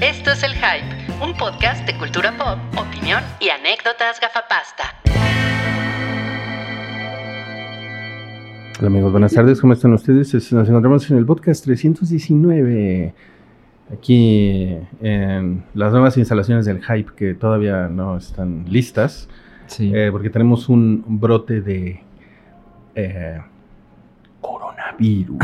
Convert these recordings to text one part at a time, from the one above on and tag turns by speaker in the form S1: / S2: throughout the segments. S1: Esto es El Hype, un podcast de cultura pop, opinión y anécdotas gafapasta.
S2: Hola amigos, buenas tardes, ¿cómo están ustedes? Es- Nos encontramos en el podcast 319, aquí en las nuevas instalaciones del Hype que todavía no están listas,
S3: Sí.
S2: eh, porque tenemos un brote de eh, coronavirus.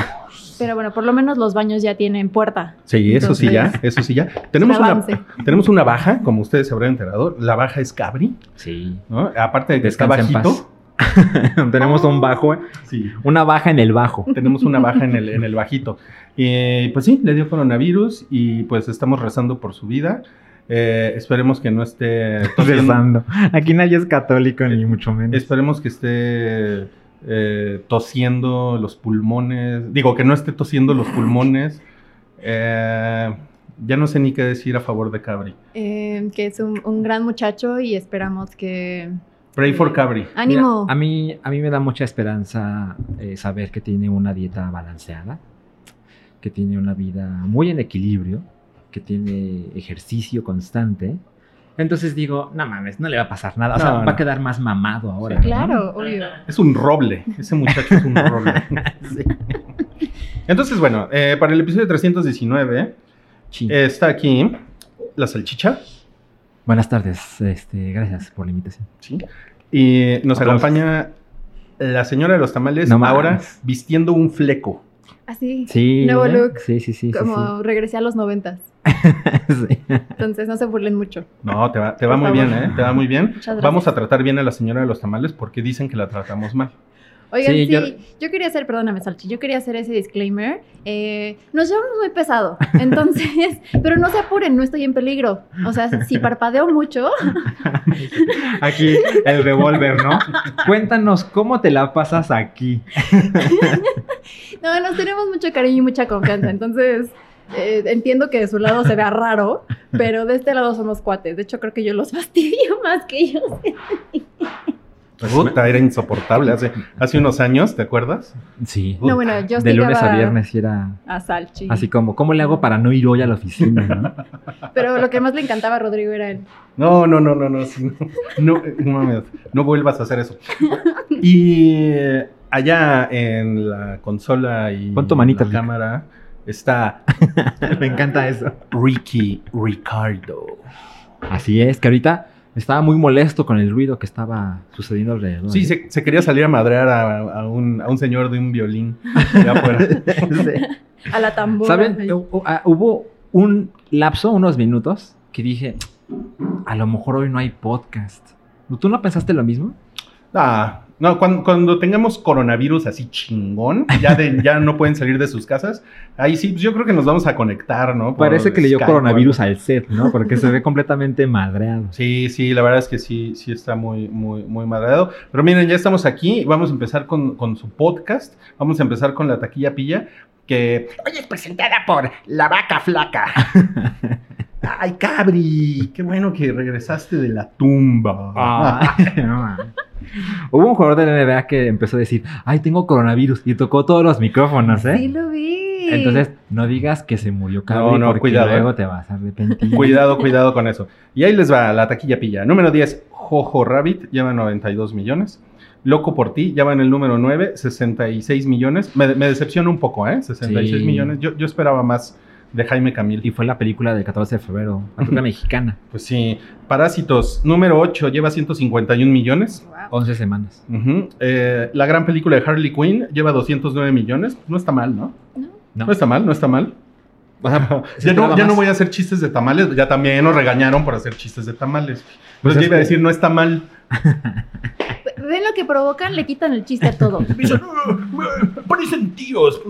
S4: Pero bueno, por lo menos los baños ya tienen puerta.
S2: Sí, eso sí ya,
S4: Entonces,
S2: eso sí ya. Tenemos
S4: un
S2: una,
S4: avance.
S2: tenemos una baja, como ustedes se habrán enterado, la baja es Cabri,
S3: sí.
S2: ¿no? Aparte de que
S3: Descansa en
S2: está bajito,
S3: Tenemos un bajo, eh,
S2: sí,
S3: una baja en el bajo.
S2: tenemos una baja en el, en el bajito. Eh, pues sí, le dio coronavirus y pues estamos rezando por su vida. Eh, esperemos que no esté tosiendo.
S3: Rezando. Aquí nadie es católico, ni mucho menos.
S2: Esperemos que esté eh, tosiendo los pulmones. Digo, que no esté tosiendo los pulmones. Eh, ya no sé ni qué decir a favor de Cabri.
S4: Eh, que es un, un gran muchacho y esperamos que...
S2: Pray for Cabri.
S3: Mira,
S4: ¡Ánimo!
S3: a, mí, a mí me da mucha esperanza eh, saber que tiene una dieta balanceada, que tiene una vida muy en equilibrio, que tiene ejercicio constante. Entonces digo, no mames, no le va a pasar nada. O sea,
S2: No,
S3: va
S2: no.
S3: a quedar más mamado ahora. ¿no?
S4: claro, obvio.
S2: Es un roble, ese muchacho es un roble. Entonces, bueno, eh, para el episodio 319
S3: Sí.
S2: eh, está aquí la salchicha.
S3: Buenas tardes. Este, gracias por la invitación.
S2: Sí. Y nos
S3: Aplausos.
S2: acompaña la señora de los tamales
S3: No mames.
S2: ahora vistiendo un fleco.
S4: Así,
S3: Sí.
S4: Nuevo
S3: ¿eh?
S4: look.
S3: Sí, sí, sí. sí,
S4: como regresé a los noventas.
S3: sí.
S4: Entonces no se burlen mucho.
S2: No, te va, te va
S4: Por
S2: muy
S4: favor.
S2: bien, ¿eh? Te va muy bien.
S4: Muchas gracias.
S2: Vamos a tratar bien a la señora de los tamales porque dicen que la tratamos mal.
S4: Oigan,
S3: Sí,
S4: sí,
S3: yo-
S4: yo... quería hacer, perdóname, Salchi, yo quería hacer ese disclaimer. Eh, nos llevamos muy pesado, entonces, pero no se apuren, no estoy en peligro. O sea, si parpadeo mucho,
S3: Aquí el revólver, ¿no? Cuéntanos cómo te la pasas aquí.
S4: no, nos tenemos mucho cariño y mucha confianza, entonces eh, entiendo que de su lado se vea raro, pero de este lado somos cuates. De hecho, creo que yo los fastidio más que ellos.
S2: Puta, era insoportable. Hace, hace unos años, ¿te acuerdas?
S3: Sí.
S4: No, bueno, yo
S3: De lunes a
S4: hostigaba
S3: viernes Ah, sí era
S4: A Salchi.
S3: así como, ¿cómo le hago para no ir hoy a la oficina? no?
S4: Pero lo que más le encantaba a Rodrigo era el
S2: No, no, no, no, no. sí, no, no, eh, no mames, no vuelvas a hacer eso. Y eh, allá en la consola y
S3: Pon tu
S2: la
S3: manita, Rick.
S2: cámara está
S3: Me encanta eso.
S2: Ricky Ricardo.
S3: Así es, que ahorita estaba muy molesto con el ruido que estaba sucediendo alrededor.
S2: Sí, se, se quería salir a madrear a, a un, a un señor de un violín allá afuera.
S3: Sí.
S4: a la tambora.
S3: ¿Saben?
S4: Ay.
S3: Hu- hu- ah, Hubo un lapso, unos minutos, que dije, a lo mejor hoy no hay podcast. ¿Tú no pensaste lo mismo?
S2: Ah, no, cuando, cuando tengamos coronavirus así chingón, ya, de- ya no pueden salir de sus casas, ahí sí, pues yo creo que nos vamos a conectar, ¿no? Por
S3: Parece que le dio
S2: Skype o
S3: coronavirus
S2: algo.
S3: al set, ¿no? Porque se ve completamente madreado.
S2: Sí, sí, la verdad es que sí, sí está muy, muy, muy madreado. Pero miren, ya estamos aquí, vamos a empezar con, con su podcast, vamos a empezar con la taquilla pilla, que hoy es presentada por La Vaca Flaca. Ay, Cabri, qué bueno que regresaste de la tumba.
S3: Ah, No mames. Ah. Hubo un jugador de la NBA que empezó a decir, ay, tengo coronavirus, y tocó todos los micrófonos, ¿eh?
S4: Sí, lo vi.
S3: Entonces, no digas que se murió cabrón,
S2: no,
S3: porque
S2: cuidado, eh.
S3: luego te vas a arrepentir.
S2: Cuidado, cuidado con eso. Y ahí les va la taquilla pilla. Número 10, Jojo Rabbit, lleva 92 millones. Loco por ti, ya va en el número 9, 66 millones. Me, me decepciona un poco, ¿eh? 66
S3: Sí.
S2: millones. Yo, yo esperaba más de Jaime Camil.
S3: Y fue la película del 14 de febrero, la película mexicana,
S2: Pues sí, Parásitos, número 8, lleva 151 millones.
S4: Guau.
S3: 11 semanas.
S2: Ujú. Eh, la gran película de Harley Quinn lleva 209 millones. No está mal, ¿no?
S4: No.
S2: No está mal, no está mal.
S3: O sea,
S2: Ya no,
S3: esperaba
S2: ya no
S3: más.
S2: voy a hacer chistes de tamales. Ya también nos regañaron por hacer chistes de tamales. Entonces
S3: Pues
S2: yo
S3: es
S2: iba a
S3: que-
S2: decir, no está mal.
S4: Ven lo que provocan, le quitan el chiste a todo.
S2: Dicen, "Eh, parecen tíos.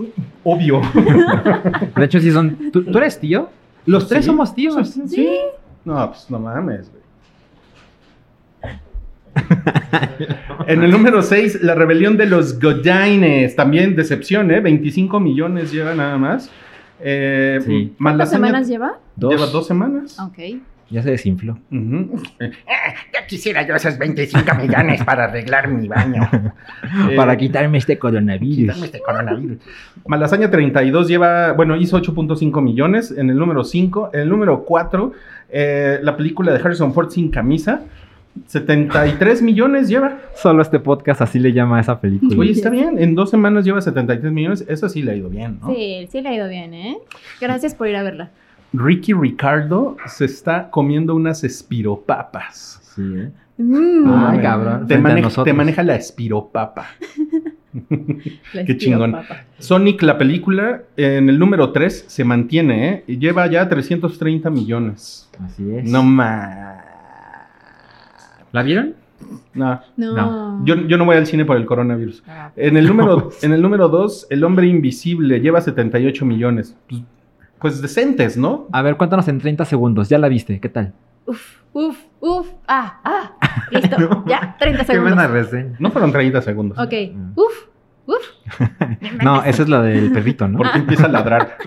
S2: Obvio.
S3: De hecho, sí son. ¿Tú, tú eres tío? Los tres
S2: Sí.
S3: somos tíos.
S4: Sí.
S2: No, pues no mames, güey. en el número 6, la rebelión de los Godines. También decepción, ¿eh? 25 millones lleva nada más. Eh,
S3: Sí.
S2: más la
S4: ¿Cuántas
S2: seña-
S4: semanas lleva?
S2: Lleva dos semanas.
S4: Ok.
S3: Ya se desinfló.
S2: Ujú.
S5: Ah, Ya quisiera yo esos 25 millones para arreglar mi baño.
S2: Eh,
S3: Para quitarme este
S5: Quitarme
S3: coronavirus.
S5: este coronavirus.
S2: Malasaña 32 lleva, bueno, hizo 8.5 millones en el número 5. En el número 4, eh, la película de Harrison Ford sin camisa, 73 millones lleva.
S3: Solo este podcast así le llama a esa película.
S2: Oye, está bien, en dos semanas lleva 73 millones, eso sí le ha ido bien, ¿no?
S4: Sí, sí le ha ido bien, ¿eh? Gracias por ir a verla.
S2: Ricky Ricardo se está comiendo unas espiropapas.
S3: Sí, ¿eh?
S4: Mm,
S3: Ah,
S2: Ay,
S3: cabrón.
S2: Te,
S3: Frente a
S2: maneja-
S3: nosotros.
S2: te maneja la espiropapa.
S4: la
S2: qué chingón.
S4: espiropapa.
S2: Sonic, la película, en el número 3 se mantiene, ¿eh? Lleva ya 330 millones.
S3: Así es.
S2: No más.
S3: ¿La vieron?
S2: No.
S4: No.
S3: No,
S2: Yo, yo no voy al cine por el coronavirus.
S4: Ah,
S2: En el número, en el número 2, El Hombre Invisible lleva 78 millones. Pues, pues decentes, ¿no?
S3: A ver, cuéntanos en 30 segundos. Ya la viste, ¿qué tal?
S4: Uf, uf, uf. Ah, ah. Listo. ya, 30 segundos.
S3: reseña.
S2: No fueron 30 segundos.
S4: Ok.
S2: Mm.
S4: Uf, uf.
S3: No, esa es la del perrito, ¿no?
S4: Ah.
S2: Porque empieza a ladrar.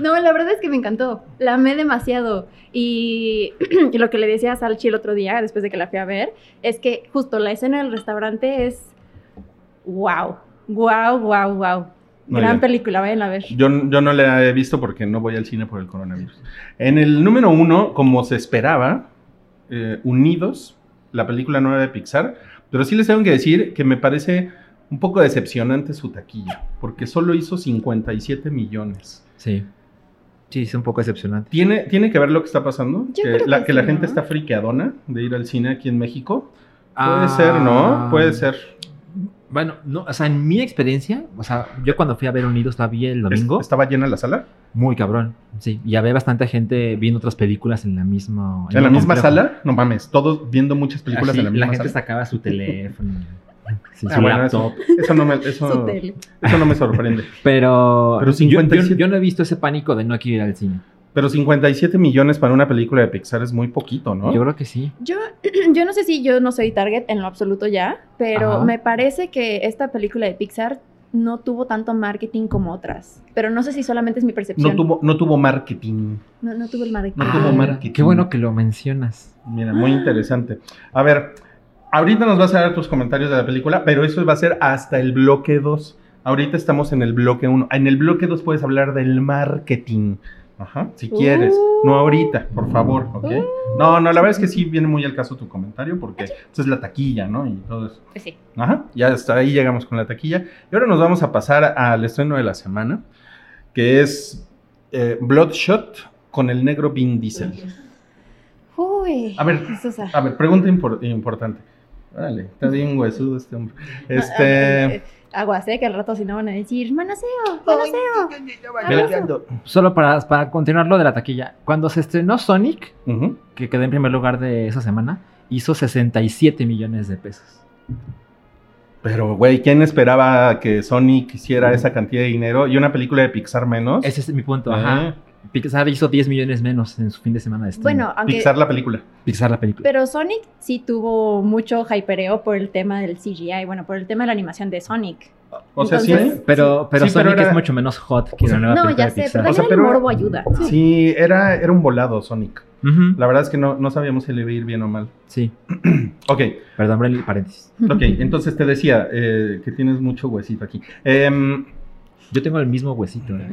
S4: No, la verdad es que me encantó. La amé demasiado. Y lo que le decía a Salchi el otro día, después de que la fui a ver, es que justo la escena del restaurante es. ¡Wow! ¡Wow, wow, wow!
S2: Muy
S4: Gran
S2: bien.
S4: película, vayan a ver.
S2: Yo, yo no la he visto porque no voy al cine por el coronavirus. En el número 1, como se esperaba, eh, Unidos, la película nueva de Pixar. Pero sí les tengo que decir que me parece un poco decepcionante su taquilla. Porque solo hizo 57 millones.
S3: Sí. Sí, es un poco decepcionante.
S2: ¿Tiene, tiene que ver lo que está pasando? que
S4: Yo creo
S2: la,
S4: que
S2: que la
S4: sí,
S2: gente
S4: ¿no?
S2: está friqueadona de ir al cine aquí en México. Puede ser,
S3: Ah.
S2: ¿no? Puede ser.
S3: Bueno, no, o sea, en mi experiencia, o sea, yo cuando fui a ver Unidos la vi el domingo,
S2: Es- ¿Estaba llena la sala?
S3: muy cabrón, sí, y había bastante gente viendo otras películas en la misma...
S2: ¿En la
S3: el
S2: misma
S3: complejo.
S2: sala? No mames, todos viendo muchas películas
S3: Así,
S2: en la misma
S3: Ah, gente
S2: sala.
S3: sacaba su teléfono, sí,
S2: Ah,
S3: su
S2: bueno,
S3: laptop,
S2: eso, eso no me,
S4: Su
S2: eso,
S4: tele.
S2: eso no me sorprende.
S3: pero,
S2: Pero
S3: yo- yo,
S2: 57.
S3: yo no he visto ese pánico de no quiero ir al cine,
S2: Pero 57 millones para una película de Pixar es muy poquito, ¿no?
S3: yo creo que sí,
S4: Yo, yo no sé si yo no soy target en lo absoluto ya, pero
S3: Ajá.
S4: me parece que esta película de Pixar no tuvo tanto marketing como otras. Pero no sé si solamente es mi
S2: no,
S4: percepción.
S2: tuvo, no tuvo marketing.
S4: no, no tuvo el marketing.
S2: No tuvo
S3: Ah,
S2: marketing.
S3: qué bueno que lo mencionas,
S2: Mira, muy interesante. A ver, ahorita nos vas a dar tus comentarios de la película, pero eso va a ser hasta el bloque 2. Ahorita estamos en el bloque 1. En el bloque 2 puedes hablar del marketing. Ajá,
S4: Uh.
S2: si quieres. No ahorita, por favor, ¿ok? No, no, la verdad es que sí viene muy al caso tu comentario porque esto es la taquilla, ¿no? Y todo eso.
S4: Pues sí.
S2: Ajá, ya hasta ahí llegamos con la taquilla. Y ahora nos vamos a pasar al estreno de la semana, que es eh, Bloodshot con el negro Vin Diesel.
S4: Uy.
S2: A ver, este,
S4: Sosa.
S2: A ver, pregunta impor- importante. Órale, está bien huesudo este hombre.
S4: Ah,
S2: Este.
S4: eh, Aguas, ¿eh? Que al rato si no van a decir, manoseo, manoseo.
S3: solo para, para continuar lo de la taquilla, cuando se estrenó Sonic,
S2: Ujú.
S3: que quedó en primer lugar de esa semana, hizo 67 millones de pesos.
S2: Pero, güey, ¿quién esperaba que Sonic hiciera esa cantidad de dinero y una película de Pixar menos? Eh,
S3: Ese es mi punto.
S2: Ajá.
S3: Ajá. Pixar hizo 10 millones menos en su fin de semana de estreno.
S4: Bueno, aunque...
S2: Pixar la película.
S3: Pixar la película.
S4: Pero Sonic sí tuvo mucho hypereo por el tema del CGI, bueno, por el tema de la animación de Sonic.
S2: O sea,
S4: Entonces-
S2: sí.
S3: Pero, pero
S2: Sí, pero
S3: Sonic
S2: era-
S3: es mucho menos hot que
S2: Ah,
S3: la nueva
S4: no,
S3: película de
S4: ya sé,
S3: Pixar.
S4: pero también
S2: O sea,
S4: el
S2: pero-
S4: morbo ayuda.
S2: Sí, era, era un volado Sonic.
S3: Ujú,
S2: La verdad es que no, no sabíamos si le iba a ir bien o mal.
S3: Sí,
S2: Ok,
S3: perdón, abre el paréntesis.
S2: ok. Entonces te decía eh, que tienes mucho huesito aquí. Em,
S3: Yo tengo el mismo huesito. ¿eh?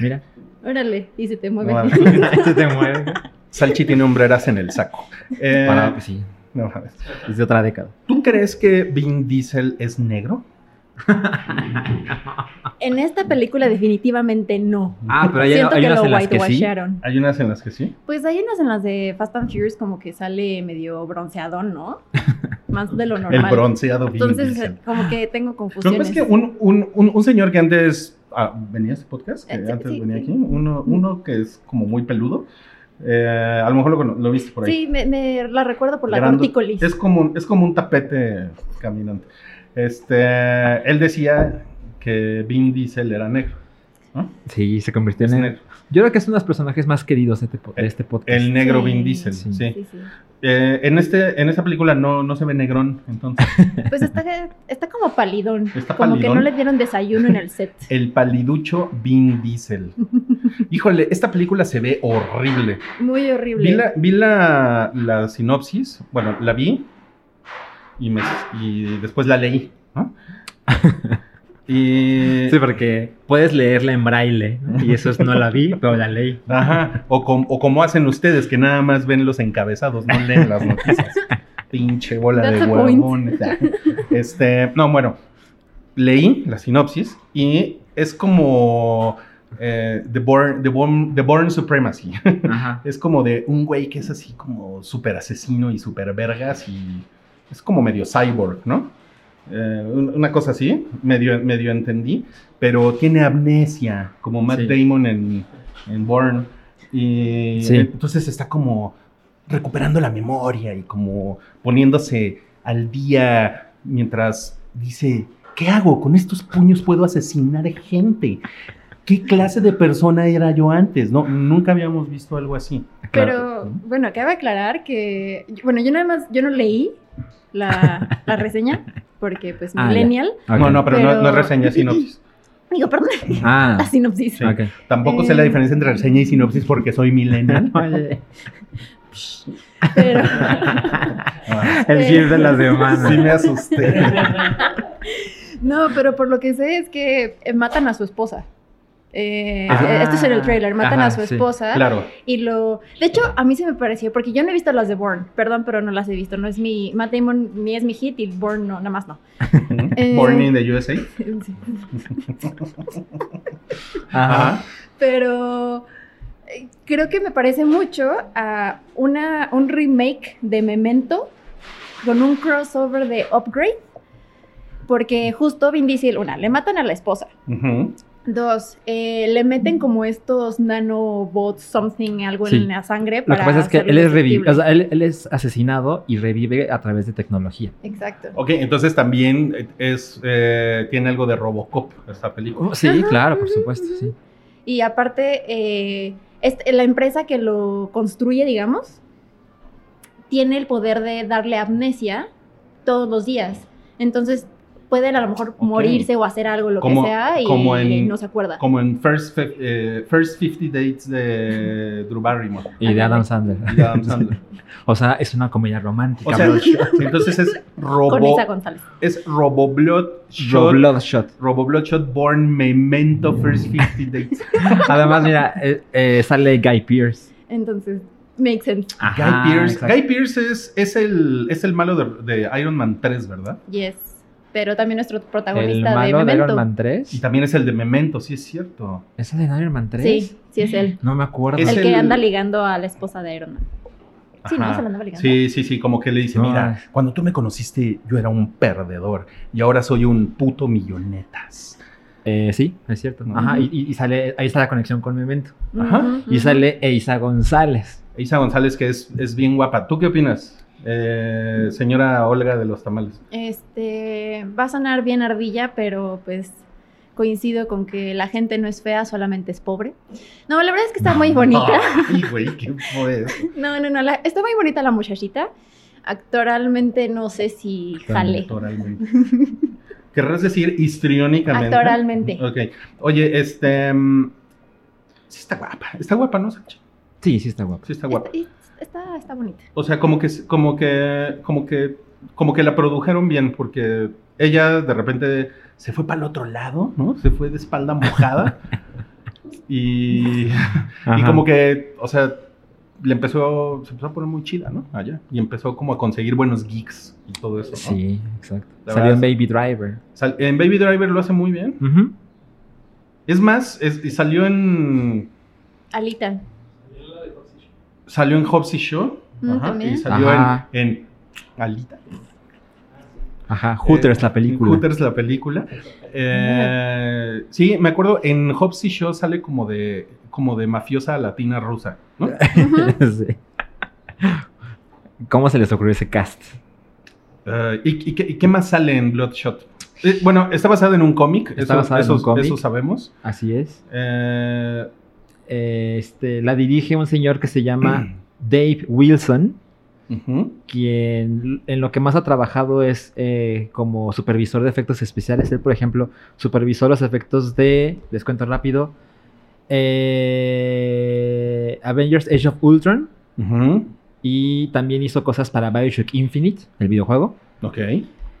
S3: Mira.
S4: Órale, y se te mueve.
S2: no,
S3: Este Se te mueve.
S2: Salchi tiene hombreras en el saco. Eh,
S3: Para pues. que sí.
S2: no, a ver.
S3: Es de otra década.
S2: ¿Tú crees que Vin Diesel es negro?
S4: En esta película definitivamente no.
S3: Ah, pero hay,
S4: Siento
S3: hay
S4: que
S3: unas
S4: lo
S3: en las que sí.
S4: whitewasharon.
S2: Hay unas en las que sí.
S4: Pues hay unas en las de Fast and Furious como que sale medio bronceadón, ¿no? Más de lo normal.
S2: El bronceado Vin
S4: Entonces, eh,
S2: Diesel.
S4: como que tengo
S2: Lo que
S4: confusiones.
S2: pasa es que un, un- un- un señor que antes ah, venía a este podcast, que
S4: Eh, sí,
S2: antes
S4: sí,
S2: venía
S4: sí.
S2: aquí, uno, uno que es como muy peludo, eh, a lo mejor lo, cono- lo viste por ahí.
S4: Sí, me, me la recuerdo por la
S2: Grande-
S4: tortícolis.
S2: Es como, un- es como un tapete caminante. Este, él decía que Vin Diesel era negro. ¿no?
S3: Sí, se convirtió
S2: Es
S3: en el-
S2: negro.
S3: Yo creo que es uno de los personajes más queridos de este, po- de este podcast.
S2: El negro
S4: Sí.
S2: Vin Diesel, sí.
S3: Sí.
S4: Sí, sí.
S2: Eh, en, este, en esta película no, no se ve negrón, entonces.
S4: Pues está, está como palidón.
S2: Está
S4: como que
S2: palidón. Eh,
S4: no le dieron desayuno en el set.
S2: El paliducho Vin Diesel. Híjole, esta película se ve horrible.
S4: Muy
S2: Vi
S4: horrible.
S2: la, vi la, la sinopsis, bueno, la vi y, me- y después la leí, ¿no? Y,
S3: Sí, porque puedes leerla en braille, ¿no? y eso es no la vi, pero la leí.
S2: Ajá, o, com- o como hacen ustedes, que nada más ven los encabezados, no leen las noticias. Pinche bola de
S4: That's the point.
S2: huevones. Este, no, bueno, leí la sinopsis y es como eh, the, Born, the, Born, The Born Supremacy.
S3: Ajá.
S2: Es como de un güey que es así como súper asesino y súper vergas y es como medio cyborg, ¿no? Eh, un- una cosa así, medio, medio entendí, pero tiene amnesia, como Matt
S3: Sí.
S2: Damon en, en Born. Y
S3: Sí.
S2: entonces está como recuperando la memoria y como poniéndose al día mientras dice, ¿qué hago? Con estos puños puedo asesinar gente. ¿Qué clase de persona era yo antes? No, nunca habíamos visto algo así.
S4: Pero
S2: Claro.
S4: bueno, cabe aclarar que, bueno, yo nada más, yo no leí la, la reseña porque pues
S3: Ah, ya.
S4: millennial.
S2: No, no, pero, No,
S4: Pero-
S2: no es reseña, es sinopsis.
S4: Digo, perdón,
S3: Ah,
S4: la sinopsis.
S2: Sí.
S3: ok.
S2: Tampoco sé la
S4: Eh.
S2: diferencia entre reseña y sinopsis porque soy millennial.
S4: Pero,
S2: Ah,
S3: El gif de las demás.
S2: sí me asusté.
S4: no, pero por lo que sé es que eh, matan a su esposa. Eh,
S2: Ah.
S4: esto es en el trailer, matan
S3: Ajá,
S4: a su
S3: sí,
S4: esposa
S2: Claro.
S4: y lo... De hecho, a mí se me pareció, porque yo no he visto las de Bourne, perdón, pero no las he visto, no es mi... Matt Damon ni es mi hit y Bourne no, nada más no. Eh.
S2: Born in the USA. Ajá.
S4: pero eh, creo que me parece mucho a una, un remake de Memento con un crossover de Upgrade, porque justo Vin Diesel, una, le matan a la esposa,
S2: Ujú.
S4: dos, eh, le meten como estos nanobots, something, algo
S3: Mm. Sí.
S4: en la sangre.
S3: Lo
S4: Para
S3: que pasa es que
S4: hacerlo
S3: él es, revi-
S4: irresistible.
S3: o sea, él- él es asesinado y revive a través de tecnología.
S4: Exacto.
S2: Ok, entonces también es, eh, tiene algo de Robocop esta película.
S3: Sí,
S4: Ajá,
S3: claro, por
S4: ujú,
S3: supuesto,
S4: ujú.
S3: sí.
S4: Y aparte, eh, este- la empresa que lo construye, digamos, tiene el poder de darle amnesia todos los días. Entonces, pueden a lo mejor
S2: Ok.
S4: morirse o hacer algo, lo
S2: Como-
S4: que sea, y
S2: como en-
S4: no se acuerda.
S2: Como en First, Fif- eh, First 50 Dates de Drew Barrymore
S3: Y de Adam Sandler.
S2: y de Adam Sandler.
S3: O sea, es una comedia romántica.
S2: O sea,
S3: bro.
S2: entonces es
S4: Con
S2: Robo,
S4: Isa González.
S2: es Roboblood
S3: Bro,
S2: Shot,
S3: Bloodshot.
S2: Roboblood Shot Born Memento First 50 Dates.
S3: Además, mira, eh, eh, sale Guy Pierce.
S4: Entonces, makes sense.
S5: Ah,
S3: Ajá,
S2: Guy Pierce.
S3: exacto.
S2: es, es, el, es el malo de, de Iron Man 3, ¿verdad?
S4: Yes. Pero también nuestro
S3: El
S4: protagonista de
S3: malo de
S4: Memento.
S3: Iron Man 3.
S2: Y también es el de Memento, sí es cierto.
S3: ¿Es el de Iron Man 3?
S4: Sí, sí es él.
S3: No me acuerdo.
S2: Es
S4: el, que
S2: el-
S4: anda ligando a la esposa de Iron Man. Sí,
S2: Ajá.
S4: no, se lo andaba ligando.
S2: Sí, sí, sí, como que le dice,
S3: No,
S2: mira,
S3: es-
S2: cuando tú me conociste yo era un perdedor y ahora soy un puto millonetas.
S3: Eh, sí, es cierto.
S2: Ujú.
S3: Ajá, y, y sale, ahí está la conexión con Memento.
S2: Ajá.
S4: Ujú,
S3: Y
S4: ujú.
S3: sale Eiza González.
S2: Isa González, que es, es bien guapa. ¿Tú qué opinas, eh, señora Olga de los Tamales?
S4: Este, va a sonar bien ardilla, pero pues coincido con que la gente no es fea, solamente es pobre. No, la verdad es que está muy bonita.
S2: Ay, güey, qué fue eso?
S4: No, no, no, la- está muy bonita la muchachita. Actoralmente no sé si jale.
S2: Actoralmente. ¿Querrás decir histriónicamente?
S4: Actoralmente.
S2: Ok. Oye, este... mm, Sí está guapa. Está guapa, ¿no, Sacha?
S3: Sí, sí está guapo.
S2: Sí está guapa.
S4: Está, está, está bonita.
S2: O sea, como que, como que, como que, como que la produjeron bien, porque ella de repente se fue para el otro lado, ¿no? Se fue de espalda mojada. y, y como que, o sea, le empezó, se empezó a poner muy chida, ¿no? Allá. Y empezó como a conseguir buenos geeks y todo eso. ¿no?
S3: Sí, exacto.
S2: La
S3: Salió en
S2: verdad
S3: Baby Driver.
S2: Sal- en Baby Driver lo hace muy bien.
S3: Ujú.
S2: Es más, es- y salió en.
S4: Alita.
S2: Salió en Hobbs y Shaw.
S4: Mm,
S2: ajá,
S4: también.
S2: y salió en-
S3: Ajá.
S2: en, Alita.
S3: Ajá, Hooters,
S2: Eh,
S3: la película.
S2: Hooters, la película. Eh, sí, me acuerdo, en Hobbs y Shaw sale como de, como de mafiosa latina rusa, ¿no?
S4: Ujú.
S3: Sí. ¿Cómo se les ocurrió ese cast?
S2: Eh, ¿y, y qué, y qué más sale en Bloodshot? Eh, bueno, está basado en un cómic.
S3: Está
S2: Eso,
S3: basado en
S2: eso-
S3: un cómic.
S2: eso sabemos.
S3: Así es.
S2: Eh,
S3: Eh, Este, la dirige un señor que se llama Dave Wilson,
S2: ujú.
S3: quien en lo que más ha trabajado es eh, como supervisor de efectos especiales. Él, por ejemplo, supervisó los efectos de, les cuento rápido, eh, Avengers Age of Ultron
S2: Ujú.
S3: y también hizo cosas para Bioshock Infinite, el videojuego.
S2: Ok.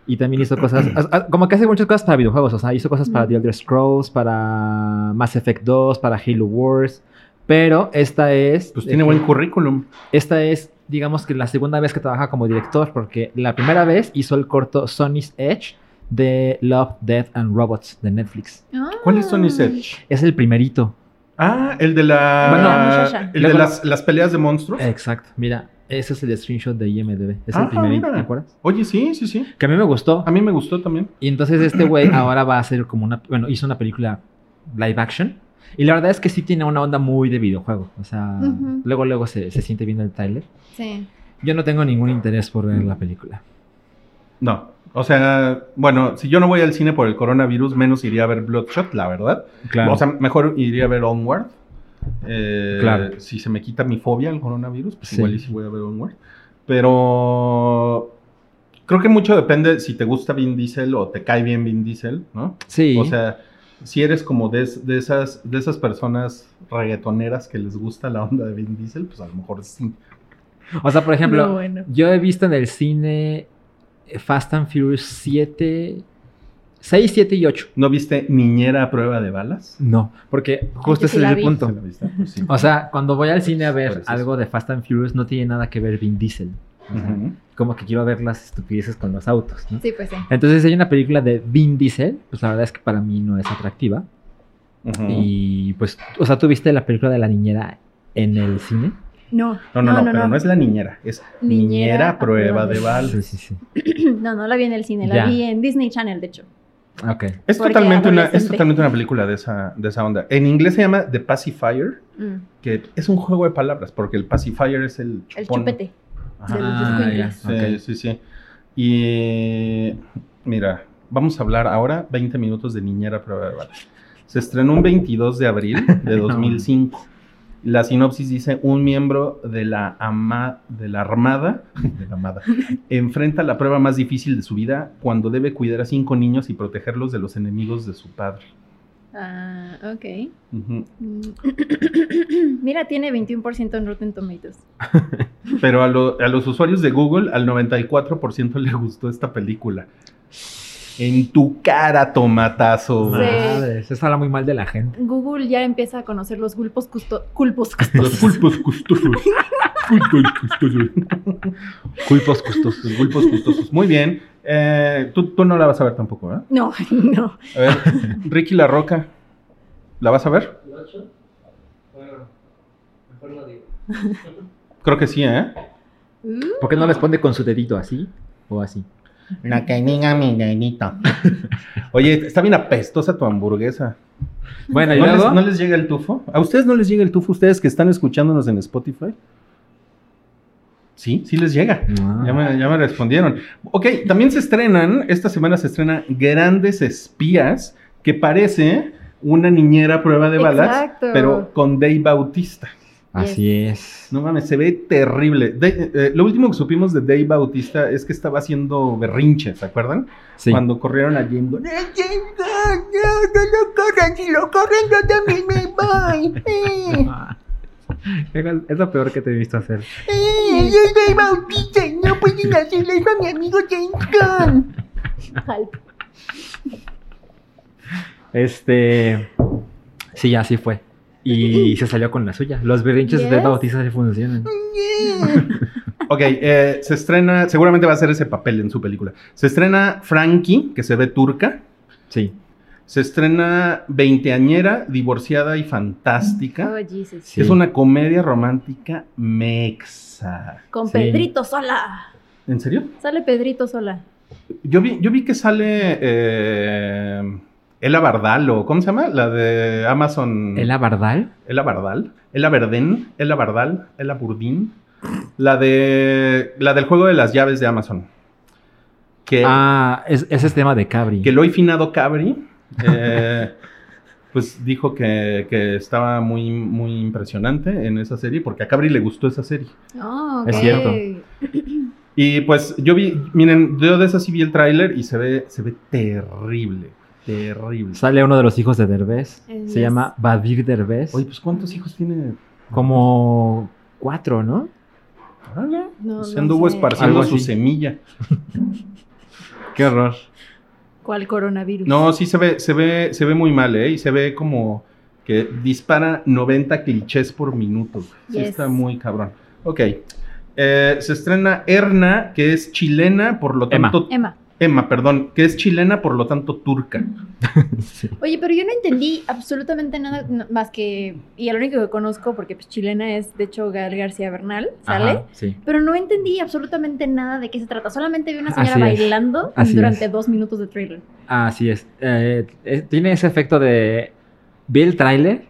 S3: Y también hizo cosas, as- as- como que hace muchas cosas para videojuegos, o sea, hizo cosas para
S4: Mm.
S3: The Elder Scrolls, para Mass Effect 2, para Halo Wars, pero esta es... eh,
S2: Pues tiene buen currículum.
S3: Esta es, digamos que la segunda vez que trabaja como director, porque la primera vez hizo el corto Sony's Edge de Love, Death and Robots de Netflix.
S4: Ah.
S2: ¿Cuál es Sony
S4: Set?
S2: Sedge?
S3: Es el primerito.
S2: Ah, el de la.
S3: Bueno,
S4: La muchacha.
S2: el de
S3: Luego- Eh.
S2: las, las peleas de monstruos.
S3: Exacto, mira, ese es el screenshot de IMDB. Es
S2: Ah,
S3: el primerito,
S2: mira.
S3: ¿te acuerdas?
S2: Oye, sí, sí, sí.
S3: Que a mí me gustó.
S2: A mí me gustó también.
S3: Y entonces este güey ahora va a hacer como una... Bueno, hizo una película live action. Y la verdad es que sí tiene una onda muy de videojuego. O sea,
S4: Ujú.
S3: luego, luego se, se siente bien el trailer.
S4: Sí.
S3: Yo no tengo ningún interés por ver la película.
S2: No. O sea, bueno, si yo no voy al cine por el coronavirus, menos iría a ver Bloodshot, la verdad.
S3: Claro.
S2: O sea, mejor iría a ver Onward. Eh,
S3: Claro.
S2: Si se me quita mi fobia al coronavirus, pues
S3: Sí.
S2: igual y si voy a ver Onward. Pero creo que mucho depende si te gusta Vin Diesel o te cae bien Vin Diesel, ¿no?
S3: sí.
S2: O sea, si eres como de, es- de esas, de esas personas reggaetoneras que les gusta la onda de Vin Diesel, pues a lo mejor sí.
S3: o sea, por ejemplo...
S4: No, bueno.
S3: Yo he visto en el cine eh, Fast and Furious 7, 6, 7 y 8.
S2: ¿No viste Niñera a prueba de balas?
S3: No, porque
S4: Yo
S3: justo ese
S4: sí
S3: es
S4: la
S3: el
S4: vi.
S2: ¿Se
S3: punto.
S2: la viste? Pues sí.
S3: O sea, cuando voy al cine a
S2: Por
S3: ver
S2: eso es-
S3: algo de Fast and Furious no tiene nada que ver Vin Diesel. O sea,
S2: Ujú.
S3: Como que quiero ver las estupideces con los autos, ¿no?
S4: Sí, pues sí.
S3: Entonces si hay una película de Vin Diesel, pues la verdad es que para mí no es atractiva.
S2: Ujú.
S3: Y pues, o sea, ¿tú viste la película de la niñera en el cine?
S4: No.
S2: No, no, no, pero no. es la niñera, es niñera, a prueba de balas.
S3: Sí, sí, sí.
S4: No, no la vi en el cine, la
S3: Ya.
S4: vi en Disney Channel, de hecho.
S3: Ok.
S2: Es
S4: Porque
S2: totalmente, una, es
S4: adolescente.
S2: totalmente una película de esa, de esa onda. En inglés se llama The Pacifier,
S4: Mm,
S2: que es un juego de palabras, porque el pacifier es el
S4: El
S2: chupón.
S4: chupete.
S2: Ajá.
S4: De
S3: Ah,
S4: los escuincles.
S2: Sí, sí, sí. Y mira, vamos a hablar ahora 20 minutos de Niñera Prueba de Balas. Se estrenó un 22 de abril de 2005. La sinopsis dice, un miembro de la, ama- de la Armada de la Armada, enfrenta la prueba más difícil de su vida cuando debe cuidar a cinco niños y protegerlos de los enemigos de su padre.
S4: Ah, ok.
S2: Ujú.
S4: Mm. Mira, tiene 21% en Rotten Tomatoes.
S2: Pero a, lo- a los usuarios de Google, al 94% le gustó esta película. En tu cara, tomatazo.
S4: Sí.
S3: Madres, eso habla muy mal de la gente.
S4: Google ya empieza a conocer los gulpos custo- culpos custosos.
S2: Los pulpos gustosos. Pulpos gustosos.
S3: Culpos gustosos.
S2: Los pulpos gustosos. Muy bien. Eh, tú, tú no la vas a ver tampoco, ¿verdad?
S4: No, no.
S2: A ver, Ricky La Roca, ¿la vas a ver? Creo que sí, ¿eh?
S4: Uh,
S3: ¿Por qué no les pone con su dedito así o así?
S5: Lo que diga mi dedito.
S2: Oye, está bien apestosa tu hamburguesa.
S3: Bueno, y
S2: ¿No les,
S3: luego.
S2: no les llega el tufo? ¿A ustedes no les llega el tufo? ¿Ustedes que están escuchándonos en Spotify? Sí, sí les llega.
S3: Ah.
S2: Ya me, ya me respondieron. Ok, también se estrenan, esta semana se estrena Grandes Espías, que parece una niñera a prueba de balas,
S4: Exacto.
S2: pero con Dave Bautista.
S3: Ah, Así es.
S2: No mames, se ve terrible. De- eh, lo último que supimos de Dave Bautista es que estaba haciendo berrinches, ¿se acuerdan?
S3: Sí.
S2: Cuando corrieron a James Gunn.
S5: Eh, eh, No, no, no lo corran, si lo corren yo también me voy. Eh,
S3: Ah. Es lo peor que te he visto hacer.
S5: eh, yo soy Bautista y no pueden hacerle eso a mi amigo James Gunn.
S4: Jalp.
S3: Este. Sí, así fue. Y se salió con la suya. Los berrinches de
S4: Yes.
S3: Bautista se funcionan.
S5: Eh,
S2: Ok, eh, se estrena, seguramente va a ser ese papel en su película. Se estrena Frankie, que se ve turca.
S3: Sí.
S2: Se estrena veinteañera, divorciada y fantástica.
S4: Oh, Jesus.
S3: sí.
S2: Es una comedia romántica mexa.
S4: Con
S3: Sí.
S4: Pedrito Sola.
S2: ¿En serio?
S4: Sale Pedrito Sola.
S2: Yo vi, yo vi que sale eh, Ela Bardal o ¿cómo se llama? La de Amazon.
S3: ¿El Abardal?
S2: Ela Bardal. Ela Verdén. Ela Bardal. Ela Burdín. La de. La del juego de las llaves de Amazon. que,
S3: Ah, es, ese es tema de Cabri.
S2: Eh, que el hoy finado Cabri, eh, pues dijo que, que estaba muy, muy impresionante en esa serie, porque a Cabri le gustó esa serie.
S4: Ah,
S3: Es
S4: ok.
S3: cierto.
S2: Y pues yo vi, miren, yo de esa sí vi el tráiler y se ve, se ve terrible, terrible.
S3: Sale uno de los hijos de Derbez.
S4: Es-
S3: Se llama Badir Derbez.
S2: Oye, pues ¿cuántos hijos tiene?
S3: Como cuatro, ¿no?
S2: Órale.
S4: No,
S2: se
S4: no
S2: Ah, Pues, anduvo
S4: sé.
S2: esparciendo
S3: Algo
S2: su
S3: así.
S2: semilla.
S3: Qué horror.
S4: ¿Cuál coronavirus?
S2: No, sí se ve, se ve, se ve muy mal, ¿eh? Y se ve como que dispara 90 clichés por minuto. Sí
S4: Yes.
S2: está muy cabrón. Ok. Eh, se estrena Erna, que es chilena, por lo
S3: Emma.
S2: tanto...
S4: Emma.
S2: Emma, perdón, que es chilena, por lo tanto turca.
S3: Sí.
S4: Oye, pero yo no entendí absolutamente nada no- más que. Y el único que conozco, porque pues chilena es de hecho Gael García Bernal, ¿sale?
S3: Ajá, sí.
S4: Pero no entendí absolutamente nada de qué se trata. Solamente vi una señora
S3: Así es.
S4: bailando
S3: Así
S4: durante
S3: es.
S4: dos minutos de trailer.
S3: Así es. Eh, eh, tiene ese efecto de. Vi el tráiler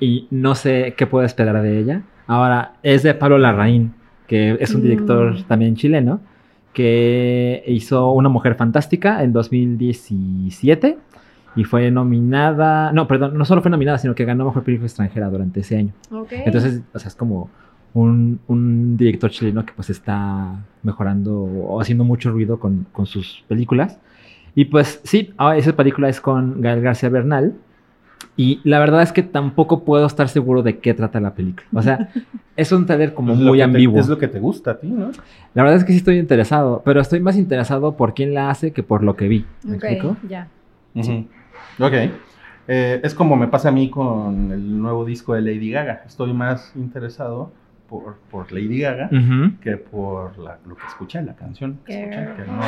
S3: y no sé qué puedo esperar de ella. Ahora, es de Pablo Larraín, que es un director
S4: Mm.
S3: también chileno, que hizo Una Mujer Fantástica en 2017 y fue nominada. No, perdón, no solo fue nominada, sino que ganó Mejor Película Extranjera durante ese año.
S4: Ok.
S3: Entonces, o sea, es como un, un director chileno que pues está mejorando o haciendo mucho ruido con, con sus películas. Y pues sí, ahora esa película es con Gael García Bernal. Y la verdad es que tampoco puedo estar seguro de qué trata la película. O sea, es un taller como
S2: Es lo
S3: muy
S2: que te-
S3: ambiguo.
S2: es lo que te gusta a ti, ¿no?
S3: La verdad es que sí estoy interesado, pero estoy más interesado por quién la hace que por lo que vi. ¿Me
S4: Ok,
S3: explico?
S4: ya.
S2: Ujú. Ok. Eh, es como me pasa a mí con el nuevo disco de Lady Gaga. Estoy más interesado por, por Lady Gaga
S3: Ujú.
S2: que por la- lo que escuché, la canción que escuché, que no,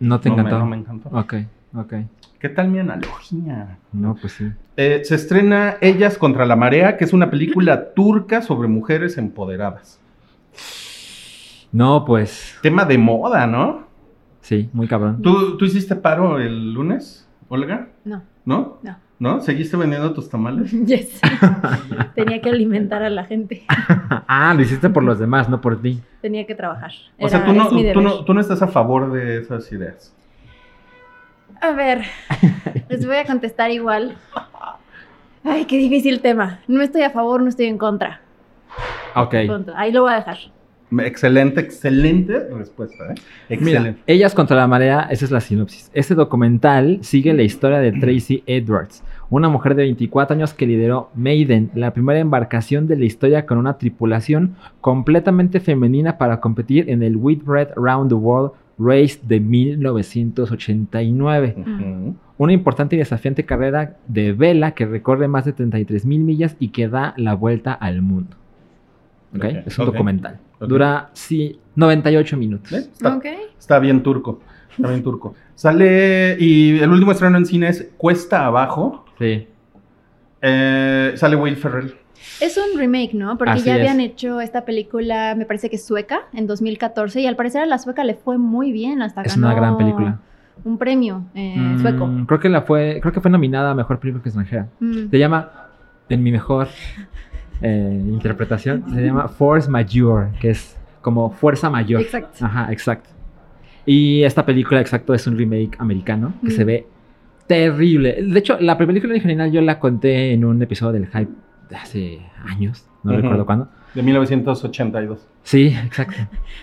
S3: No te
S2: no me,
S3: encantó.
S2: no me encantó.
S3: Ok, ok.
S2: ¿Qué tal mi analogía?
S3: No, pues sí.
S2: Eh, se estrena Ellas contra la marea, que es una película turca sobre mujeres empoderadas.
S3: No, pues
S2: Tema de moda, ¿no?
S3: sí, muy cabrón.
S2: ¿Tú, tú hiciste paro el lunes, Olga?
S4: No.
S2: ¿No?
S4: No.
S2: ¿No? ¿Seguiste vendiendo tus tamales?
S4: Yes. Tenía que alimentar a la gente.
S3: Ah, lo hiciste por los demás, no por ti.
S4: Tenía que trabajar.
S2: O sea,
S4: Era-
S2: tú no,
S4: es mi
S2: tú,
S4: deber.
S2: no, tú no estás a favor de esas ideas.
S4: A ver, les voy a contestar igual. Ay, qué difícil tema. No estoy a favor, no estoy en contra.
S3: Ok.
S4: Punto. Ahí lo voy a dejar.
S2: Excelente, excelente respuesta, ¿eh?
S3: Mira,
S2: Excelente.
S3: Ellas contra la marea, esa es la sinopsis. Este documental sigue la historia de Tracy Edwards, una mujer de 24 años que lideró Maiden, la primera embarcación de la historia con una tripulación completamente femenina para competir en el Whitbread Round the World Race de 1989.
S2: Ujú.
S3: Una importante y desafiante carrera de vela que recorre más de 33 mil millas y que da la vuelta al mundo.
S2: Ok,
S3: ¿Ok? Es un
S2: ok,
S3: documental.
S2: ok.
S3: Dura, sí, 98 minutos.
S2: ¿Eh? Está-
S4: Ok.
S2: Está bien turco. Está bien turco. Sale. Y el último estreno en cine es Cuesta Abajo.
S3: Sí.
S2: Eh, sale Will Ferrell.
S4: Es un remake, ¿no? Porque
S3: Así
S4: ya
S3: es.
S4: habían hecho esta película, me parece que sueca, en 2014, y al parecer a la sueca le fue muy bien hasta
S3: Es una
S4: ganó
S3: gran película.
S4: Un premio eh,
S3: Mm,
S4: sueco.
S3: Creo que la fue, creo que fue nominada a mejor película extranjera.
S4: Mm.
S3: Se llama, en mi mejor eh, interpretación, se llama Force Majeure, que es como fuerza mayor.
S4: Exacto.
S3: Ajá, exacto. Y esta película, exacto, es un remake americano que
S4: Mm.
S3: se ve terrible. De hecho, la película original yo la conté en un episodio del Hype de hace años, no
S2: Ujú.
S3: recuerdo cuándo.
S2: De 1982.
S3: Sí, exacto.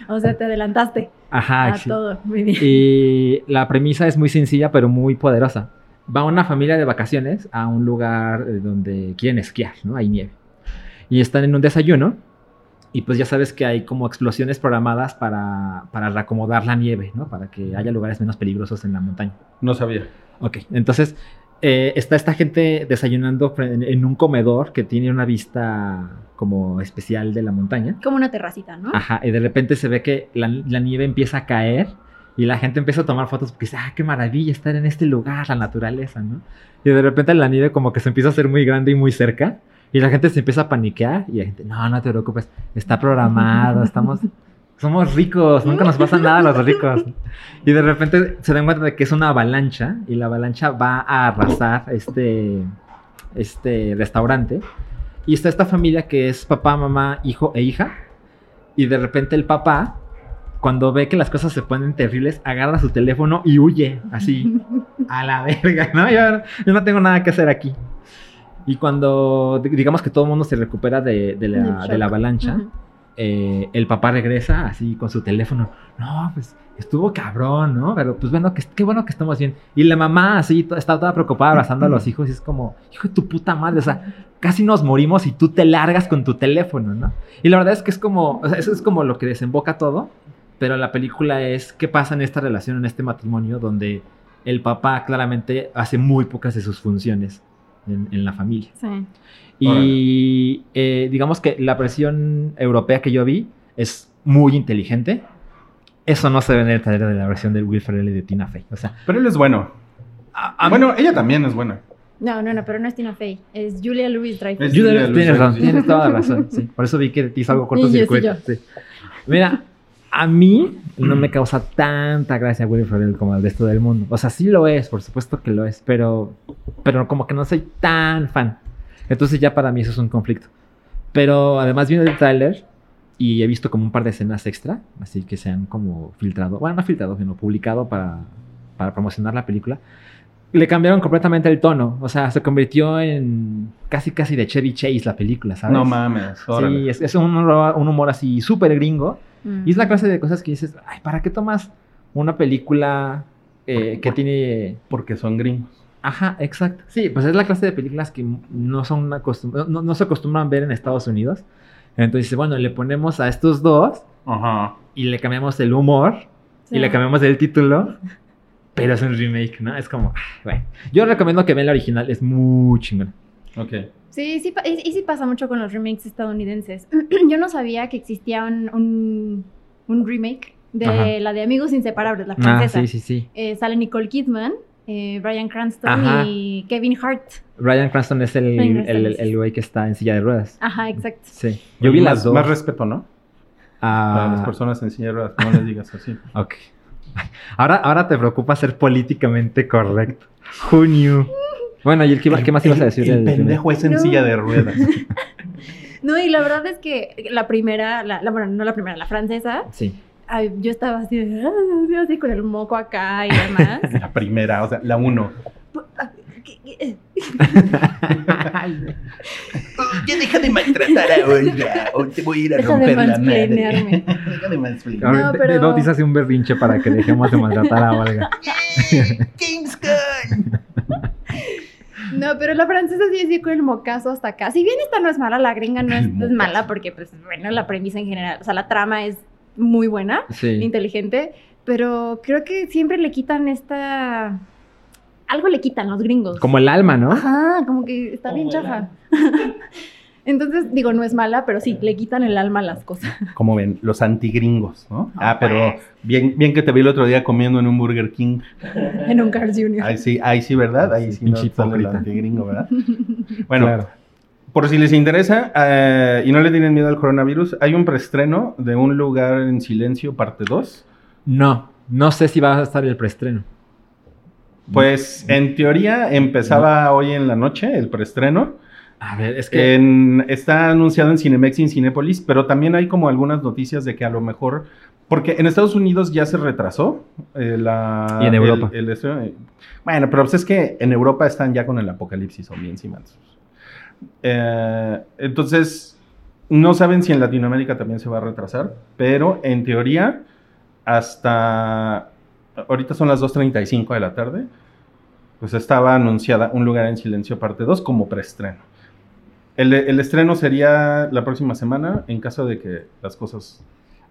S4: O sea, te adelantaste
S3: Ajá,
S4: a
S3: sí.
S4: Ah, todo. Muy bien.
S3: Y la premisa es muy sencilla, pero muy poderosa. Va una familia de vacaciones a un lugar eh, donde quieren esquiar, ¿no? Hay nieve. Y están en un desayuno. Y pues ya sabes que hay como explosiones programadas para, para reacomodar la nieve, ¿no? Para que haya lugares menos peligrosos en la montaña.
S2: No sabía.
S3: Ok, entonces eh, está esta gente desayunando fre- en, en un comedor que tiene una vista como especial de la montaña.
S4: Como una terracita, ¿no?
S3: Ajá, y de repente se ve que la, la nieve empieza a caer y la gente empieza a tomar fotos porque dice, ah, qué maravilla estar en este lugar, la naturaleza, ¿no? Y de repente la nieve como que se empieza a hacer muy grande y muy cerca y la gente se empieza a paniquear y la gente, no, no te preocupes, está programado, estamos... Somos ricos, nunca nos pasa nada a los ricos. Y de repente se dan cuenta de que es una avalancha y la avalancha va a arrasar este, este restaurante. Y está esta familia que es papá, mamá, hijo e hija. Y de repente el papá cuando ve que las cosas se ponen terribles, agarra su teléfono y huye, así, a la verga, ¿no? Yo, yo no tengo nada que hacer aquí. Y cuando, di- digamos que todo el mundo se recupera de, de
S4: Del
S3: la,
S4: shock.
S3: de la avalancha,
S4: Ujú.
S3: eh, el papá regresa así con su teléfono. No, pues estuvo cabrón, ¿no? Pero pues bueno, que, qué bueno que estamos bien. Y la mamá así to- está toda preocupada abrazando a los hijos y es como, hijo de tu puta madre, o sea, casi nos morimos y tú te largas con tu teléfono, ¿no? Y la verdad es que es como, o sea, eso es como lo que desemboca todo, pero la película es qué pasa en esta relación, en este matrimonio, donde el papá claramente hace muy pocas de sus funciones en- en la familia.
S4: Sí.
S3: Y eh, digamos que la versión europea que yo vi es muy inteligente. Eso no se ve en el taller de la versión del Will Ferrell y de Tina Fey. O sea,
S2: Pero él es bueno.
S3: a- a-
S2: bueno, ella también es buena.
S4: No, no, no, pero no es Tina Fey. Es Julia Louis Dreyfus.
S2: Es-
S3: yo
S2: Julia
S3: de- tienes,
S2: Louis-Dreyfus,
S3: razón,
S2: sí.
S3: tienes toda la razón. sí. Por eso vi que te hizo algo corto circuito.
S4: Sí,
S3: sí. Mira, a mí no me causa tanta gracia Will Ferrell como al resto del mundo. O sea, sí lo es, por supuesto que lo es, pero, pero como que no soy tan fan. Entonces ya para mí eso es un conflicto. Pero además viene el tráiler y he visto como un par de escenas extra, así que se han como filtrado, bueno, no filtrado, sino publicado para, para promocionar la película. Le cambiaron completamente el tono, o sea, se convirtió en casi casi de Chevy Chase la película, ¿sabes?
S2: No mames. órale.
S3: Sí, es, es un, humor- un humor así súper gringo.
S4: Mm.
S3: Y es la clase de cosas que dices, ay, ¿para qué tomas una película eh, que tiene...
S2: Porque son gringos.
S3: Ajá, exacto. Sí, pues es la clase de películas que no, son acostum- no- no, no se acostumbran ver en Estados Unidos. Entonces, bueno, le ponemos a estos dos
S2: Ajá.
S3: y le cambiamos el humor y le cambiamos el título, pero es un remake, ¿no? Es como, ah, bueno. Yo recomiendo que vean la original, es muy chingona.
S2: Ok.
S4: Sí, sí, pa- y, y sí pasa mucho con los remakes estadounidenses. Yo no sabía que existía un, un, un remake de
S3: Ajá.
S4: la de Amigos Inseparables, la
S3: Ah,
S4: francesa.
S3: sí, sí, sí.
S4: Eh, sale Nicole Kidman, eh, Brian Cranston
S3: Ajá.
S4: y Kevin Hart.
S3: Ryan Cranston es el,
S4: Bryan Cranston,
S3: el, el-
S4: sí. Ah.
S3: el güey que está en silla de ruedas.
S4: Ajá, exacto.
S3: Sí. Yo vi
S2: Oye,
S3: las
S2: Pues más,
S3: dos.
S2: Más respeto, ¿no? Para las
S3: Ah,
S2: personas en silla de ruedas, no les digas así.
S3: ok. Ahora, ahora te preocupa ser políticamente correcto. Who knew? Bueno, ¿y el que, qué más ibas a decir?
S2: El,
S3: del- del-
S2: pendejo es en
S4: No.
S2: silla de ruedas.
S4: No, y la verdad es que la primera, la, la- bueno, no la primera, la francesa,
S3: Sí.
S4: ay, yo estaba así, de, "Ah", así con el moco acá y demás.
S2: La primera, o sea, la uno.
S4: ¿Qué- qué?
S5: Ya deja de maltratar a Olga o te voy a ir a
S4: Deja de
S5: romper la madre.
S4: mansplainearme.
S5: Deja de mansplainear.
S3: Ahorita
S4: pero-
S3: te bautizaste un berrinche para que dejemos de maltratar a Olga.
S5: ¡Eh, James Gunn.
S4: No, pero la francesa sí es de con el mocazo hasta acá. Si bien esta no es mala, la gringa no es,
S2: El
S4: es mala porque, pues, bueno, la premisa en general, o sea, la trama es muy buena,
S3: Sí.
S4: inteligente, pero creo que siempre le quitan esta... Algo le quitan los gringos.
S3: Como el alma, ¿no?
S4: Ajá, como que está bien chafa. Entonces, digo, no es mala, pero sí, le quitan el alma a las cosas.
S2: Como ven, los antigringos, ¿no? Ah,
S4: Ah,
S2: pero
S3: pues.
S2: bien, bien que te vi el otro día comiendo en un Burger King.
S4: En un Cars Junior.
S2: Ahí sí, ahí sí, ¿verdad? Ahí sí, no
S3: Pinche
S2: sale el
S3: hipócrita.
S2: antigringo, ¿verdad? Bueno,
S3: Claro.
S2: por si les interesa eh, y no le tienen miedo al coronavirus, hay un preestreno de Un Lugar en Silencio, parte 2.
S3: No, no sé si va a estar el preestreno.
S2: Pues
S3: Mm.
S2: en teoría empezaba hoy en la noche el preestreno.
S3: A ver, es que.
S2: En- está anunciado en Cinemex y en Cinépolis, pero también hay como algunas noticias de que a lo mejor. Porque en Estados Unidos ya se retrasó eh, la.
S3: Y en Europa.
S2: el- el estreno. bueno, pero pues es que en Europa están ya con el apocalipsis zombie encima. Eh, entonces, no saben si en Latinoamérica también se va a retrasar, pero en teoría, hasta. Ahorita son las 2.35 de la tarde. Pues estaba anunciada Un lugar en silencio parte 2 como preestreno. El, el estreno sería la próxima semana en caso de que las cosas...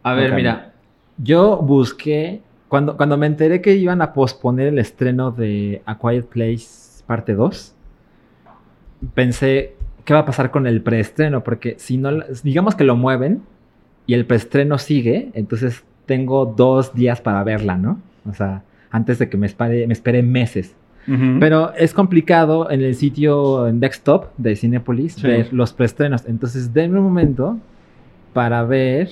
S3: A ver,
S2: Ok.
S3: mira, yo busqué, cuando, cuando me enteré que iban a posponer el estreno de A Quiet Place parte 2, pensé, ¿qué va a pasar con el preestreno? Porque si no, la- digamos que lo mueven y el preestreno sigue, entonces tengo dos días para verla, ¿no? O sea, antes de que me espere, me espere meses. Pero es complicado en el sitio en desktop de Cinepolis
S2: Sí.
S3: ver los preestrenos. Entonces, denme un momento para ver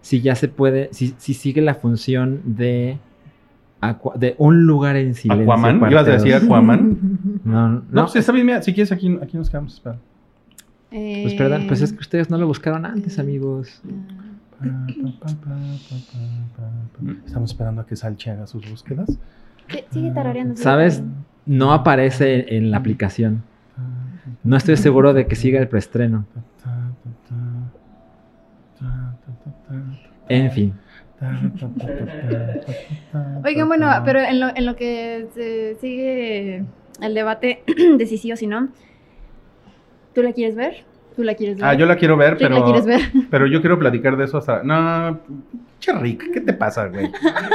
S3: si ya se puede, si, si sigue la función de, Aqua- de un lugar en silencio.
S2: Aquaman,
S3: parte
S2: ibas a
S3: dos.
S2: decir Aquaman.
S3: No, no.
S2: No, pues está bien, mira, si quieres aquí, aquí nos quedamos. espera.
S4: Eh,
S3: Pues perdón, pues es que ustedes no lo buscaron antes, amigos.
S4: Eh,
S2: Estamos esperando a que Salchi haga sus búsquedas.
S4: Sí, Sigue tarareando. sigue
S3: ¿Sabes?
S4: tarareando.
S3: No aparece en la aplicación. No estoy seguro de que siga el preestreno. En fin.
S4: Oigan, bueno, pero en lo, en lo que se sigue el debate de si sí o si no, ¿tú la quieres ver? ¿Tú la quieres ver?
S2: Ah, yo la quiero ver,
S4: ¿Rick
S2: pero.
S4: la quieres ver?
S2: Pero yo quiero platicar de eso hasta. No, che Rick, ¿qué te pasa, güey?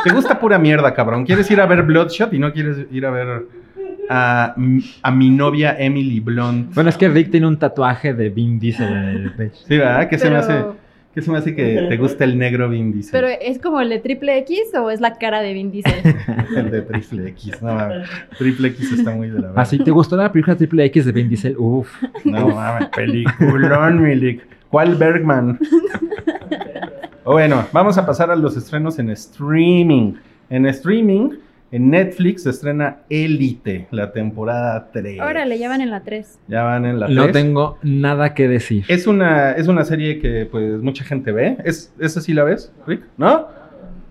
S2: Te gusta pura mierda, cabrón. ¿Quieres ir a ver Bloodshot y no quieres ir a ver a, a mi novia Emily Blunt?
S3: Bueno, es que Rick tiene un tatuaje de Vin Diesel en el pecho.
S2: Sí, ¿verdad? ¿Qué se me hace?
S4: Pero-
S2: ¿Qué se me hace que te gusta el negro Vin Diesel?
S4: ¿Pero es como el de triple X o es la cara de Vin Diesel?
S2: El de triple X, no mames. Triple X está muy de la verga.
S3: Así, Ah, ¿te gustó la película Triple X de Vin Diesel? Uf.
S2: No mames, peliculón, Milik. ¿Cuál Bergman? Oh, bueno, vamos a pasar a los estrenos en streaming. En streaming, en Netflix se estrena Elite, la temporada 3.
S4: Órale, ya van en la 3.
S2: Ya van en la 3.
S3: No tengo nada que decir.
S2: Es una, es una serie que pues mucha gente ve. ¿Es, ¿Esa sí la ves, Rick? ¿No?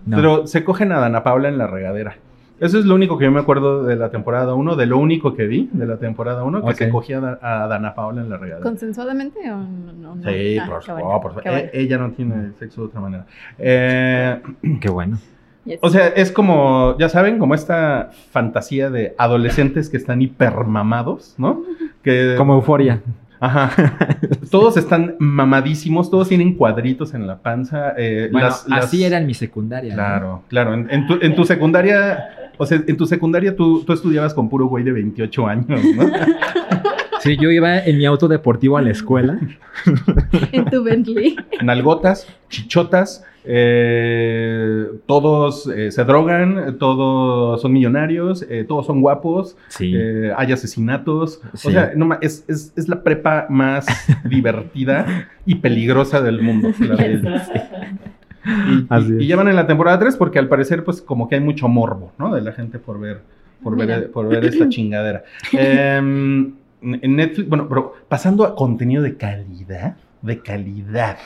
S3: No.
S2: Pero se cogen a Dana Paula en la regadera. Eso es lo único que yo me acuerdo de la temporada 1, de lo único que vi de la temporada 1, que
S3: Ok.
S2: se cogía a, Da- a Dana Paula en la regadera.
S4: ¿Consensuadamente o no? no, no?
S2: Sí,
S4: Ah,
S2: por
S4: qué bueno,
S2: supuesto, por
S4: qué
S2: supuesto.
S4: bueno.
S2: E- Ella no tiene sexo de otra manera. Eh,
S3: Qué bueno.
S4: Yes.
S2: o sea, es como, ya saben, como esta fantasía de adolescentes que están hipermamados, ¿no? Que,
S3: Como euforia.
S2: Ajá. todos están mamadísimos, todos tienen cuadritos en la panza. eh,
S3: Bueno,
S2: las- las-
S3: así era en mi secundaria. ¿no?
S2: Claro, claro. En, en tu,
S4: Ah,
S2: en tu secundaria, o sea, en tu secundaria tú, tú estudiabas con puro güey de 28 años, ¿no?
S3: Sí, yo iba en mi auto deportivo a la escuela.
S4: En tu Bentley.
S2: nalgotas, chichotas, eh, todos eh, se drogan, eh, todos son millonarios, eh, todos son guapos,
S3: Sí.
S2: eh, hay asesinatos. O
S3: Sí.
S2: sea, no, ma- es, es- es la prepa más divertida y peligrosa del mundo. la de ellos. Y-
S3: Así
S2: Y, y
S3: es.
S2: ya van en la temporada 3 porque al parecer pues como que hay mucho morbo, ¿no? De la gente por ver, por ver, eh,
S4: Mira.
S2: por ver esta chingadera. Em, en Netflix, bueno, pero pasando a contenido de calidad, de calidad.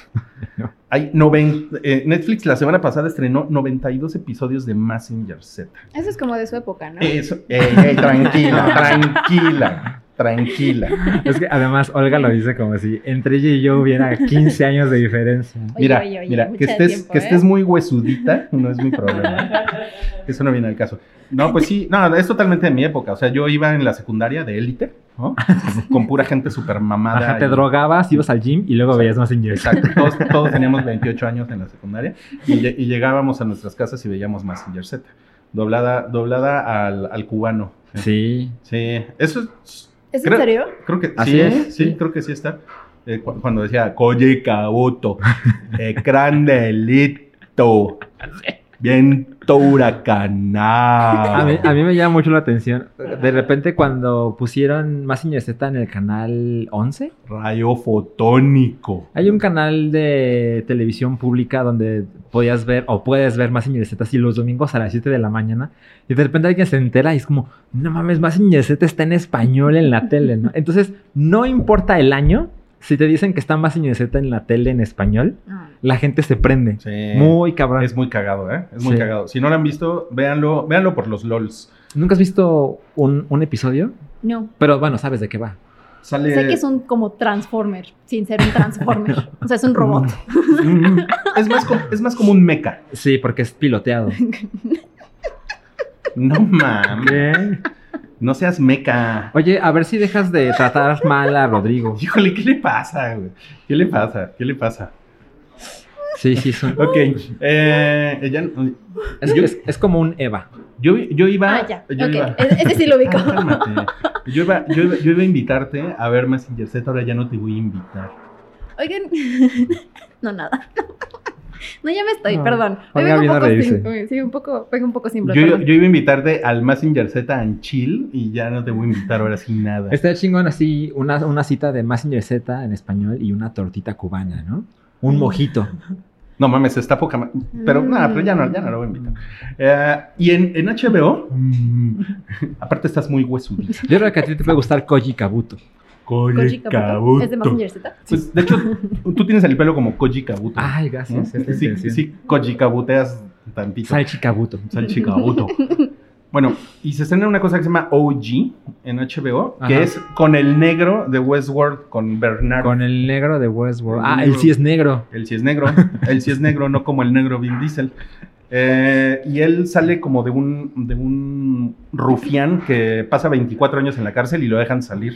S2: Hay noven- eh, Netflix la semana pasada estrenó 92 episodios de Massinger Z.
S4: Eso es como de su época, ¿no?
S2: Eso, ey, ey, tranquila, tranquila, tranquila.
S3: Es que además Olga lo dice como si entre ella y yo hubiera 15 años de diferencia.
S4: Oye,
S2: Mira,
S4: oye, oye,
S2: mira, que
S4: mucho
S2: estés,
S4: tiempo,
S2: que
S4: ¿eh?
S2: estés muy huesudita no es mi problema. Eso no viene al caso. No, pues sí, no, es totalmente de mi época. O sea, yo iba en la secundaria de élite, ¿no? Con pura gente super mamada.
S3: Ajá, te
S2: y-
S3: drogabas, ibas al gym y luego veías más ingresos.
S2: Exacto, todos, todos teníamos 28 años en la secundaria y, lle- y llegábamos a nuestras casas y veíamos Massinger Z, doblada, doblada al, al cubano.
S3: Sí.
S2: Sí, eso es-
S4: ¿Es
S2: creo-
S4: en serio?
S2: creo que
S3: Así
S2: sí,
S3: es,
S2: sí,
S3: sí.
S2: creo que sí está. Eh, cu- cuando decía, Koje Kabuto, eh, Grandelito, viento huracanado.
S3: A mí, a mí me llama mucho la atención. De repente cuando pusieron más Z en el canal 11,
S2: Rayo fotónico.
S3: hay un canal de televisión pública donde podías ver o puedes ver más Z así los domingos a las 7 de la mañana y de repente alguien se entera y es como, no mames, más Z está en español en la tele, ¿no? Entonces, no importa el año, si te dicen que está más Z en la tele en español, la gente se prende.
S2: Sí.
S3: Muy cabrón.
S2: es muy cagado, ¿eh? Es muy
S3: Sí.
S2: cagado. Si no lo han visto, véanlo, véanlo por los LOLs.
S3: ¿Nunca has visto un, un episodio?
S4: No.
S3: Pero bueno, sabes de qué va.
S2: Sale.
S4: Sé que es un como Transformer, sin ser un Transformer. O sea, es un robot.
S2: Mm, es más, co- es más como un meca.
S3: Sí, porque es piloteado.
S2: No mames. No seas meca.
S3: Oye, a ver si dejas de tratar mal a Rodrigo.
S2: Híjole, ¿qué le pasa, güey? ¿Qué le pasa? ¿Qué le pasa?
S3: Sí, sí, son-
S2: Ok. eh, ya no-
S3: es, es- es como un Eva.
S2: yo, yo iba.
S4: Ah, ya.
S2: Yo
S4: ok.
S2: iba.
S4: E- Ese sí lo ubico.
S2: Ah, cálmate. yo, iba, yo, iba, yo iba a invitarte a ver Messenger Z, ahora ya no te voy a invitar.
S4: Oigan, no nada. No, ya me estoy,
S3: No,
S4: perdón. Hoy
S3: Olga
S4: vengo un
S3: viene a
S4: poco
S3: reírse.
S4: sin- sí, un poco, vengo un poco sin
S2: Yo,
S4: bloqueo.
S2: yo iba a invitarte al Messenger Z and Chill y ya no te voy a invitar ahora sin nada.
S3: Está chingón así una, una cita de Massinger Z en español y una tortita cubana, ¿no?
S2: Mm.
S3: Un mojito.
S2: No mames, está poca. ma- Pero
S4: Mm.
S2: nada, pero ya no, ya no lo voy a invitar. Eh, y en, en HBO, mm, aparte estás muy huesudito.
S3: Yo creo que a ti te puede gustar Koji Kabuto.
S2: Koji
S4: Koji Kabuto. Es de Mazinger Z.
S2: Pues, de hecho, tú tienes el pelo como Koji Kabuto.
S3: Ay,
S2: ¿no?
S3: gracias. esa
S2: Ah, Sí,
S3: intención.
S2: sí, Koji Kabuteas tantito.
S3: Salchicabuto.
S2: Salchi Kabuto. Bueno, y se estrena una cosa que se llama OG en HBO, que
S3: Ajá.
S2: es con el negro de Westworld, con Bernard.
S3: Con el negro de Westworld.
S2: El
S3: Ah, él
S2: negro.
S3: sí es negro.
S2: El si es negro, el si es negro, no como el negro Vin Diesel. Eh, y él sale como de un, de un rufián que pasa 24 años en la cárcel y lo dejan salir.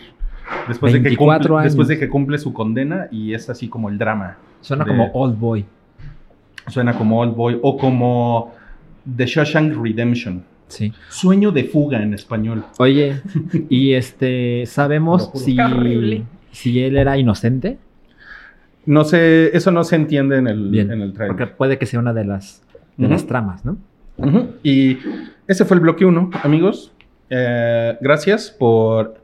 S2: Después, de que,
S3: 24
S2: cumple,
S3: años.
S2: después de que cumple su condena y es así como el drama.
S3: Suena
S2: De-
S3: como Old Boy.
S2: Suena como Old Boy o como The Shawshank Redemption.
S3: Sí.
S2: Sueño de fuga en español.
S3: Oye, y este,
S2: Lo
S3: ¿sabemos
S2: juro.
S3: si,
S4: Qué horrible.
S3: si él era inocente?
S2: No sé, eso no se entiende en el,
S3: Bien,
S2: en el trailer.
S3: Porque puede que sea una de las, de
S2: Ujú.
S3: las tramas, ¿no?
S2: Ujú. Y ese fue el bloque 1, amigos. Eh, gracias por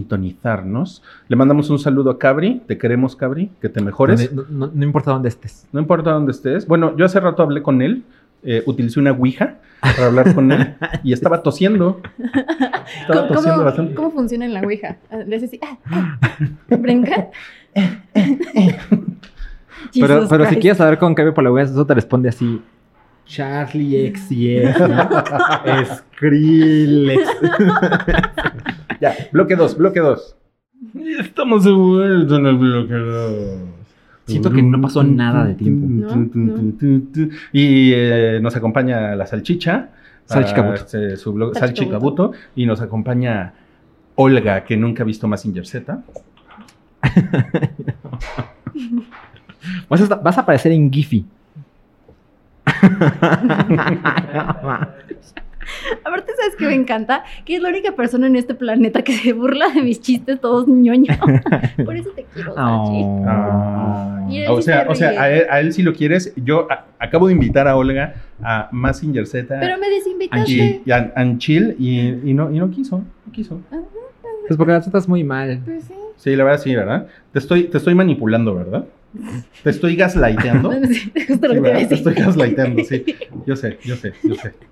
S2: sintonizarnos. Le mandamos un saludo a Cabri. Te queremos, Cabri. Que te mejores.
S3: Donde- no, no- no importa dónde estés.
S2: No importa dónde estés. Bueno, yo hace rato hablé con él. eh, utilicé una ouija para hablar con él y estaba tosiendo. Estaba
S4: ¿Cómo,
S2: tosiendo
S4: cómo,
S2: bastante.
S4: cómo funciona en la Ouija? Le haces así, ah, ah, brinca.
S2: Eh,
S3: Pero,
S4: Jesus
S3: pero si
S4: Christ.
S3: quieres saber con qué por la web, eso te responde así. Charlie X y X, ¿no? Skrillex.
S2: Ya, bloque 2, bloque 2. Estamos de vuelta en el bloque 2.
S3: Siento que no pasó nada de tiempo.
S4: No,
S2: Y eh, nos acompaña la salchicha.
S3: Salchicabuto.
S2: Ah, este, su blog-
S4: Salchicabuto.
S2: Salchicabuto. Y nos acompaña Olga, que nunca ha visto más Z.
S3: Vas a, vas a aparecer en Giphy.
S4: Aparte, ¿sabes qué me encanta? Que es la única persona en este planeta que se burla de mis chistes todos ñoño. Por eso te quiero, Sachi.
S2: Ah.
S4: Ah. Y él
S2: o
S4: sí
S2: sea,
S4: se
S2: o sea
S4: ríe.
S2: a, él, a él si lo quieres, yo a- acabo de invitar a Olga a Massinger Z
S4: Pero me
S2: y,
S4: desinvitaste.
S2: y a- and Chill y, y no, y no quiso, no quiso.
S3: Pues porque la tratas muy mal.
S4: Pues sí.
S2: Sí, la verdad sí, ¿verdad? Te estoy, te estoy manipulando, ¿verdad? Te estoy gaslightando.
S4: Sí, justo
S2: Sí,
S4: lo que te iba a
S2: ¿verdad? Te
S4: decir.
S2: estoy gaslightando, sí. Yo sé, yo sé, yo sé.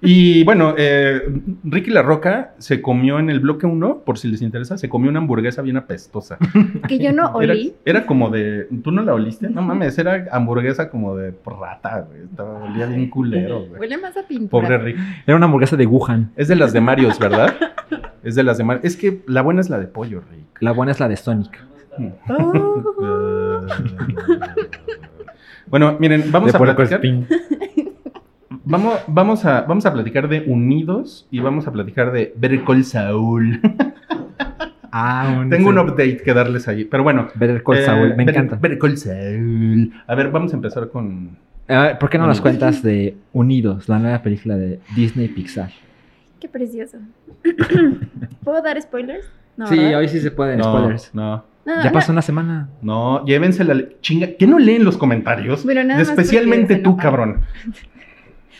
S2: Y bueno, eh, Ricky La Roca se comió en el bloque 1, por si les interesa, se comió una hamburguesa bien apestosa.
S4: Que yo no
S2: Era,
S4: olí.
S2: era como de. ¿Tú no la oliste? No mames, era hamburguesa como de rata, güey. Estaba, olía bien culero, güey.
S4: Huele más a pintura.
S2: Pobre Ricky.
S3: Era una hamburguesa de Wuhan.
S2: Es de las de Marios, ¿verdad? Es de las de Marios. Es que la buena es la de pollo, Rick.
S3: La buena es la de Sonic.
S4: Oh.
S2: Bueno, miren, vamos
S3: de
S2: a
S3: Puerco
S2: platicar.
S3: Espín.
S2: Vamos, vamos, a, vamos a platicar de Unidos y vamos a platicar de Better Call Saul.
S3: Ah, un-
S2: Tengo un update que darles ahí, pero bueno.
S3: Better Call Saul,
S2: eh,
S3: me
S2: Better-
S3: encanta.
S2: Better Call Saul. A ver, vamos a empezar con...
S3: A ver, ¿Por qué no nos
S2: Unidos.
S3: cuentas de Unidos, la nueva película de Disney Pixar?
S4: Qué precioso. ¿Puedo dar spoilers? No,
S3: sí,
S4: ¿verdad?
S3: hoy sí se pueden,
S2: No,
S3: spoilers.
S2: No,
S4: No,
S3: ya
S4: no.
S3: pasó una semana.
S2: no, llévense la le- chinga. ¿Qué no leen los comentarios?
S4: Bueno, nada más
S2: Especialmente
S4: porque se
S2: tú,
S4: enojaron.
S2: cabrón.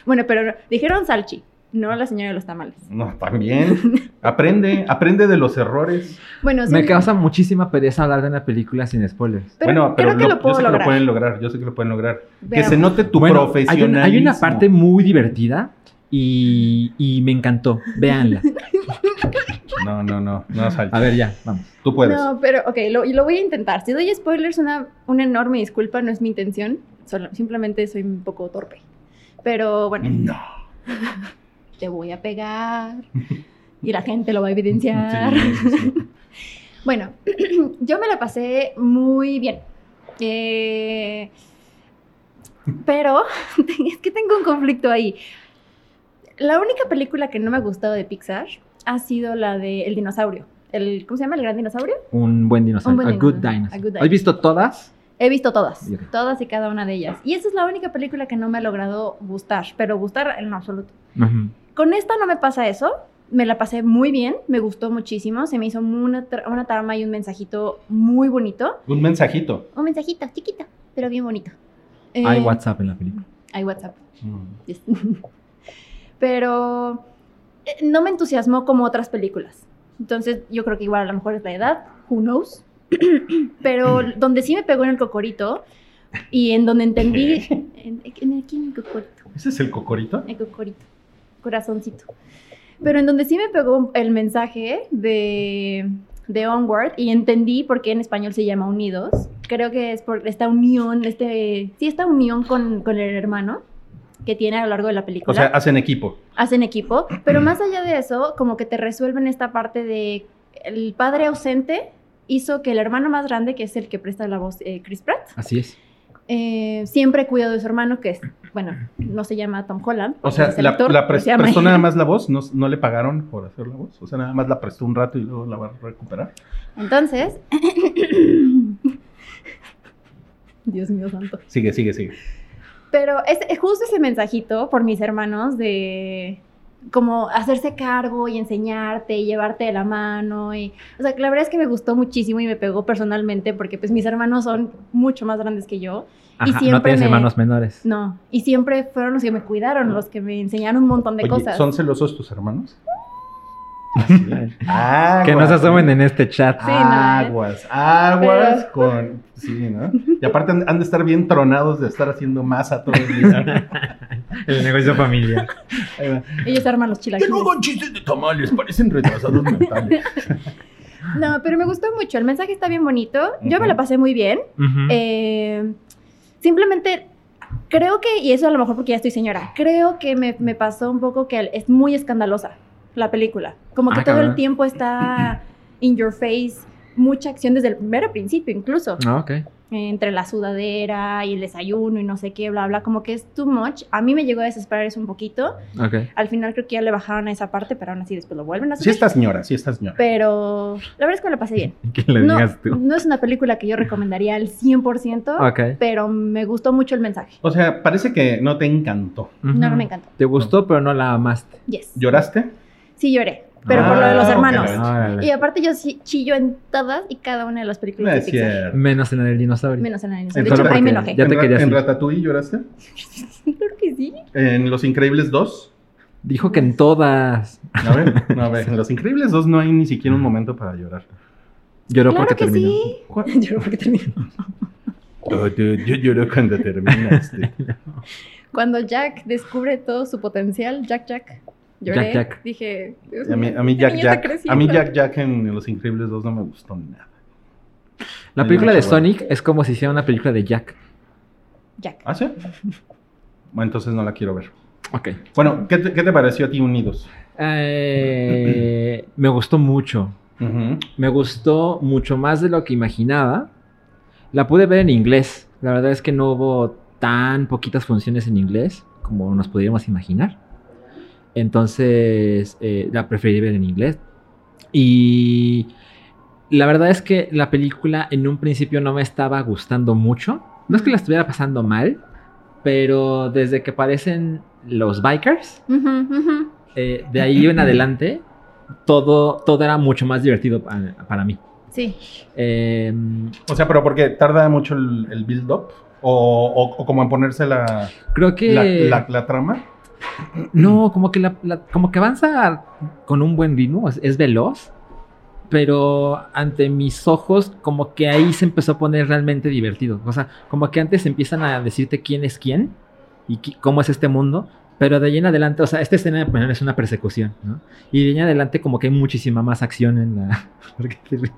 S4: Bueno, pero no- dijeron Salchi, no la señora de los tamales.
S2: No, también. Aprende, aprende de los errores.
S4: Bueno, sí.
S3: Me causa muchísima pereza hablar de una película sin spoilers.
S4: Pero
S2: bueno, pero
S4: creo que
S2: lo-
S4: lo puedo
S2: yo sé que lo
S4: lograr.
S2: pueden lograr, yo sé que lo pueden lograr. Que
S4: Veamos.
S2: se note tu
S3: Bueno, hay un-
S2: profesionalismo.
S3: Hay una parte muy divertida y, y me encantó. Véanla.
S2: No, no, no, no, Salchi.
S3: A ver, ya, vamos.
S2: Tú puedes.
S4: No, pero ok, lo, y lo voy a intentar. Si doy spoilers, una, una enorme disculpa, no es mi intención. solo- simplemente soy un poco torpe. Pero bueno,
S2: No.
S4: te voy a pegar y la gente lo va a evidenciar.
S2: Sí, sí, sí.
S4: Bueno, yo me la pasé muy bien. Eh, pero es que tengo un conflicto ahí. La única película que no me ha gustado de Pixar ha sido la de El dinosaurio. El, ¿Cómo se llama? ¿El gran dinosaurio?
S3: Un buen dinosaurio.
S4: Un buen
S3: a, good
S4: dinosaurio,
S3: dinosaur.
S4: a good
S3: ¿Has visto todas?
S4: He visto todas,
S3: Ok.
S4: todas y cada una de ellas. Y esa es la única película que no me ha logrado gustar, pero gustar en absoluto.
S3: Ujú.
S4: Con esta no me pasa eso. Me la pasé muy bien, me gustó muchísimo. Se me hizo una, tra- una trama y un mensajito muy bonito.
S2: Un mensajito.
S4: Un mensajito chiquito, pero bien bonito. Eh,
S3: Hay WhatsApp en la película.
S4: Hay WhatsApp.
S2: Mm.
S4: yes. pero eh, no me entusiasmó como otras películas. Entonces yo creo que igual a lo mejor es la edad, who knows. pero donde sí me pegó en el cocorito y en donde entendí... En, en- aquí en el cocorito.
S2: ¿Ese es el cocorito?
S4: El cocorito. Corazoncito. Pero en donde sí me pegó el mensaje de, de Onward y entendí por qué en español se llama Unidos. Creo que es por esta unión, este, sí, esta unión con, con el hermano que tiene a lo largo de la película
S2: O sea, hacen equipo.
S4: hacen equipo, pero más allá de eso, como que te resuelven esta parte de el padre ausente hizo que el hermano más grande, que es el que presta la voz eh, Chris Pratt,
S3: Así es.
S4: eh, siempre cuidó de su hermano, que es, bueno, no se llama Tom Holland.
S2: O sea,
S4: es el
S2: la,
S4: actor,
S2: la
S4: pero
S2: pres-
S4: se llama-
S2: prestó nada más la voz, no, no le pagaron por hacer la voz. O sea, nada más la prestó un rato y luego la va a recuperar.
S4: Entonces, Dios mío santo.
S2: Sigue, sigue, sigue.
S4: Pero es, es justo ese mensajito por mis hermanos de como hacerse cargo y enseñarte y llevarte de la mano y o sea que la verdad es que me gustó muchísimo y me pegó personalmente porque pues mis hermanos son mucho más grandes que yo
S3: Ajá, no
S4: siempre
S3: tienes
S4: me-
S3: hermanos menores.
S4: no y siempre fueron los que me cuidaron los que me enseñaron un montón de
S2: Oye,
S4: cosas
S2: ¿son celosos tus hermanos?
S3: que no
S2: Aguas.
S3: se asomen en este chat.
S4: Ah, Sí, no, ¿eh?
S2: Ah, aguas, aguas con... Sí, ¿no? Y aparte han, han de estar bien tronados de estar haciendo masa todo el día.
S3: El negocio familiar.
S2: Ahí va.
S4: ellos arman los chilaquiles
S2: chistes de tamales, parecen retrasados mentales.
S4: no pero me gustó mucho el mensaje está bien bonito yo me la
S2: Ujú.
S4: pasé muy bien
S3: Ujú.
S4: Eh, simplemente creo que, y eso a lo mejor porque ya estoy señora, creo que me, me pasó un poco que es muy escandalosa la película. Como que
S3: Ah,
S4: todo
S3: cabrón.
S4: el tiempo está in your face, mucha acción desde el mero principio incluso,
S3: Ah, ok.
S4: Eh, entre la sudadera y el desayuno y no sé qué, bla, bla, como que es too much. A mí me llegó a desesperar eso un poquito.
S3: Ok.
S4: Al final creo que ya le bajaron a esa parte, pero aún así después lo vuelven a
S2: Sí
S4: subir.
S2: está señora, sí está señora.
S4: Pero la verdad es que me la pasé bien.
S3: Que lo
S4: No,
S3: digas tú.
S4: no es una película que yo recomendaría al 100%,
S3: Ok.
S4: pero me gustó mucho el mensaje.
S2: O sea, parece que no te encantó.
S4: No, no me
S3: Ujú.
S4: encantó.
S3: Te gustó, pero no la amaste.
S4: Yes.
S2: ¿Lloraste?
S4: Sí lloré, pero
S2: Ah,
S4: por lo de los
S2: ok,
S4: hermanos.
S2: ok.
S3: Órale.
S4: Y aparte yo sí chillo en todas y cada una de las
S2: No
S4: películas
S2: es
S4: de Pixar.
S2: cierto.
S3: Menos en la del dinosaurio.
S4: Menos en la animación. De
S2: Entonces,
S4: hecho, ahí me
S2: ¿por qué?
S4: enojé.
S3: Ya te
S2: ¿En Ra-
S3: querías
S2: ¿En
S3: ir.
S2: Ratatouille lloraste?
S4: Claro que sí.
S2: ¿En Los Increíbles 2?
S3: Dijo que en todas.
S2: A ver, a ver, en Los Increíbles 2 no hay ni siquiera un momento para llorar.
S3: Lloró
S4: Claro
S3: porque
S4: que
S3: terminó.
S4: sí.
S2: ¿Cuál?
S4: Lloro porque terminó.
S2: Yo, yo- yo lloro cuando
S3: este.
S2: terminaste.
S4: Cuando Jack descubre todo su potencial, Jack Jack. Lloré.
S3: Jack, Jack.
S4: Dije, Dios
S2: A mí,
S4: mío,
S2: a mí
S4: este
S2: Jack
S4: niño está
S2: Jack, a mí
S4: creciendo.
S2: Jack Jack en Los Increíbles 2 no me gustó nada.
S3: La
S2: Hay
S3: película de
S2: mucho bueno.
S3: Sonic es como si hiciera una película de Jack.
S4: Jack.
S2: ¿Ah, sí? Bueno, entonces no la quiero ver.
S3: Ok.
S2: Bueno, ¿qué te, qué te pareció a ti Unidos?
S3: Eh, me gustó mucho.
S2: Ujú.
S3: Me gustó mucho más de lo que imaginaba. La pude ver en inglés. La verdad es que no hubo tan poquitas funciones en inglés como nos pudiéramos imaginar. Entonces, eh, la preferí ver en inglés. Y la verdad es que la película en un principio no me estaba gustando mucho. No es que la estuviera pasando mal, pero desde que aparecen los bikers,
S4: Ujú, ujú.
S3: eh, de ahí en adelante, todo, todo era mucho más divertido pa- para, mí.
S4: Sí.
S3: Eh,
S2: O sea, pero porque tarda mucho el, el build up o, o- o como en ponerse la,
S3: creo que.
S2: la, la- la trama.
S3: No, como que, la, la- como que avanza con un buen ritmo, es, es veloz, pero ante mis ojos, como que ahí se empezó a poner realmente divertido. O sea, como que antes empiezan a decirte quién es quién y qui- cómo es este mundo. Pero de ahí en adelante, o sea, esta escena bueno, es una persecución, ¿no? Y de ahí en adelante como que hay muchísima más acción en la... ¿Por qué te ríes?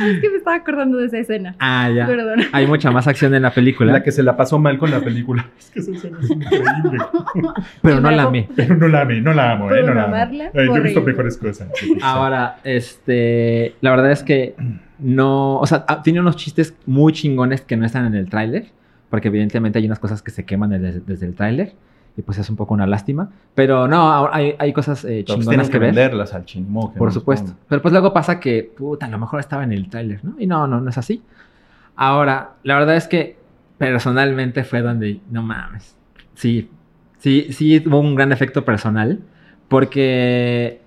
S4: Ay, es que me estaba acordando de esa escena.
S3: Ah, ya.
S4: Perdón.
S3: hay mucha más acción en la película,
S2: La que se la pasó mal con la película. Es que esa escena es increíble.
S3: pero no
S4: Embargo,
S3: la amé.
S2: Pero no la amé, no la amo, Eh,
S4: ¿Puedo amarla? Horrible.
S2: cosas.
S3: Ahora, este, la verdad es que no, o sea, ah, tiene unos chistes muy chingones que no están en el tráiler, porque evidentemente hay unas cosas que se queman desde, desde el tráiler y pues es un poco una lástima, pero no, ahora hay, hay cosas eh,
S2: Pues
S3: chingonas
S2: tienen
S3: que,
S2: que
S3: ver.
S2: venderlas al chinimoque.
S3: Por
S2: ¿no?
S3: supuesto. Pero pues luego pasa que, puta, a lo mejor estaba en el tráiler, ¿no? Y no, no, no es así. Ahora, la verdad es que personalmente fue donde, no mames. Sí, sí, sí tuvo un gran efecto personal. Porque,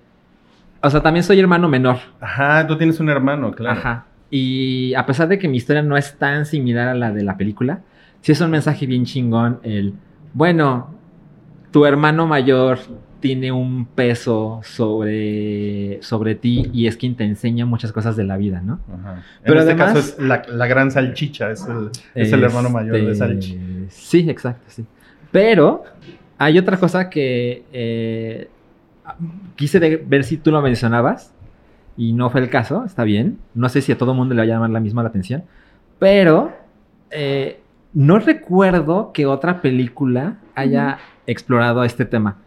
S3: o sea, también soy hermano menor.
S2: Ajá, tú tienes un hermano, claro.
S3: Ajá. Y a pesar de que mi historia no es tan similar a la de la película, sí es un mensaje bien chingón el, bueno, tu hermano mayor tiene un peso sobre, sobre ti y es quien te enseña muchas cosas de la vida, ¿no?
S2: Ajá.
S3: Pero
S2: en este
S3: además-
S2: caso es la, la gran salchicha, es el, es el hermano mayor de
S3: Este,
S2: Salchi.
S3: Sí, exacto, sí. Pero hay otra cosa que eh, quise de- ver si tú lo mencionabas, y no fue el caso, está bien. No sé si a todo mundo le va a llamar la misma la atención, pero eh, no recuerdo que otra película haya explorado este tema.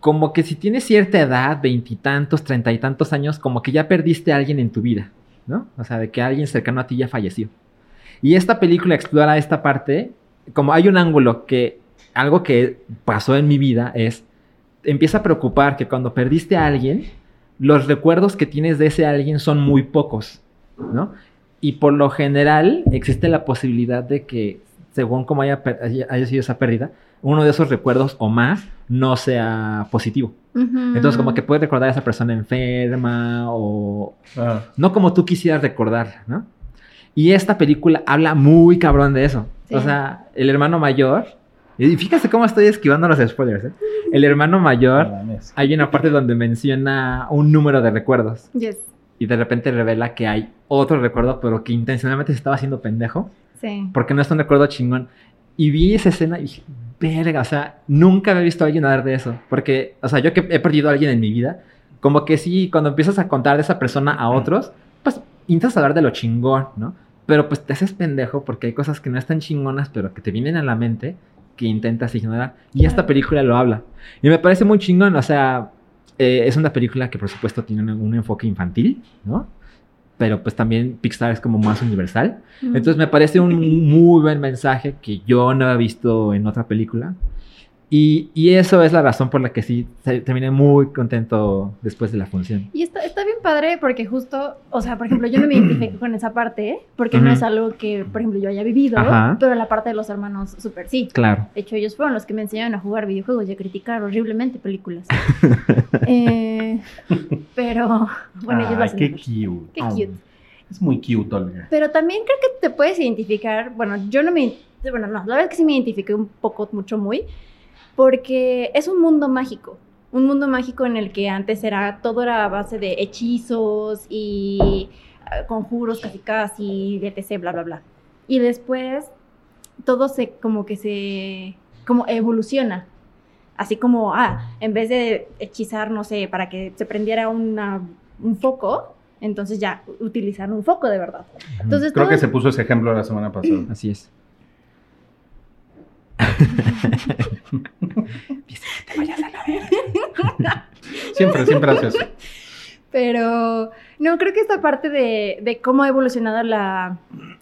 S3: Como que si tienes cierta edad, veintitantos, treinta y tantos años, como que ya perdiste a alguien en tu vida, ¿no? O sea, de que alguien cercano a ti ya falleció. Y esta película explora esta parte, como hay un ángulo que algo que pasó en mi vida es, empieza a preocupar que cuando perdiste a alguien, los recuerdos que tienes de ese alguien son muy pocos, ¿no? Y por lo general existe la posibilidad de que, según como haya, per- haya- haya sido esa pérdida, uno de esos recuerdos o más no sea positivo.
S4: Mm.
S3: Entonces, como que puedes recordar a esa persona enferma o
S2: Ah,
S3: no como tú quisieras recordar, ¿no? Y esta película habla muy cabrón de eso.
S4: Sí.
S3: O sea, el hermano mayor, y fíjate cómo estoy esquivando los spoilers, ¿eh? El hermano mayor
S2: mames.
S3: hay una parte donde menciona un número de recuerdos
S4: Yes.
S3: y de repente revela que hay otro recuerdo, pero que intencionalmente se estaba haciendo pendejo
S4: Sí.
S3: porque no es un recuerdo chingón. Y vi esa escena y dije, verga, o sea, nunca había visto a alguien hablar de eso. Porque, o sea, yo que he perdido a alguien en mi vida, como que sí, cuando empiezas a contar de esa persona a otros, pues intentas hablar de lo chingón, ¿no? Pero pues te haces pendejo porque hay cosas que no están chingonas, pero que te vienen a la mente que intentas ignorar. Y esta película lo habla. Y me parece muy chingón, o sea, eh, es una película que por supuesto tiene un, un enfoque infantil, ¿no? Pero pues también Pixar es como más universal. Entonces me parece un muy buen mensaje que yo no había visto en otra película. Y, y eso es la razón por la que sí te- terminé muy contento después de la función.
S4: Y está, está bien padre porque justo, o sea, por ejemplo, yo no me identifico con esa parte, ¿eh? porque no
S3: Ujú.
S4: es algo que, por ejemplo, yo haya vivido,
S3: Ajá.
S4: pero la parte de los hermanos súper sí.
S3: Claro.
S4: De hecho, ellos fueron los que me enseñaron a jugar videojuegos y a criticar horriblemente películas. Eh, pero, bueno, ellos lo
S2: Ay,
S4: hacen
S2: qué
S4: mejor.
S2: cute.
S4: Qué cute.
S2: Es muy cute, Olga.
S4: Pero también creo que te puedes identificar, bueno, yo no me, bueno, no, la verdad es que sí me identifiqué un poco, mucho, muy, porque es un mundo mágico, un mundo mágico en el que antes era, todo era a base de hechizos y eh, conjuros casi casi, etc., bla, bla, bla. Y después todo se, como que se, como evoluciona. Así como, ah, en vez de hechizar, no sé, para que se prendiera una- un foco, entonces ya utilizar un foco de verdad.
S3: Ujú.
S4: Entonces,
S2: Creo
S4: todo-
S2: que se puso ese ejemplo la semana pasada.
S3: Así es.
S2: Siempre, siempre hace eso.
S4: Pero no, creo que esta parte de, de cómo ha evolucionado la,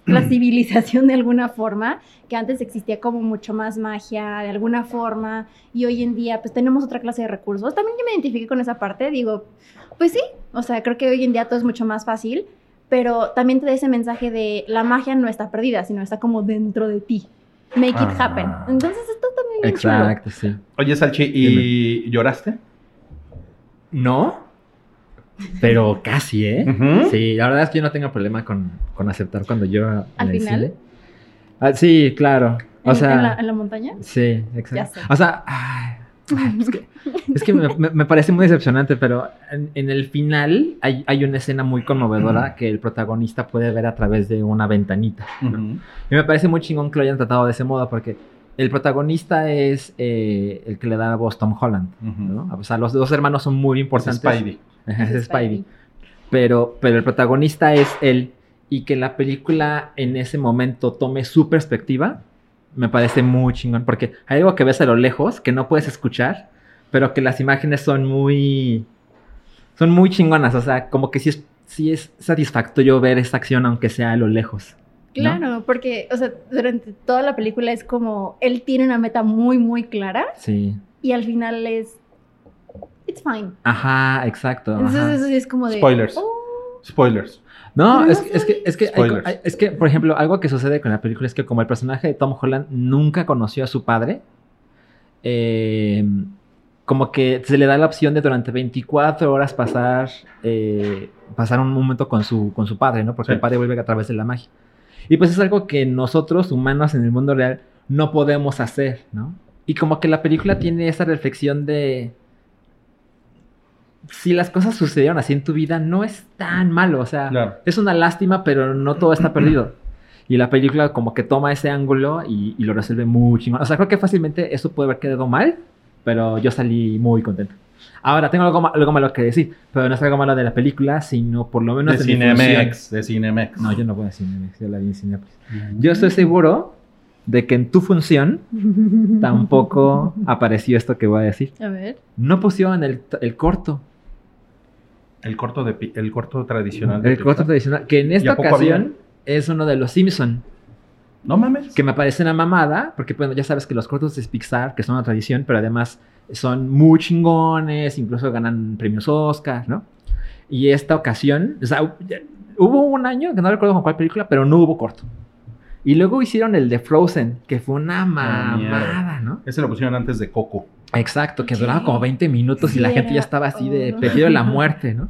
S4: la civilización de alguna forma, que antes existía como mucho más magia de alguna forma, y hoy en día pues tenemos otra clase de recursos. También yo me identifiqué con esa parte, digo, pues sí, o sea, creo que hoy en día todo es mucho más fácil, pero también te da ese mensaje de la magia no está perdida, sino está como dentro de ti. Make it happen.
S2: Ah.
S4: Entonces esto también bien chulo.
S3: Exacto, sí.
S2: Oye, Salchi, ¿y lloraste?
S3: ¿No? Pero casi, ¿eh?
S2: Ujú.
S3: Sí, la verdad es que yo no tengo problema con, con aceptar cuando yo en
S4: ¿Al
S3: el
S4: final?
S3: cine. Ah, sí, claro. O
S4: ¿En-
S3: sea,
S4: en, la, en la montaña.
S3: sí,
S4: Ya
S3: exacto.
S4: sé.
S3: O sea, ay, ay, es que, es que me, me- me parece muy decepcionante, pero en, en el final hay, hay una escena muy conmovedora que el protagonista puede ver a través de una ventanita.
S2: Ujú.
S3: Y me parece muy chingón que lo hayan tratado de ese modo porque el protagonista es eh, el que le da la voz Tom Holland.
S2: Ujú.
S3: ¿no? O sea, los dos hermanos son muy importantes.
S2: Spidey.
S3: Ajá, es Spidey. Pero, pero el protagonista es él. Y que la película en ese momento tome su perspectiva, me parece muy chingón. Porque hay algo que ves a lo lejos, que no puedes escuchar, pero que las imágenes son muy. Son muy chingonas. O sea, como que sí es, sí es satisfactorio ver esta acción, aunque sea a lo lejos. ¿no?
S4: Claro, porque, o sea, durante toda la película es como él tiene una meta muy, muy clara
S3: Sí.
S4: y al final es. It's fine.
S3: Ajá, exacto.
S4: Entonces,
S3: ajá.
S4: eso sí es como de.
S2: Spoilers.
S4: "Oh,
S2: Spoilers.
S3: No,
S4: Pero
S3: es,
S4: no
S3: es que, es, que hay co-
S2: Spoilers.
S3: hay- es que, por ejemplo, algo que sucede con la película es que como el personaje de Tom Holland nunca conoció a su padre, eh, como que se le da la opción de durante 24 horas pasar, eh, pasar un momento con su, con su padre, ¿no? Porque
S2: Sí.
S3: el padre vuelve a través de la magia. Y pues es algo que nosotros, humanos en el mundo real, no podemos hacer, ¿no? Y como que la película tiene esa reflexión de... Si las cosas sucedieron así en tu vida, no es tan malo, o sea...
S2: Claro.
S3: Es una lástima, pero no todo está perdido. Y la película como que toma ese ángulo y, y lo resuelve muy chingón. O sea, creo que fácilmente eso puede haber quedado mal, pero yo salí muy contento. Ahora, tengo algo, ma- algo malo que decir, pero no es algo malo de la película, sino por lo menos
S2: de
S3: de mi
S2: Cinemex, de Cinemex.
S3: función. No, yo no voy a Cinemex, yo la vi en Cinemex.
S2: Mm.
S3: Yo estoy seguro de que en tu función tampoco apareció esto que voy a decir.
S4: A ver.
S3: No pusieron el, el corto,
S2: El corto, de, pi- el corto tradicional. de
S3: el corto
S2: Pixar.
S3: tradicional, que en
S2: ¿Y
S3: esta
S2: a poco
S3: ocasión es uno de los Simpson.
S2: No mames.
S3: que me parece una mamada, porque bueno, ya sabes que los cortos de Pixar, que son una tradición, pero además son muy chingones, incluso ganan premios Oscar, ¿no? Y esta ocasión, o sea, hu- ya- hubo un año, que no recuerdo con cuál película, pero no hubo corto. Y luego hicieron el de Frozen, que fue una
S2: Ah, mierda.
S3: mamada, ¿no?
S2: Ese lo pusieron antes de Coco.
S3: Exacto, que
S4: Sí.
S3: duraba como 20 minutos y la
S4: Sí,
S3: gente ya
S4: era
S3: estaba así de
S4: horror.
S3: prefiero la muerte, ¿no?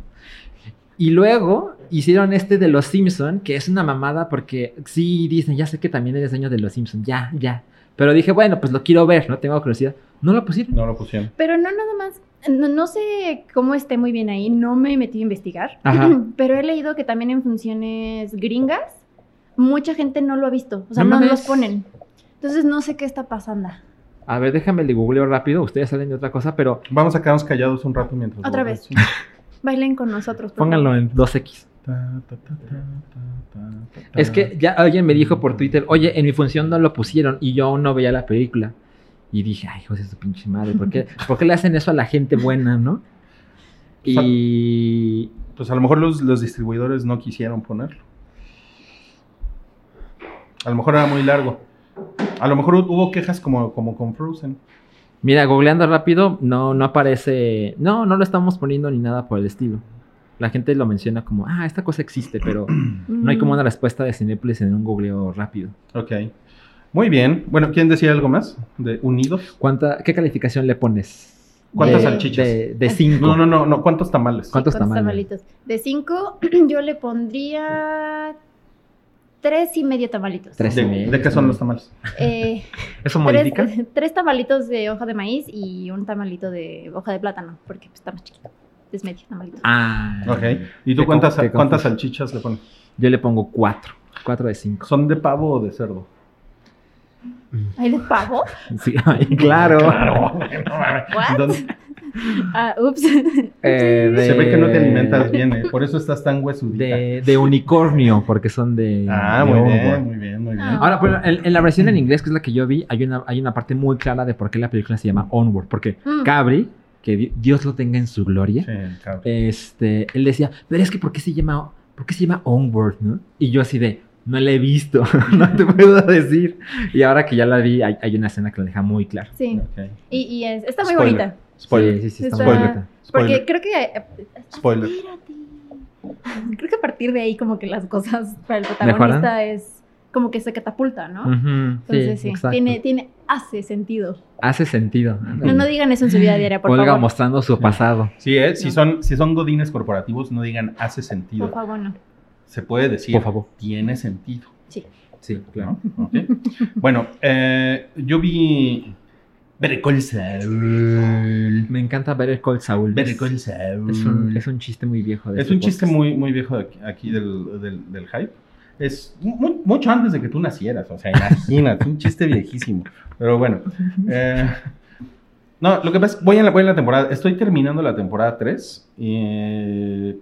S3: Y luego hicieron este de Los Simpson, que es una mamada porque sí dicen, ya sé que también eres dueño de Los Simpson, ya, ya. Pero dije, bueno, pues lo quiero ver, no tengo curiosidad. No lo pusieron.
S2: No lo pusieron.
S4: Pero no nada más, no, no sé cómo esté muy bien ahí, no me metí a investigar,
S3: Ajá.
S4: pero he leído que también en funciones gringas mucha gente no lo ha visto, o sea,
S3: No
S4: no,
S3: mames.
S4: los ponen. Entonces no sé qué está pasando.
S3: A ver, déjame le googleo rápido, ustedes salen de otra cosa, pero
S2: Vamos a quedarnos callados un rato mientras.
S4: Otra
S2: lo-
S4: vez.
S2: Sí.
S4: Bailen con nosotros. por favor.
S3: pónganlo en 2X.
S2: Ta, ta, ta, ta, ta, ta,
S3: Es que ya alguien me dijo por Twitter, oye, en mi función no lo pusieron y yo aún no veía la película. Y dije, ay, hijos de su pinche madre, ¿por qué, ¿por qué le hacen eso a la gente buena, no? Y
S2: Pues a lo mejor los, los distribuidores no quisieron ponerlo. A lo mejor era muy largo. A lo mejor hubo quejas como, como con Frozen.
S3: mira, googleando rápido, no, no aparece, no, no lo estamos poniendo ni nada por el estilo. La gente lo menciona como, ah, esta cosa existe, pero no hay
S4: Mm.
S3: como una respuesta de Cinépolis en un googleo rápido.
S2: Ok. Muy bien. Bueno, ¿quién decía algo más? ¿De Unidos?
S3: ¿Cuánta, ¿Qué calificación le pones?
S2: ¿Cuántas
S3: De-
S2: salchichas? Ah.
S3: De, de cinco.
S2: No, no, no, no. ¿Cuántos tamales?
S3: ¿Cuántos
S4: ¿Cuántos
S3: tamales?
S4: tamalitos? De cinco, yo le pondría tres y medio tamalitos.
S3: Tres.
S2: ¿De, de qué son los tamales?
S4: Eh,
S3: ¿Eso
S4: tres,
S3: modifica?
S4: tres tamalitos de hoja de maíz y un tamalito de hoja de plátano, porque pues, está más chiquito. Es medio tamalito.
S3: Ah.
S2: Ok. ¿Y tú
S3: Te
S2: cuántas,
S3: con- te
S2: cuántas
S3: confundo.
S2: salchichas le pones?
S3: Yo le pongo cuatro. Cuatro de cinco.
S2: ¿Son de pavo o de cerdo?
S4: ¿Hay de pavo?
S3: Sí, ay, claro.
S2: No mames.
S4: What?
S2: ¿Dónde-
S4: Ah, ups.
S3: Eh, de-
S2: Se ve que no te alimentas bien, eh, por eso estás tan huesudita.
S3: De, de unicornio, porque son de.
S2: Ah,
S3: de
S2: muy
S3: hongo.
S2: bien, Mm. muy bien, muy bien.
S4: Ah.
S3: Ahora, pero en, en la versión en inglés, que es la que yo vi, hay una, hay una parte muy clara de por qué la película se llama Onward. Porque
S4: Mm.
S3: Cabri, que di- Dios lo tenga en su gloria,
S2: Sí, cabrón.
S3: este, él decía, pero es que ¿por qué se llama, por qué se llama Onward? no?" Y yo así de, no la he visto, no te puedo decir. Y ahora que ya la vi, hay, hay una escena que la deja muy clara.
S4: Sí,
S2: Ok.
S4: y, y es- está muy
S2: Spoiler.
S4: bonita.
S2: Spoiler.
S3: Sí, sí, sí, está
S4: Está-
S3: muy bonita.
S4: Porque
S2: Spoiler.
S4: creo que. eh,
S2: Spoiler.
S4: espérate. Creo que a partir de ahí, como que las cosas para el protagonista
S3: ¿Mejoran?
S4: es como que se catapulta, ¿no?
S3: Ujú,
S4: Entonces, sí,
S3: exacto.
S4: tiene, tiene, hace sentido.
S3: Hace sentido.
S4: No, no digan eso en su
S3: Mm.
S4: vida diaria, por
S3: Olga
S4: favor.
S3: mostrando su pasado.
S2: Sí, eh, si,
S4: No.
S2: son, si son godines corporativos, no digan hace
S4: Por
S2: sentido.
S4: favor, no.
S2: Se puede decir
S3: Por favor.
S2: tiene sentido.
S3: Sí,
S2: ¿no? Ok. bueno, eh, yo vi Better Call Saul.
S3: Mm. Me encanta ver el Cold Saul.
S2: Better
S3: Es,
S2: Call Saul.
S3: es un, es un chiste muy viejo. de
S2: Es
S3: este
S2: un chiste
S3: podcast.
S2: muy, muy viejo de aquí, aquí del, del- del hype. Es mu- mucho antes de que tú nacieras, o sea, imagínate, un chiste viejísimo. Pero bueno. eh, no, lo que pasa es, voy en, la, voy en la temporada, estoy terminando la temporada 3. eh,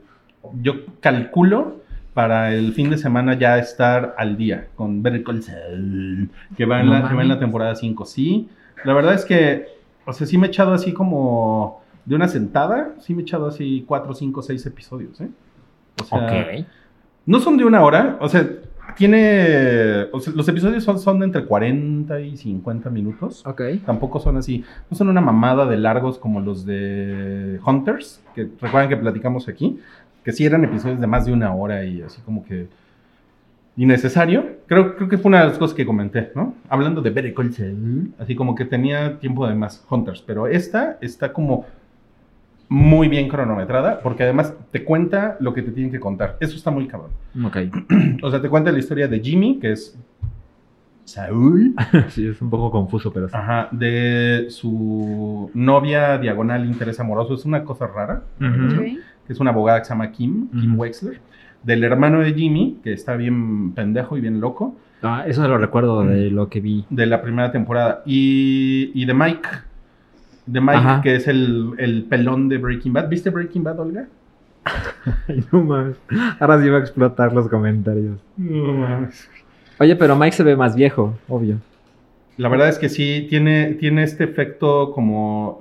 S2: yo calculo para el fin de semana ya estar al día con Better Call Saul, que va en,
S3: No
S2: la, que va en la
S3: mames.
S2: temporada 5, sí. La verdad es que, o sea, sí me he echado así como de una sentada, sí me he echado así 4, 5, 6 episodios, ¿eh? O sea,
S3: Ok.
S2: no son de una hora, o sea, tiene. o sea, los episodios son, son de entre 40 y 50 minutos.
S3: Ok.
S2: Tampoco son así, no son una mamada de largos como los de Hunters, que recuerdan que platicamos aquí, que sí eran episodios de más de una hora y así como que innecesario. Creo, creo que fue una de las cosas que comenté, ¿no? Hablando de Better Call Saul, así como que tenía tiempo de más Hunters, pero esta está como muy bien cronometrada, porque además te cuenta lo que te tienen que contar. Eso está muy cabrón.
S3: Mm, Ok.
S2: O sea, te cuenta la historia de Jimmy, que es Saúl.
S3: sí, es un poco confuso, pero sí.
S2: Ajá, de su novia diagonal interés amoroso. Es una cosa rara.
S3: Ujú.
S4: Ok.
S2: que Es una abogada que se llama Kim, Kim
S3: Ujú.
S2: Wexler. Del hermano de Jimmy, que está bien pendejo y bien loco,
S3: Ah, Mm. eso lo recuerdo de lo que vi.
S2: de la primera temporada. Y, y de Mike. de Mike,
S3: Ajá.
S2: que es el, el pelón de Breaking Bad. ¿Viste Breaking Bad, Olga?
S3: Ay, no mames. Ahora sí va a explotar los comentarios.
S2: No mames.
S3: Oye, pero Mike se ve más viejo, obvio.
S2: La verdad es que sí, tiene, tiene este efecto como...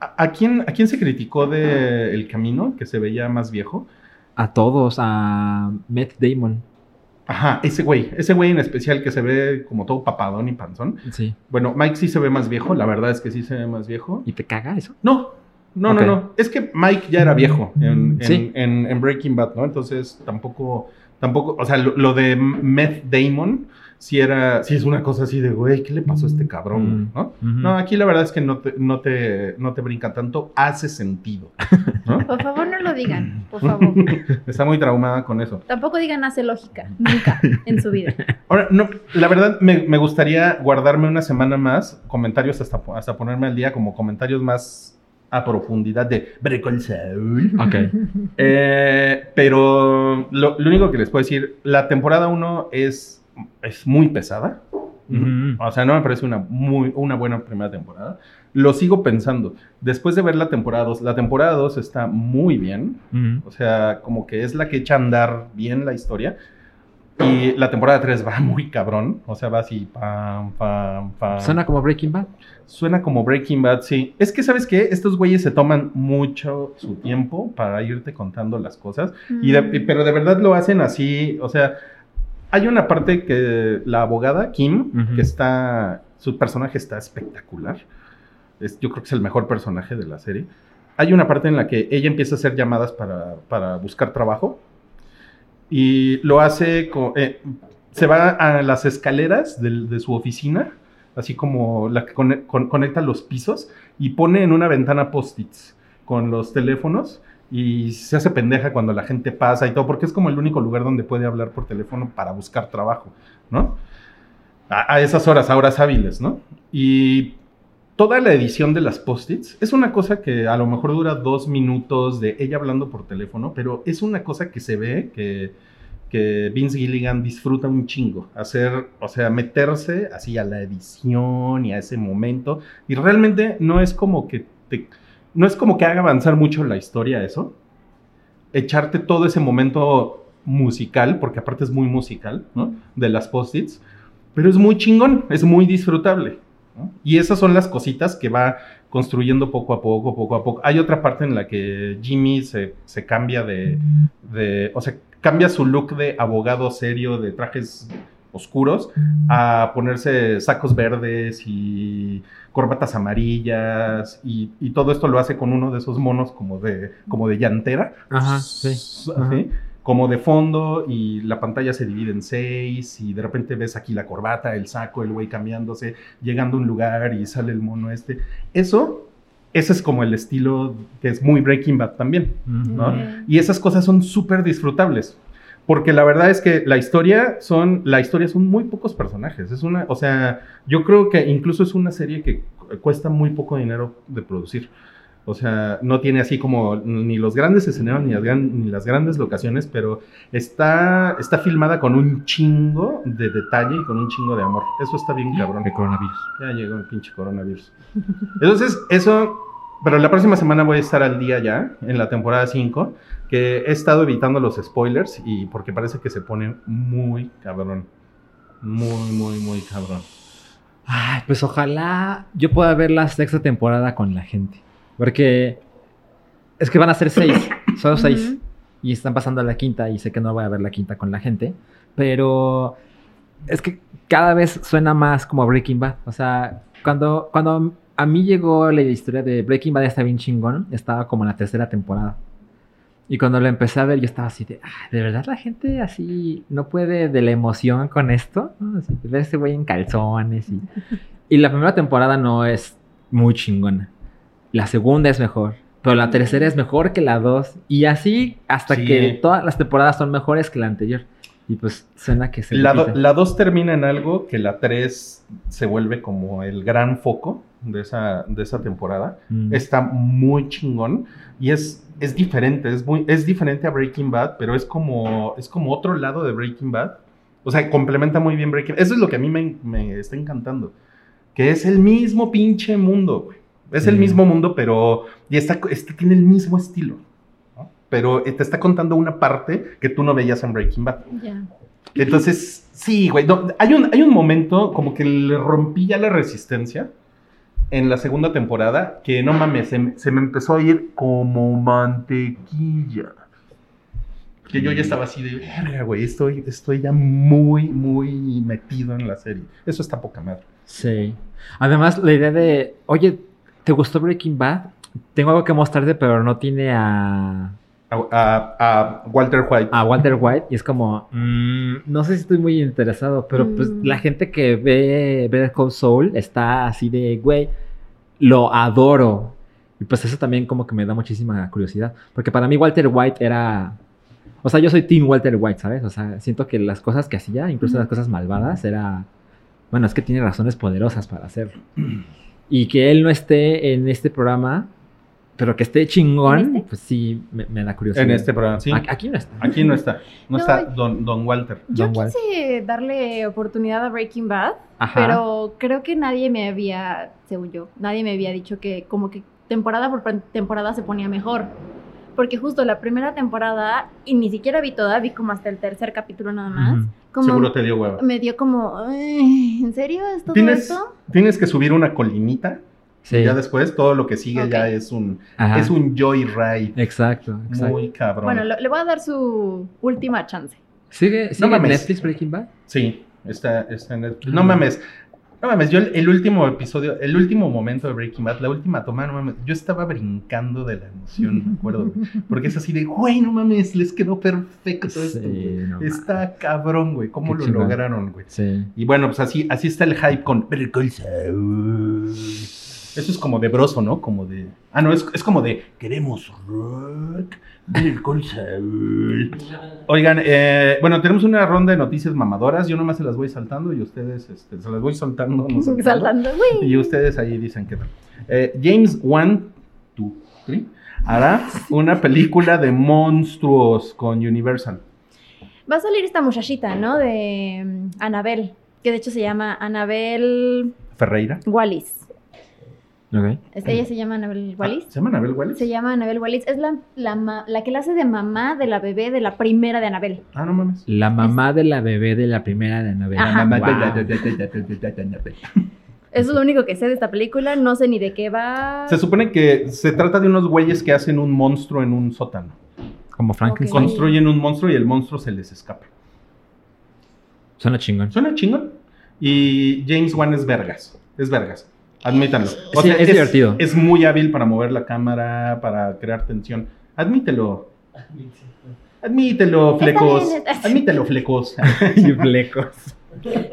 S2: ¿A, a quién, ¿A quién se criticó de El Camino, que se veía más viejo?
S3: A todos, a Matt Damon.
S2: Ajá, ese güey, ese güey en especial que se ve como todo papadón y panzón.
S3: Sí.
S2: Bueno, Mike sí se ve más viejo, la verdad es que sí se ve más viejo.
S3: ¿Y te caga eso?
S2: No, no,
S3: Ok. Mm,
S2: no, no. Es que Mike ya era viejo en, en-
S3: Sí.
S2: en- en Breaking Bad, ¿no? Entonces tampoco, tampoco, o sea, lo, lo de Meth Damon, si era, si es una cosa así de, güey, ¿qué le pasó a este cabrón?
S3: Mm.
S2: ¿No? No, aquí la verdad es que no te, no te, no te brinca tanto, hace sentido. ¿no?
S4: Por favor, no lo digan, por favor.
S2: Está muy traumada con eso.
S4: Tampoco digan hace lógica, nunca en su vida.
S2: Ahora, no, la verdad me, me gustaría guardarme una semana más, comentarios hasta, po- hasta ponerme al día, como comentarios más a profundidad de Brecol Saul.
S3: Ok.
S2: Eh, pero lo, lo único que les puedo decir, la temporada 1 es, es muy pesada.
S3: Ujú.
S2: O sea, no me parece una, muy, una buena primera temporada. Lo sigo pensando. Después de ver la temporada 2, la temporada 2 está muy bien.
S3: Ujú.
S2: O sea, como que es la que echa a andar bien la historia. Y la temporada 3 va muy cabrón. O sea, va así, pam, pam, pam.
S3: Suena como Breaking Bad.
S2: Suena como Breaking Bad, sí. Es que, ¿sabes qué? Estos güeyes se toman mucho su tiempo para irte contando las cosas. Y de- y- pero de verdad lo hacen así, o sea, hay una parte que la abogada Kim,
S3: Ujú.
S2: que está, su personaje está espectacular, es, yo creo que es el mejor personaje de la serie, hay una parte en la que ella empieza a hacer llamadas para, para buscar trabajo y lo hace, co- eh, se va a las escaleras del- de, su oficina, así como la que cone- con- conecta los pisos y pone en una ventana post-its con los teléfonos y se hace pendeja cuando la gente pasa y todo, porque es como el único lugar donde puede hablar por teléfono para buscar trabajo, ¿no? A, a esas horas, a horas hábiles, ¿no? Y toda la edición de las post-its es una cosa que a lo mejor dura dos minutos de ella hablando por teléfono, pero es una cosa que se ve que, que Vince Gilligan disfruta un chingo, hacer, o sea, meterse así a la edición y a ese momento, y realmente no es como que te no es como que haga avanzar mucho la historia eso. Echarte todo ese momento musical, porque aparte es muy musical, ¿no? De las post-its. Pero es muy chingón, es muy disfrutable. ¿no? Y esas son las cositas que va construyendo poco a poco, poco a poco. Hay otra parte en la que Jimmy se, se cambia de, de- O sea, cambia su look de abogado serio, de trajes oscuros, a ponerse sacos verdes y corbatas amarillas y, y todo esto lo hace con uno de esos monos como de, como de llantera,
S3: Ajá, sí.
S2: S- así, como de fondo y la pantalla se divide en seis y de repente ves aquí la corbata, el saco, el güey cambiándose, llegando a un lugar y sale el mono este. Eso, ese es como el estilo que es muy Breaking Bad también. ¿no?
S4: Ok.
S2: Y esas cosas son súper disfrutables. Porque la verdad es que la historia son, la historia son muy pocos personajes. Es una, o sea, yo creo que incluso es una serie que cu- cuesta muy poco dinero de producir. O sea, no tiene así como ni los grandes escenarios ni las, gran- ni las grandes locaciones, pero está, está filmada con un chingo de detalle y con un chingo de amor. Eso está bien cabrón.
S3: El coronavirus.
S2: Ya llegó el pinche coronavirus. Entonces, eso. Pero la próxima semana voy a estar al día ya, en la temporada 5, que he estado evitando los spoilers y porque parece que se pone muy cabrón. Muy, muy, muy cabrón.
S3: Ay, pues ojalá yo pueda ver la sexta temporada con la gente. Porque es que van a ser seis, solo seis.
S4: Ujú.
S3: Y están pasando a la quinta y sé que no voy a ver la quinta con la gente. Pero es que cada vez suena más como Breaking Bad. O sea, cuando, cuando a mí llegó la historia de Breaking Bad está bien chingón, estaba como en la tercera temporada. Y cuando lo empecé a ver, yo estaba así de, "Ah, ¿de verdad la gente así no puede de la emoción con esto? ¿No? Así, de ver ese güey en calzones y... Y la primera temporada no es muy chingona. La segunda es mejor. Pero la tercera es mejor que la dos. Y así hasta
S2: Sí. eh.
S3: que todas las temporadas son mejores que la anterior. Y pues suena que se
S2: La do-
S3: repite.
S2: la 2 termina en algo que la 3 se vuelve como el gran foco de esa, de esa temporada.
S3: Mm.
S2: Está muy chingón y es, es diferente, es, muy, es diferente a Breaking Bad, pero es como, es como otro lado de Breaking Bad. O sea, complementa muy bien Breaking Eso es lo que a mí me, me está encantando. Que es el mismo pinche mundo, güey. Es
S3: Sí.
S2: el mismo mundo, pero. Y está, este tiene el mismo estilo. ¿no? Pero te está contando una parte que tú no veías en Breaking Bad.
S4: Ya.
S2: Entonces, sí, güey. no, hay, un, hay un momento como que le rompí ya la resistencia en la segunda temporada que no mames, se, me- se me empezó a ir como mantequilla. Que yo ya estaba así de verga, güey. Estoy, estoy ya muy, muy metido en la serie. Eso está poca madre.
S3: Sí. Además, la idea de, oye, ¿te gustó Breaking Bad? Tengo algo que mostrarte, pero no tiene a,
S2: A, a- a Walter White.
S3: a Walter White. Y es como, mm, no sé si estoy muy interesado, pero pues
S4: Mm.
S3: la gente que ve Better Call Saul está así de, güey, lo adoro. Y pues eso también como que me da muchísima curiosidad. Porque para mí Walter White era... O sea, yo soy Team Walter White, ¿sabes? O sea, siento que las cosas que hacía, incluso las cosas malvadas, era... Bueno, es que tiene razones poderosas para hacerlo. Y que él no esté en este programa, pero que esté chingón,
S4: ¿En este?
S3: pues sí, me, me da curiosidad.
S2: en este programa, sí.
S3: Aquí, aquí no está.
S2: Aquí no está. No,
S4: No,
S2: está Don, Don Walter.
S4: Yo
S3: Don Wall.
S4: quise darle oportunidad a Breaking Bad,
S3: Ajá.
S4: pero creo que nadie me había, según yo, nadie me había dicho que como que temporada por pan- temporada se ponía mejor. Porque justo la primera temporada, y ni siquiera vi toda, vi como hasta el tercer capítulo nada más,
S3: Ujú.
S4: como
S2: Seguro te dio hueva.
S4: me dio como, "Ay, ¿en serio es todo
S2: ¿Tienes,
S4: esto?
S2: tienes que subir una colinita
S3: Sí.
S2: y ya después todo lo que sigue
S4: Ok.
S2: ya es un,
S3: Ajá.
S2: es un joyride.
S3: Exacto, exacto.
S2: Muy cabrón.
S4: Bueno, lo- le voy a dar su última chance.
S3: ¿Sigue, sigue en
S2: mames.
S3: Netflix Breaking Bad?
S2: Sí, está, está en Netflix.
S3: Mm.
S2: No mames. No mames, yo el, el último episodio, el último momento de Breaking Bad, la última toma, no mames, yo estaba brincando de la emoción, me acuerdo, güey. Porque es así de, güey, no mames, les quedó perfecto esto, güey.
S3: no mames.
S2: Está cabrón, güey, cómo
S3: Qué
S2: lo
S3: chingón.
S2: lograron, güey.
S3: Sí.
S2: Y bueno, pues así, así está el hype con Better Call Saul. Eso es como de broso, ¿no? Como de. Ah, no, es, es como de. Queremos rock. Better Call Saul. Oigan, eh, bueno, tenemos una ronda de noticias mamadoras. Yo nomás se las voy saltando y ustedes este, se las voy soltando. no saltando.
S4: Saltando, güey.
S2: Y ustedes ahí dicen que no. Eh, James Wan two, three, hará una película de monstruos con Universal.
S4: Va a salir esta muchachita, ¿no? De mm, Anabel, que de hecho se llama Anabel
S2: Ferreira.
S4: Wallis.
S3: Ok.
S4: Este, ella se llama Anabel Wallis.
S2: Ah, ¿Se llama Anabel Wallis?
S4: Se llama Anabel Wallis. Es la, la, ma- la que la hace de mamá de la bebé de la primera de Anabel.
S2: Ah, no mames.
S3: La mamá de la bebé de la primera de Anabel.
S4: Ajá.
S2: Mamá-
S3: Wow.
S4: Eso es lo único que sé de esta película. No sé ni de qué va.
S2: Se supone que se trata de unos güeyes que hacen un monstruo en un sótano.
S3: Como Frankenstein.
S4: Ok.
S2: Construyen un monstruo y el monstruo se les escapa.
S3: Suena chingón.
S2: Suena chingón. Y James Wan es vergas. Es vergas. Admítanlo.
S3: Sí, es divertido.
S2: Es muy hábil para mover la cámara, para crear tensión. Admítelo. Admítelo,
S4: Está
S2: flecos.
S4: bien, está-
S2: Admítelo, flecos.
S3: y flecos.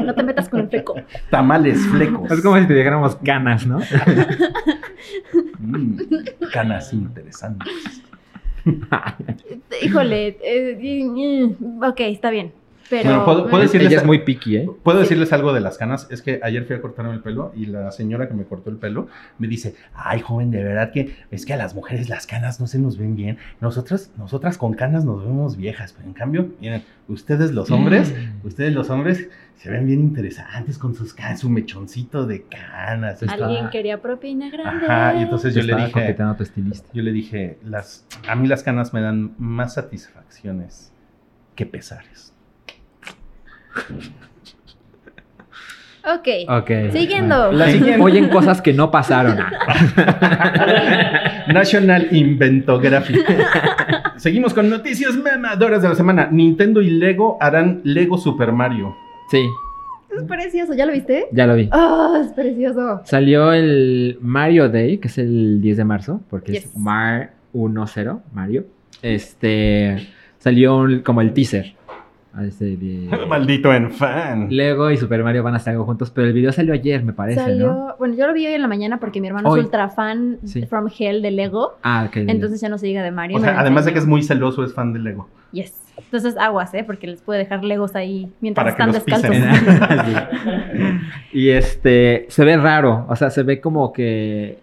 S4: No te metas con el fleco.
S2: Tamales, flecos.
S3: Es como si te dijéramos canas, ¿no?
S2: Mm, canas interesantes.
S4: Híjole. eh, eh, ok, está bien. Pero.
S2: Bueno, ¿puedo- puedo decir-
S3: Ella es muy picky, ¿eh?
S2: Puedo decirles algo de las canas, es que ayer fui a cortarme el pelo y la señora que me cortó el pelo me dice, ay joven, de verdad que es que a las mujeres las canas no se nos ven bien, nosotras, nosotras con canas nos vemos viejas, pero en cambio, miren, ustedes los hombres,
S3: Mm.
S2: pues, ustedes los hombres se ven bien interesantes con sus canas, su mechoncito de canas.
S3: Está-
S4: Alguien quería propina grande.
S2: Ajá, y entonces yo le
S3: Estaba
S2: dije,
S3: coqueteando a tu estilista.
S2: yo le dije, las, a mí las canas me dan más satisfacciones que pesares.
S4: Ok.
S3: Ok.
S4: Siguiendo.
S2: La siguiente.
S3: Oyen cosas que no pasaron. Ah,
S2: National Inventographic. Seguimos con noticias mamadoras de la semana. Nintendo y Lego harán Lego Super Mario.
S3: Sí,
S4: Es precioso. ¿Ya lo viste?
S3: ya lo vi.
S4: Oh, es precioso.
S3: Salió el Mario Day, que es el 10 de marzo, porque es
S4: Yes.
S3: Mar 10, Mario. Este salió un- como el teaser. Ah, este de-
S2: Maldito en fan.
S3: Lego y Super Mario van a hacer algo juntos, pero el video salió ayer, me parece,
S4: Salió,
S3: ¿no?
S4: bueno, yo lo vi hoy en la mañana porque mi hermano
S3: Hoy.
S4: es ultra fan
S3: Sí.
S4: from Hell de Lego,
S3: Ah, ok.
S4: entonces ya no se diga de Mario.
S2: O
S4: me
S2: sea,
S4: lo
S2: además de que es
S4: enseñó.
S2: muy celoso, es fan de Lego.
S4: Yes. Entonces aguas, ¿eh? Porque les puede dejar Legos ahí mientras
S2: Para que
S4: están
S2: los pisen. ¿eh?
S4: descalzos.
S3: Sí. Y este se ve raro, o sea, se ve como que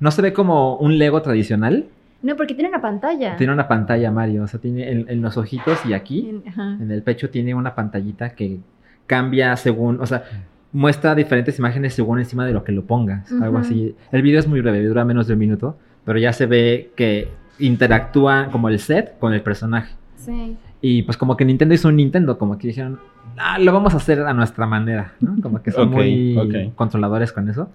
S3: no se ve como un Lego tradicional,
S4: No, porque tiene una pantalla.
S3: tiene una pantalla Mario, o sea, tiene en, en los ojitos y aquí
S4: En- ajá.
S3: En el pecho tiene una pantallita que cambia según, o sea, muestra diferentes imágenes según encima de lo que lo pongas, algo
S4: Ujú.
S3: así. El video es muy breve, dura menos de un minuto, pero ya se ve que interactúa como el set con el personaje.
S4: Sí.
S3: Y pues como que Nintendo hizo un Nintendo, como que dijeron, ah, lo vamos a hacer a nuestra manera, ¿no? Como que son
S2: Ok,
S3: muy
S2: ok.
S3: controladores con eso.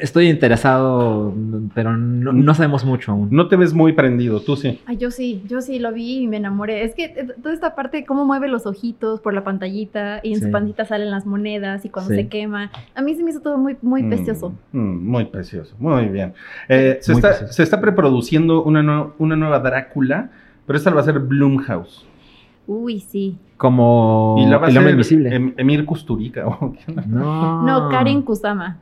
S3: Estoy interesado, pero no, no sabemos mucho aún.
S2: No te ves muy prendido, tú sí.
S4: Ay, yo sí, yo sí lo vi y me enamoré. Es que eh, toda esta parte, cómo mueve los ojitos por la pantallita y en
S3: Sí.
S4: su pancita salen las monedas y cuando
S3: Sí.
S4: se quema. A mí se me hizo todo muy, muy
S2: Mm,
S4: precioso.
S2: mm, muy precioso, muy bien. Eh, se,
S3: Muy
S2: está,
S3: precioso.
S2: se está preproduciendo una, nue- una nueva Drácula, pero esta va a ser Bloomhouse.
S4: Uy, sí.
S3: Como
S2: y la va a
S3: Oh, el
S2: ser
S3: hombre invisible.
S2: Em- Emir Kusturica. o quién la-
S3: no.
S2: Ah.
S4: No, Karen Kusama.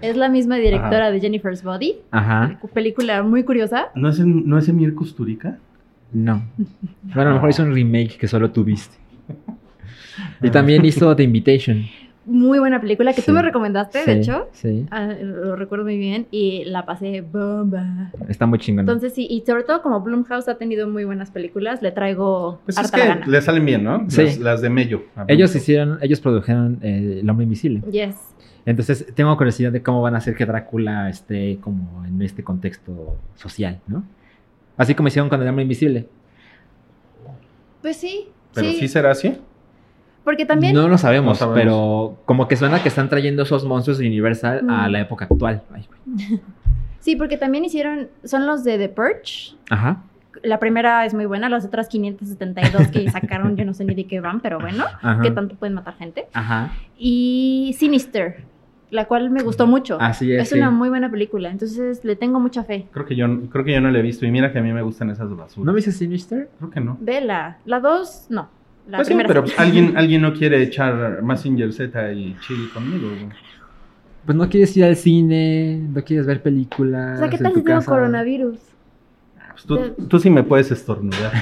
S4: Es la misma directora de Jennifer's Body,
S3: Ajá,
S4: película muy curiosa.
S2: ¿No es, ¿No es Emir Kusturica?
S3: no. Bueno, a lo mejor hizo un remake que solo tuviste. Y también hizo The Invitation.
S4: Muy buena película que
S3: Sí.
S4: tú me recomendaste, de
S3: Sí,
S4: hecho.
S3: Sí.
S4: Ah, lo recuerdo muy bien y la pasé bomba.
S3: Está muy chingón.
S4: Entonces sí, y sobre todo como Blumhouse ha tenido muy buenas películas, le traigo
S2: Pues es
S4: harta
S2: que
S4: la gana.
S2: le salen bien, ¿no?
S3: Sí.
S2: Las, las de Mello.
S3: Ellos hicieron, ellos produjeron eh, El Hombre Invisible.
S4: Yes.
S3: Entonces, tengo curiosidad de cómo van a hacer que Drácula esté como en este contexto social, ¿no? Así como hicieron con el hombre invisible.
S4: Pues sí,
S2: Pero sí.
S4: sí.
S2: será así.
S4: Porque también
S3: No lo sabemos,
S2: No sabemos.
S3: pero como que suena que están trayendo esos monstruos de Universal a
S4: Mm.
S3: la época actual. Ay, güey.
S4: Sí, porque también hicieron, son los de The Purge.
S3: Ajá,
S4: La primera es muy buena, las otras 572 que sacaron, yo no sé ni de qué van, pero bueno,
S3: ajá.
S4: qué tanto pueden matar gente.
S3: Ajá.
S4: Y Sinister, la cual me gustó mucho.
S3: Así es.
S4: es una muy buena película, entonces le tengo mucha fe.
S2: Creo que yo, creo que yo no la he visto. Y mira que a mí me gustan esas
S3: sí.
S2: basuras.
S3: ¿No viste Sinister?
S2: Creo que no.
S4: Vela, la dos, no. La
S2: Pues sí,
S4: primera
S2: pero
S4: sí.
S2: pues, alguien, alguien no quiere echar Massinger Z y Chili conmigo. güey.
S3: Pues no quieres ir al cine, no quieres ver películas.
S4: O sea, ¿qué
S3: pues, en
S4: tal
S3: tu
S4: si tengo
S3: casa.
S4: coronavirus?
S2: Ah, pues tú, tú sí me puedes estornudar.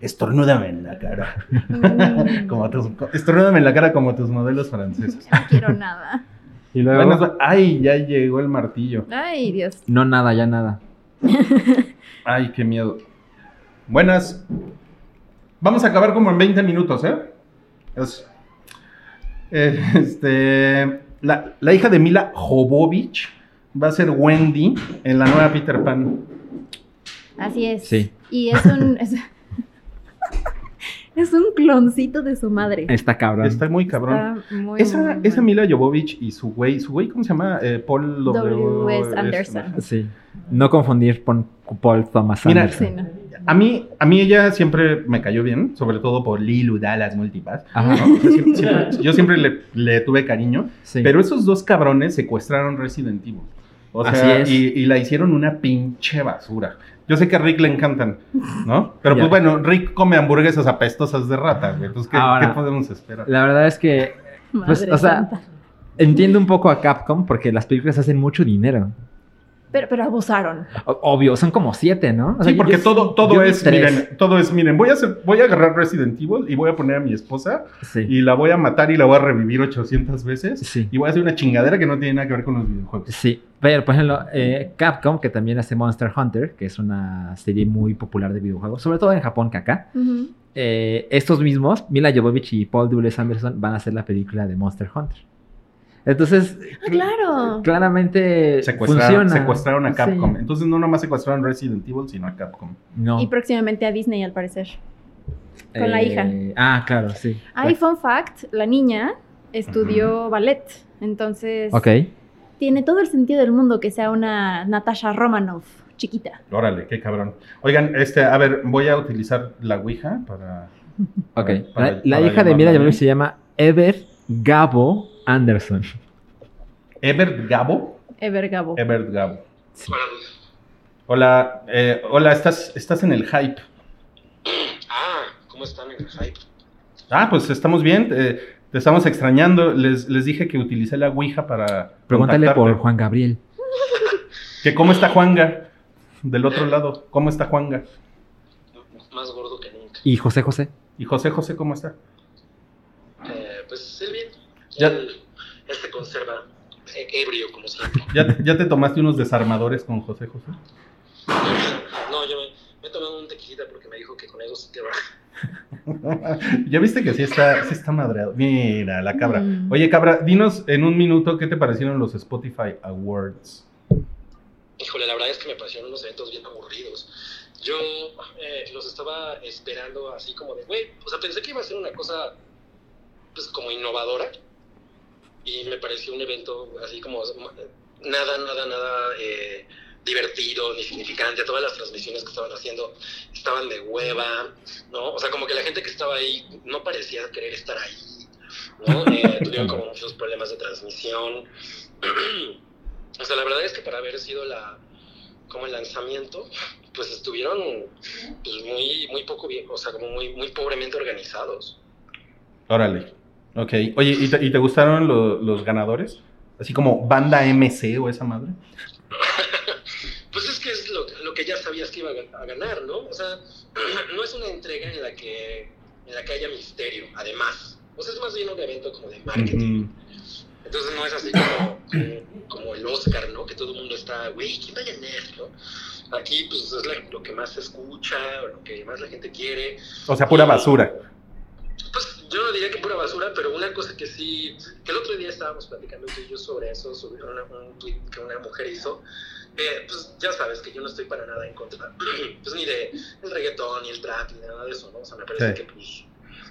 S2: Estornúdame en la cara.
S4: Mm,
S2: Como tus, estornúdame en la cara como tus modelos franceses.
S4: ya no quiero nada.
S3: Y luego.
S2: Bueno, ay, ya llegó el martillo.
S4: Ay, Dios.
S3: no, nada, ya nada.
S2: Ay, qué miedo. Buenas. Vamos a acabar como en 20 minutos, ¿eh? Es- eh, este, la, la hija de Mila Jovovich va a ser Wendy en la nueva Peter Pan.
S4: Así es.
S3: Sí.
S4: Y es un. Es, es un cloncito de su madre.
S3: Está Eh, cabrón.
S2: Está muy cabrón.
S4: Está muy, muy
S2: Esa, esa
S4: bueno.
S2: Mila Jovovich y su güey, su güey, ¿cómo se llama? Eh, Paul W.
S4: W.S. Anderson.
S3: Sí. No confundir con Paul Thomas
S2: Mira,
S3: Anderson.
S4: Sí, no.
S2: A mí, a mí ella siempre me cayó bien, sobre todo por Lilu Dallas Multipass.
S3: Ajá.
S2: ¿no? O sea, siempre- siempre- yo siempre le- le tuve cariño.
S3: Sí.
S2: Pero esos dos cabrones secuestraron Resident Evil. O sea,
S3: Así es.
S2: Y, y la hicieron una pinche basura. Yo sé que a Rick le encantan, ¿no? Pero
S3: Ya.
S2: pues bueno, Rick come hamburguesas apestosas de rata, güey. Entonces, ¿qué,
S3: Ahora.
S2: qué podemos esperar?
S3: La verdad es que Pues,
S4: Madre
S3: o sea,
S4: santa.
S3: entiendo un poco a Capcom porque las películas hacen mucho dinero.
S4: Pero, pero abusaron.
S3: O- Obvio, son como siete, ¿no? O sea,
S2: sí,
S3: yo-
S2: porque
S3: yo-
S2: todo,
S3: yo
S2: todo
S3: vi
S2: es,
S3: tres.
S2: miren, todo es, miren, voy a, hacer- voy a agarrar Resident Evil y voy a poner a mi esposa
S3: Sí,
S2: y la voy a matar y la voy a revivir 800 veces
S3: sí,
S2: y voy a hacer una chingadera que no tiene nada que ver con los videojuegos.
S3: sí. Pero, por ejemplo, eh, Capcom, que también hace Monster Hunter, que es una serie muy popular de videojuegos, sobre todo en Japón, que acá.
S4: Ujú.
S3: eh, estos mismos, Mila Jovovich y Paul W.S. Anderson, van a hacer la película de Monster Hunter. Entonces,
S4: Ah, claro.
S3: claramente
S2: Secuestraron,
S3: funciona.
S2: secuestraron a
S3: Sí.
S2: Capcom. Entonces, no nomás secuestraron Resident Evil, sino a Capcom.
S3: No.
S4: Y próximamente a Disney, al parecer. con la hija.
S3: Ah, claro, sí.
S4: Ay,
S2: Pues-
S4: fun fact: la niña estudió ballet. Entonces,
S3: Ok.
S4: tiene todo el sentido del mundo que sea una Natasha Romanoff chiquita.
S2: Órale, qué cabrón. Oigan, este, a ver, voy a utilizar la Ouija para.
S3: Ok.
S2: Para- para-
S3: la la
S2: para
S3: hija de Mila
S2: llamarla,
S3: Jovovich
S2: ¿no?
S3: se llama Ever Gabo Anderson.
S2: Ebert Gabo.
S4: Ever Gabo.
S2: Ebert Gabo. Hola, eh, hola, estás, estás en el hype.
S6: Ah, ¿cómo están en el hype?
S2: Ah, pues estamos bien, eh, te estamos extrañando. Les, les dije que utilicé la Ouija para.
S3: Pregúntale por
S2: contactarte.
S3: Juan Gabriel.
S2: Que cómo está Juanga. Del otro lado, ¿cómo está Juanga?
S6: Más gordo que nunca.
S3: Y José José.
S2: Y José José, ¿cómo está?
S6: Eh, pues él bien.
S2: Ya.
S6: Él, él se conserva eh, ebrio, como siempre.
S2: ¿Ya, ya te tomaste unos desarmadores con José José?
S6: No, yo me, Me he tomado un tequilita porque me dijo que con eso se te baja.
S2: ya viste que sí está, sí está madreado. Mira, la cabra.
S4: Mm.
S2: Oye, cabra, dinos en un minuto qué te parecieron los Spotify Awards.
S6: Híjole, la verdad es que me parecieron unos eventos bien aburridos. Yo eh, los estaba esperando así como de, güey, o sea, pensé que iba a ser una cosa, pues, como innovadora. Y me pareció un evento así como nada, nada, nada eh, divertido, ni significante. Todas las transmisiones que estaban haciendo estaban de hueva, ¿no? O sea, como que la gente que estaba ahí no parecía querer estar ahí, ¿no? Eh, tuvieron como muchos problemas de transmisión. O sea, la verdad es que para haber sido la como el lanzamiento, pues estuvieron pues, muy muy poco bien, o sea, como muy muy pobremente organizados.
S2: Órale. Ok. Oye, ¿y te, y te gustaron lo- los ganadores? Así como banda MC o esa madre.
S6: Pues es que es lo, lo que ya sabías que iba a gan- a ganar, ¿no? O sea, no es una entrega en la que en la que haya misterio, además. O sea, es más bien un evento como de marketing.
S2: Ujú.
S6: Entonces no es así como, como, como el Oscar, ¿no? Que todo el mundo está, güey, ¿quién va a ganar, no? Aquí, pues, es la- lo que más se escucha, lo que más la gente quiere.
S2: O sea, pura basura.
S6: Pues yo no diría que pura basura, pero una cosa que sí, que el otro día estábamos platicando tú y yo sobre eso, sobre una- un tweet que una mujer hizo, eh, pues ya sabes que yo no estoy para nada en contra, pues ni de el reggaetón, ni el trap, ni nada de eso, ¿no? O sea, me parece
S2: Sí.
S6: que pues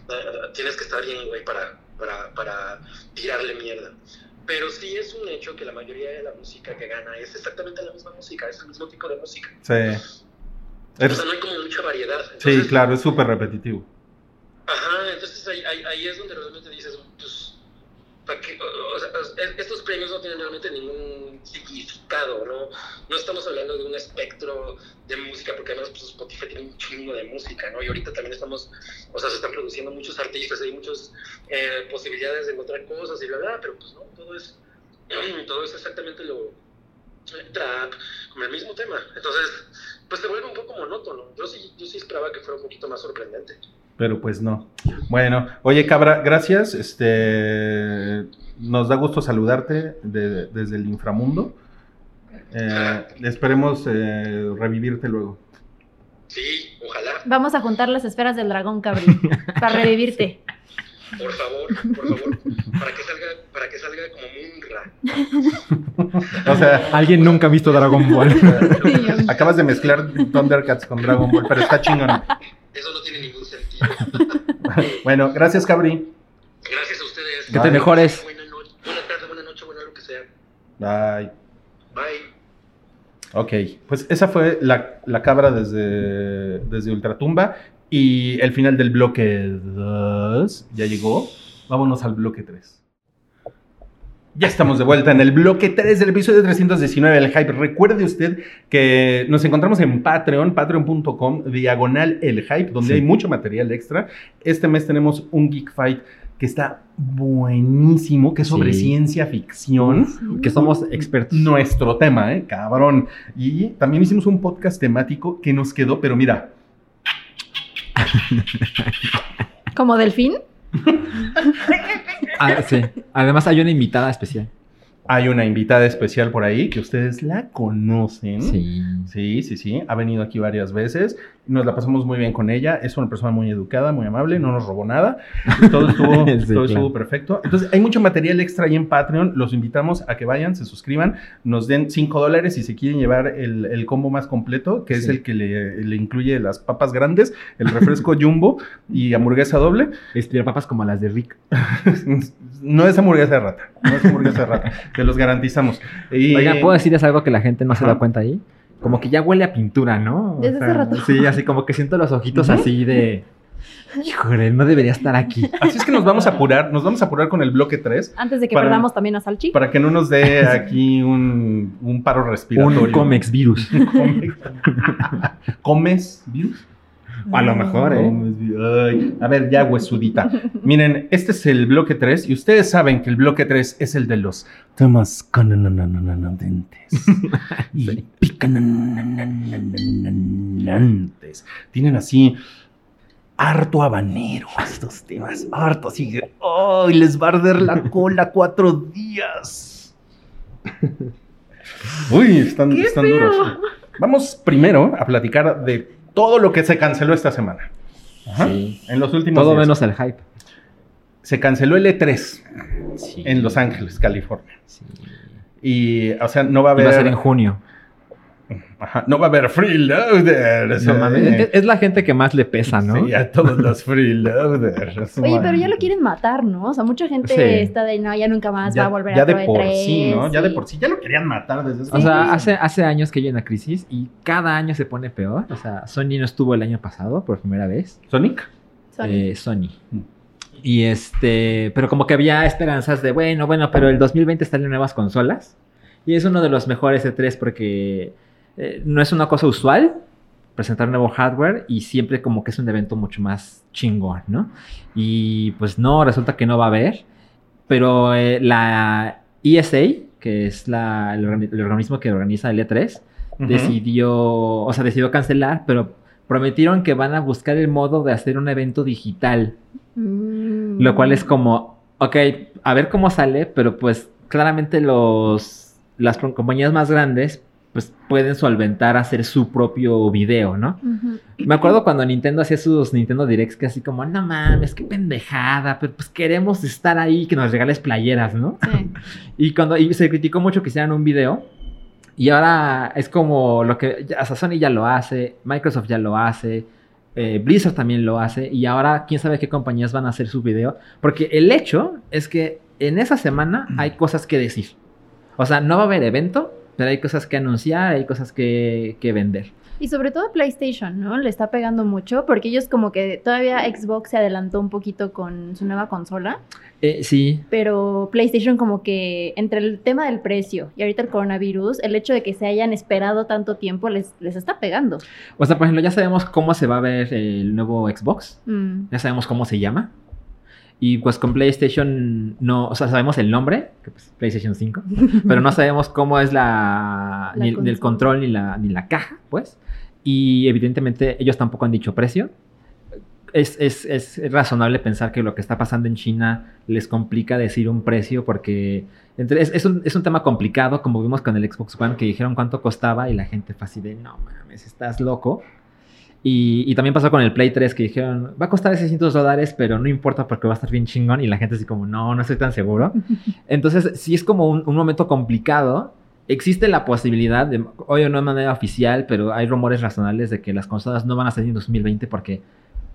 S6: eh, tienes que estar bien, güey, para, para, para tirarle mierda. Pero sí es un hecho que la mayoría de la música que gana es exactamente la misma música, es el mismo tipo de música.
S2: Sí.
S6: O sea,
S2: Es-
S6: no hay como mucha variedad.
S2: sí,
S6: Entonces,
S2: claro, es súper repetitivo.
S6: Ajá, entonces ahí, ahí, ahí es donde realmente dices, pues, ¿para qué? O- o sea, es- estos premios no tienen realmente ningún significado, ¿no? No estamos hablando de un espectro de música, porque además pues, Spotify tiene un chingo de música, ¿no? Y ahorita también estamos, o sea, se están produciendo muchos artistas, hay muchas eh, posibilidades de encontrar cosas y bla, bla, pero pues no, todo es, todo es exactamente lo trap, con el mismo tema. Entonces, pues se vuelve un poco monótono. Yo sí, yo sí esperaba que fuera un poquito más sorprendente.
S2: Pero pues no. Bueno, oye, cabra, gracias. Este, nos da gusto saludarte de- desde el inframundo. Eh, esperemos eh, revivirte luego.
S6: Sí, ojalá.
S4: Vamos a juntar las esferas del dragón, cabrón, para revivirte.
S6: Por favor, por favor, para que salga, para que salga como Munra.
S2: O sea,
S3: Alguien nunca ha visto Dragon Ball.
S2: acabas de mezclar Thundercats con Dragon Ball, pero está chingón.
S6: Eso no tiene ningún sentido.
S2: Bueno, gracias, Cabri.
S6: Gracias a ustedes.
S3: Que te mejores.
S6: Buena noche, buena tarde, buena noche, buena lo que sea.
S2: Bye.
S6: Bye.
S2: Ok, pues esa fue la, la cabra desde, desde Ultratumba. Y el final del bloque 2 ya llegó. Vámonos al bloque 3. Ya estamos de vuelta en el bloque 3 del episodio 319 del Hype. Recuerde usted que nos encontramos en Patreon, patreon.com, diagonal el Hype, donde
S3: Sí.
S2: hay mucho material extra. Este mes tenemos un Geek Fight que está buenísimo, que es sobre
S3: Sí.
S2: ciencia ficción
S3: Que somos expertos.
S2: nuestro tema, ¿eh? Cabrón. Y también hicimos un podcast temático que nos quedó, pero mira,
S4: ¿Como delfín?
S3: Ah, sí. Además hay una invitada especial.
S2: hay una invitada especial por ahí que ustedes la conocen.
S3: Sí.
S2: Sí, sí, sí. Ha venido aquí varias veces. Nos la pasamos muy bien con ella. Es una persona muy educada, muy amable. No nos robó nada. Todo estuvo,
S3: Sí,
S2: todo
S3: claro.
S2: estuvo perfecto. Entonces, hay mucho material extra ahí en Patreon. Los invitamos a que vayan, se suscriban, nos den 5 dólares si se quieren llevar el, el combo más completo, que es
S3: Sí.
S2: el que le, le incluye las papas grandes, el refresco jumbo y hamburguesa doble.
S3: Estirapapas como las de Rick.
S2: No es hamburguesa de rata. No es hamburguesa de rata. Te los garantizamos. Y-
S3: Oigan, ¿puedo decirles algo que la gente no se
S2: Ajá.
S3: da cuenta ahí? Como que ya huele a pintura, ¿no? O
S4: Desde hace rato.
S3: Sí, así como que siento los ojitos así de... Híjole, no debería estar aquí.
S2: Así es que nos vamos a apurar. Nos vamos a apurar con el bloque 3.
S4: Antes de que
S2: Para-
S4: perdamos también a Salchi.
S2: Para que no nos dé aquí un, un paro respiratorio.
S3: Un Comex virus.
S2: Comex. ¿Comes virus?
S3: A lo mejor, ¿eh?
S2: Comes virus. Ay, a ver, ya huesudita. Miren, este es el bloque 3 y ustedes saben que el bloque 3 es el de los temas cananananananantes. y picananananananananantes. Tienen así harto habanero estos temas, harto. Así que, ¡ay! les va a arder la cola cuatro días. Uy, están,
S4: ¡Qué
S2: están
S4: feo!
S2: duros. Vamos primero a platicar de todo lo que se canceló esta semana. Ajá.
S3: Sí.
S2: En los últimos
S3: Todo
S2: días.
S3: menos el hype.
S2: Se canceló el E3
S3: Sí.
S2: en Los Ángeles, California.
S3: Sí.
S2: Y, o sea, no va a
S3: Y
S2: haber.
S3: va a ser en junio.
S2: Ajá, no va a haber freeloaders.
S3: No mames, Es, es la gente que más le pesa, ¿no?
S2: Sí, a todos los freeloaders.
S4: Oye, pero ya lo quieren matar, ¿no? O sea, mucha gente
S3: Sí.
S4: está de no, ya nunca más va a volver a
S2: de
S4: Pro
S2: por
S4: E3",
S2: sí, ¿no? Ya de por
S4: sí.
S2: sí. Ya lo querían matar desde hace
S3: O sea, hace, hace años que hay una crisis y cada año se pone peor. O sea, Sony no estuvo el año pasado por primera vez.
S2: Sonic.
S4: Sony.
S3: Eh, Sony.
S2: Mm.
S3: Y este, pero como que había esperanzas de, bueno, bueno, pero el 2020 salen nuevas consolas. Y es uno de los mejores E3 porque eh, no es una cosa usual presentar nuevo hardware y siempre como que es un evento mucho más chingón, ¿no? Y pues no, resulta que no va a haber. Pero eh, la ESA, que es la- el, organi- el organismo que organiza el E E3, decidió, o sea, decidió cancelar, pero prometieron que van a buscar el modo de hacer un evento digital,
S4: Mm.
S3: lo cual es como, ok, a ver cómo sale, pero pues claramente los, las com- compañías más grandes pues pueden solventar hacer su propio video, ¿no?
S4: Ujú.
S3: Me acuerdo cuando Nintendo hacía sus Nintendo Directs que así como, no mames, qué pendejada, pero pues queremos estar ahí, que nos regales playeras, ¿no?
S4: Sí.
S3: Y cuando y se criticó mucho que hicieran un video. Y ahora es como lo que. ya- O sea, Sony ya lo hace, Microsoft ya lo hace, eh, Blizzard también lo hace. Y ahora quién sabe qué compañías van a hacer su video. Porque el hecho es que en esa semana hay cosas que decir. O sea, no va a haber evento, pero hay cosas que anunciar, hay cosas que, que vender.
S4: Y sobre todo PlayStation, ¿no? Le está pegando mucho porque ellos como que todavía Xbox se adelantó un poquito con su nueva consola,
S3: Eh, sí,
S4: pero PlayStation como que entre el tema del precio y ahorita el coronavirus, el hecho de que se hayan esperado tanto tiempo les, les está pegando.
S3: o sea, por ejemplo, ya sabemos cómo se va a ver el nuevo Xbox.
S4: Mm.
S3: ya sabemos cómo se llama. Y pues con PlayStation no, o sea, sabemos el nombre, que pues PlayStation 5, pero no sabemos cómo es la,
S4: La
S3: ni, el- ni el
S4: consola.
S3: control ni la, ni la caja, pues. Y evidentemente ellos tampoco han dicho precio. Es, es- es razonable pensar que lo que está pasando en China les complica decir un precio porque entre- es, es un, es un tema complicado, como vimos con el Xbox One, que dijeron cuánto costaba y la gente fue así de, no mames, estás loco. Y, y también pasó con el Play 3 que dijeron, va a costar 600 dólares, pero no importa porque va a estar bien chingón. Y la gente así como, no, no estoy tan seguro. Entonces, sí es como un, un momento complicado. Existe la posibilidad, de, hoy no de manera oficial, pero hay rumores razonables de que las consolas no van a salir en 2020 porque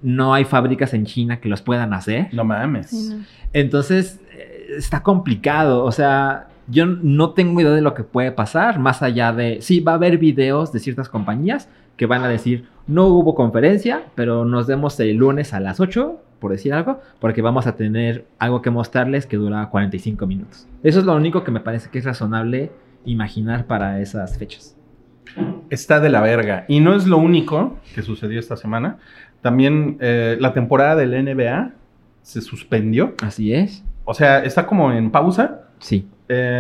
S3: no hay fábricas en China que los puedan hacer.
S2: No mames.
S4: Sí, no.
S3: Entonces, eh, está complicado. O sea, yo no tengo idea de lo que puede pasar, más allá de. Sí, va a haber videos de ciertas compañías que van a decir: no hubo conferencia, pero nos vemos el lunes a las 8, por decir algo, porque vamos a tener algo que mostrarles que dura 45 minutos. Eso es lo único que me parece que es razonable imaginar para esas fechas.
S2: Está de la verga. Y no es lo único que sucedió esta semana. También eh, la temporada del NBA se suspendió.
S3: Así es.
S2: O sea, está como en pausa.
S3: Sí.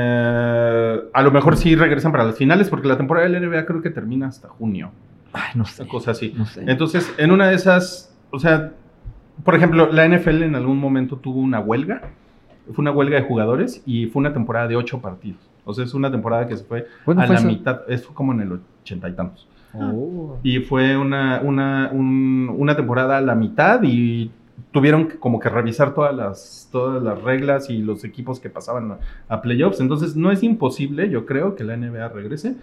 S2: Eh, a lo mejor sí regresan para las finales porque la temporada del NBA creo que termina hasta junio.
S3: Ay, no sé.
S2: Una cosa así.
S3: No sé.
S2: Entonces, en una de esas, o sea, por ejemplo, la NFL en algún momento tuvo una huelga, fue una huelga de jugadores y fue una temporada de ocho partidos. O sea, es una temporada que se fue
S3: ¿Cuándo
S2: a
S3: fue
S2: la
S3: eso?
S2: mitad, eso fue como en el ochenta y tantos.
S3: Oh.
S2: Y fue una, una, un- una temporada a la mitad y tuvieron que como que revisar todas las, todas las reglas y los equipos que pasaban a, a playoffs. Entonces, no es imposible, yo creo, que la NBA regrese,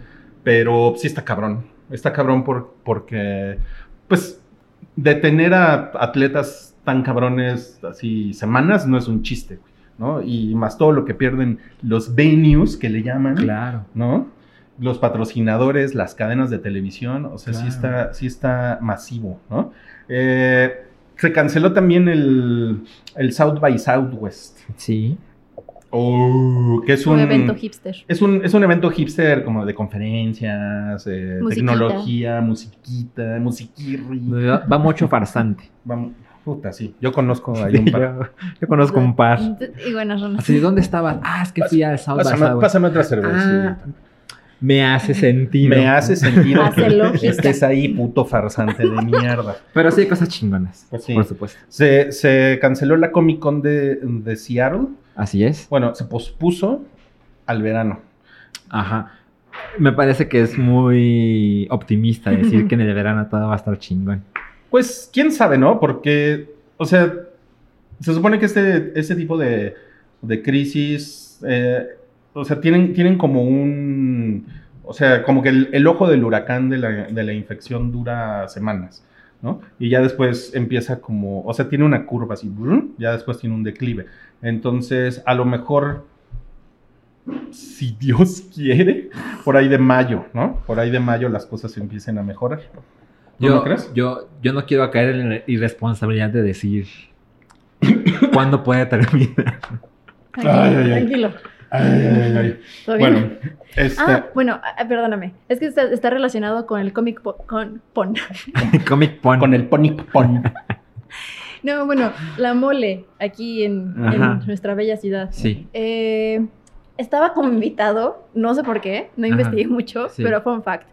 S2: pero sí está cabrón. Está cabrón por, porque, pues, detener a atletas tan cabrones así semanas no es un chiste, güey, ¿no? Y más todo lo que pierden los venues que le llaman.
S3: Claro.
S2: ¿no? Los patrocinadores, las cadenas de televisión, o sea, sí,
S3: Claro.
S2: está, sí está masivo, ¿no? Eh, se canceló también el, el South by Southwest,
S3: Sí.
S2: oh, que es
S4: Un evento
S2: un,
S4: hipster.
S2: es, un, es un evento hipster como de conferencias, eh,
S4: Musiquita.
S2: tecnología, musiquita, musiquirri.
S3: Va mucho farsante.
S2: Vamos, puta, sí, yo conozco ahí un par.
S3: yo, yo conozco un par.
S4: Y bueno, son
S3: Así, ¿dónde estabas? Ah, es que fui al South by
S2: Pásame,
S3: Southwest.
S2: pásame otra cerveza.
S3: Ah, me hace sentido.
S2: Me hace sentido
S4: Hace
S2: que
S4: lógica.
S2: estés ahí, puto farsante de mierda.
S3: Pero sí hay cosas chingonas.
S2: Pues sí.
S3: Por supuesto.
S2: Se, se canceló la Comic Con de, de Seattle.
S3: Así es.
S2: Bueno, se pospuso al verano.
S3: Ajá. Me parece que es muy optimista decir que en el verano todo va a estar chingón.
S2: Pues quién sabe, ¿no? Porque, o sea, se supone que este, este tipo de, de crisis, eh, o sea, tienen, tienen como un, o sea, como que el, el ojo del huracán de la, de la infección dura semanas, ¿no? Y ya después empieza como, o sea, tiene una curva así, brum, ya después tiene un declive. Entonces, a lo mejor, si Dios quiere, por ahí de mayo, ¿no? Por ahí de mayo las cosas empiecen a mejorar. ¿No
S3: yo,
S2: lo crees?
S3: Yo, yo no quiero caer en la irresponsabilidad de decir cuándo puede terminar.
S4: Tranquilo,
S2: Ay, ay, ay.
S4: tranquilo.
S2: Ay, ay, ay.
S4: Todo bien.
S2: Bueno, este.
S4: Ah, bueno, ah, perdóname. Es que está, está relacionado con el cómic po- con pon.
S3: Comic Pon.
S2: Con el pony pon.
S4: No, bueno, la mole aquí en, en
S3: Ajá.
S4: nuestra bella ciudad.
S3: Sí.
S4: Eh, estaba como invitado, no sé por qué, no
S3: Ajá,
S4: investigué mucho,
S3: sí.
S4: pero fun fact.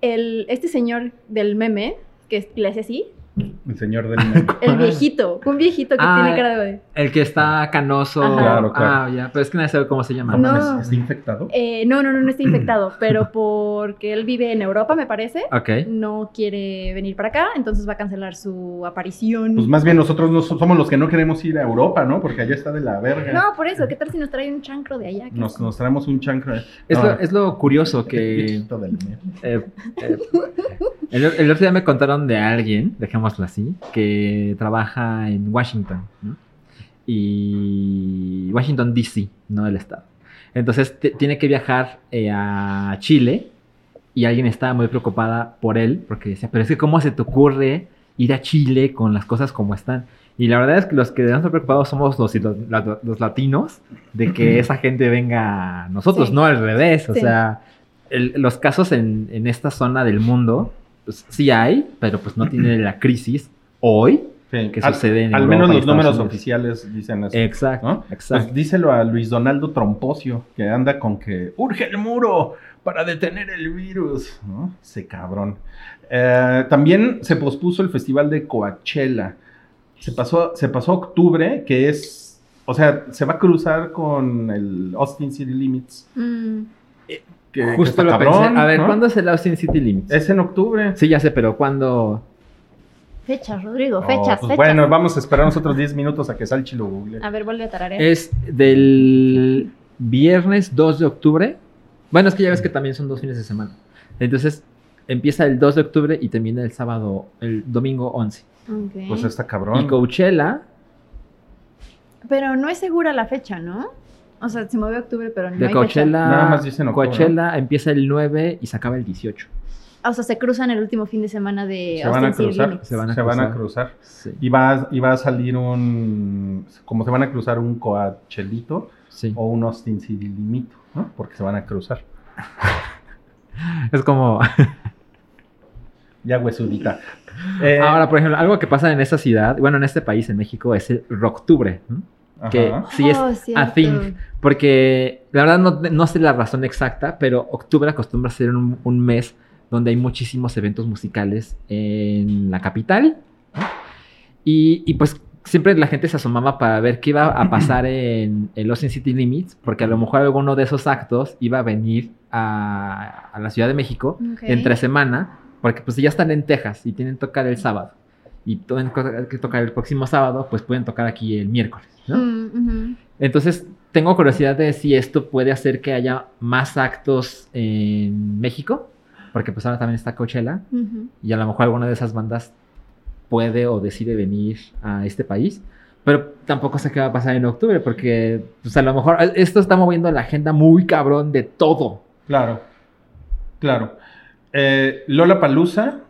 S4: El, este señor del meme, que le hace así,
S2: El señor del mundo.
S4: el viejito, un viejito que
S3: Ah,
S4: tiene cara de...
S3: El que está canoso.
S4: Ajá.
S2: Claro, claro.
S3: Ah, ya. Pero es que nadie sabe cómo se llama.
S4: No.
S2: mames, ¿Está infectado?
S4: Eh, no, no, no, no está infectado, pero porque él vive en Europa, me parece,
S3: Ok.
S4: no quiere venir para acá, entonces va a cancelar su aparición.
S2: Pues más bien nosotros no so- somos los que no queremos ir a Europa, ¿no? Porque allá está de la verga.
S4: No, por eso, ¿qué tal si nos trae un chancro de allá?
S2: Nos, nos traemos un chancro. eh.
S3: Es,
S2: No,
S3: lo, es lo curioso que.
S2: viejito del meme.
S3: eh, eh, el, el otro día me contaron de alguien, dejémoslo así, que trabaja en Washington, ¿no? Y Washington, D.C., no el estado. Entonces te- tiene que viajar eh, a Chile y alguien estaba muy preocupada por él porque decía, pero es que ¿cómo se te ocurre ir a Chile con las cosas como están? Y la verdad es que los que debemos estar preocupados somos los, los, los latinos de que esa gente venga a nosotros,
S4: Sí.
S3: no al revés. O
S4: Sí.
S3: sea, el- los casos en, en esta zona del mundo, pues sí hay, pero pues no tiene la crisis hoy
S2: Sí,
S3: que
S2: al,
S3: sucede en
S2: al
S3: Europa
S2: menos
S3: y
S2: los
S3: Estados
S2: números
S3: Unidos.
S2: oficiales dicen eso.
S3: Exacto,
S2: ¿no?
S3: exacto.
S2: Pues díselo a Luis Donaldo Trompocio, que anda con que urge el muro para detener el virus, ¿no? Ese cabrón. Eh, también se pospuso el festival de Coachella. Se pasó, se pasó a octubre, que es, o sea, se va a cruzar con el Austin City Limits.
S4: Mm,
S2: que- que
S3: Justo
S2: pues, está
S3: lo
S2: cabrón,
S3: pensé. A ver,
S2: ¿no?
S3: ¿cuándo es el Austin City Limits?
S2: Es en octubre.
S3: Sí, ya sé, pero ¿cuándo?
S4: fechas, Rodrigo,
S2: Oh, pues
S4: fechas, fechas.
S2: Bueno, vamos a esperar nosotros 10 minutos a que Salchi lo google.
S4: A ver, vuelve a tararear.
S2: Eh,
S3: Es del viernes 2 de octubre. Bueno, es que ya ves que
S2: Mm.
S3: también son dos fines de semana. Entonces, empieza el 2 de octubre y termina el sábado, el domingo 11.
S4: Ok.
S2: Pues está
S3: Y
S2: cabrón.
S3: Coachella,
S4: Pero no es segura la fecha, ¿no? O sea, se mueve a octubre, pero no
S3: de
S4: hay
S3: Coachella,
S2: Nada más dicen octubre, ¿no?
S3: Coachella empieza el 9 y se acaba el 18.
S4: fecha. O sea, se cruzan el último fin de semana de
S2: se van a
S4: City
S2: cruzar.
S4: Limits.
S3: Se van a cruzar.
S2: cruzar.
S3: Sí,
S2: Y va, a- y va a salir un. Como se van a cruzar un Coachelito
S3: sí.
S2: o un Austin City Limito, ¿no? Porque se van a cruzar.
S3: Es como,
S2: Ya, huesudita. Eh,
S3: ahora, por ejemplo, algo que pasa en esta ciudad, bueno, en este país, en México, es el Rocktubre. ¿no?
S2: Eh, ajá.
S3: Que sí es
S4: Oh, cierto.
S3: thing. Porque la verdad no, no sé la razón exacta, pero octubre acostumbra ser un, un mes donde hay muchísimos eventos musicales en la capital. ¿no? Y, y, pues siempre la gente se asomaba para ver qué iba a pasar en, en Los In City Limits, porque a lo mejor alguno de esos actos iba a venir a, a la Ciudad de México
S4: Ok. Mm,
S3: entre semana, porque pues ya están en Texas y tienen que tocar el sábado. Y tienen que tocar el próximo sábado, pues pueden tocar aquí el miércoles, ¿no?
S4: Mm, ujú.
S3: Entonces, tengo curiosidad de si esto puede hacer que haya más actos en México, porque pues ahora también está Coachella
S4: Ujú.
S3: y a lo mejor alguna de esas bandas puede o decide venir a este país. Pero tampoco sé qué va a pasar en octubre, porque pues a lo mejor esto está moviendo la agenda muy cabrón de todo.
S2: Claro. Claro. Eh, Lola Palusa,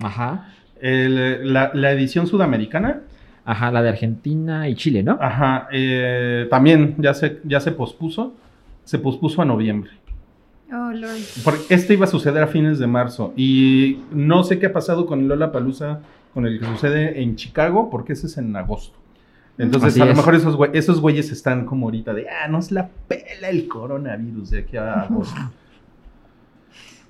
S3: Ajá.
S2: la, la edición sudamericana,
S3: Ajá, la de Argentina y Chile, ¿no?
S2: ajá, eh, también ya se, ya se pospuso. Se pospuso a noviembre.
S4: Oh, Lord.
S2: Porque este iba a suceder a fines de marzo. Y no sé qué ha pasado con Lola Palusa, con el que sucede en Chicago, porque ese es en agosto. Entonces,
S3: Así
S2: a lo
S3: es.
S2: mejor esos, güe- esos güeyes están como ahorita de, ah, nos la pela el coronavirus de aquí a agosto.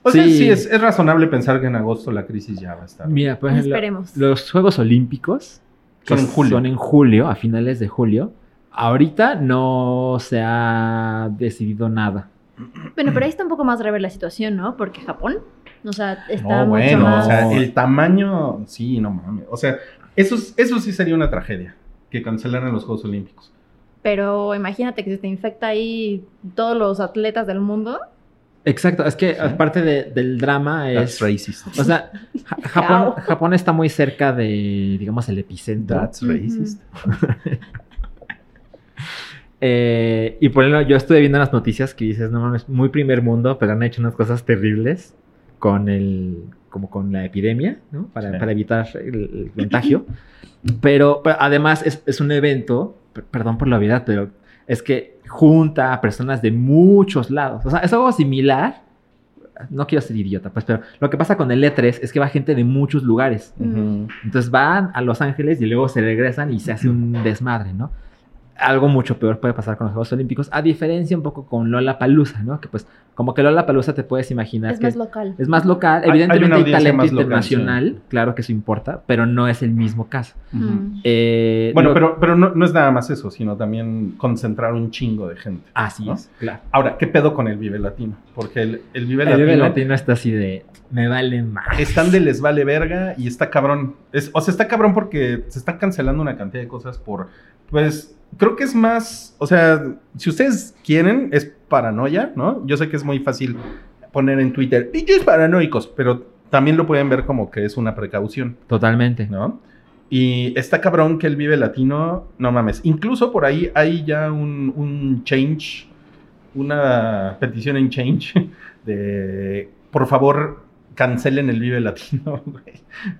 S2: O sea,
S3: Sí.
S2: sí, es, es razonable pensar que en agosto la crisis ya va a estar.
S3: Mira,
S4: pues,
S3: por
S4: Ah,
S3: ejemplo,
S4: Esperemos.
S3: los Juegos Olímpicos
S2: Son
S3: que
S2: en julio.
S3: Son en julio, a finales de julio. Ahorita no se ha decidido nada.
S4: Bueno, pero ahí está un poco más grave la situación, ¿no? Porque Japón, o sea, está
S2: No,
S4: mucho
S2: bueno,
S4: más...
S2: o sea, el tamaño, sí, no mames. O sea, eso, es- eso sí sería una tragedia, que cancelaran los Juegos Olímpicos.
S4: Pero imagínate que se te infecta ahí todos los atletas del mundo.
S3: Exacto, es que aparte de- del drama
S2: That's
S3: es...
S2: racist.
S3: O sea, Ja- Japón, Japón está muy cerca de, digamos, el epicentro.
S2: That's racist.
S3: Eh, y por ejemplo, yo estuve viendo las noticias que dices, no mames, muy primer mundo, pero han hecho unas cosas terribles con el, como con la epidemia, ¿no? Para,
S2: Sí.
S3: para evitar el, el contagio. Pero, pero además es, es un evento, per- perdón por la obviedad, pero es que junta a personas de muchos lados. O sea, es algo similar. No quiero ser idiota, pues, pero lo que pasa con el E3 es que va gente de muchos lugares.
S2: Ujú.
S3: Entonces van a Los Ángeles y luego se regresan y se hace un desmadre, ¿no? Algo mucho peor puede pasar con los Juegos Olímpicos, a diferencia un poco con Lola Palusa, ¿no? Que pues, como que Lola Palusa te puedes imaginar
S4: es
S3: que
S4: más local.
S3: es más local,
S2: Hay- hay
S3: evidentemente
S2: una
S3: hay,
S2: audiencia
S3: talento
S2: más local,
S3: internacional, claro que eso importa, pero no es el mismo caso.
S2: Ujú.
S3: Eh,
S2: Bueno,
S3: lo-
S2: pero, pero no, no es nada más eso, sino también concentrar un chingo de gente.
S3: Así
S2: ¿no?
S3: es, claro.
S2: Ahora, ¿qué pedo con el Vive Latino? Porque el, el Vive
S3: El
S2: Latino,
S3: bebé latino está así de, me vale más.
S2: están de les vale verga y está cabrón. Es- o sea, está cabrón porque se está cancelando una cantidad de cosas por, pues, creo que es más, o sea, si ustedes quieren, es paranoia, ¿no? Yo sé que es muy fácil poner en Twitter, pinches paranoicos, pero también lo pueden ver como que es una precaución.
S3: Totalmente.
S2: ¿no? Y está cabrón que el Vive Latino, no mames. Incluso por ahí hay ya un, un change, una petición en change de, por favor, cancelen el Vive Latino, güey.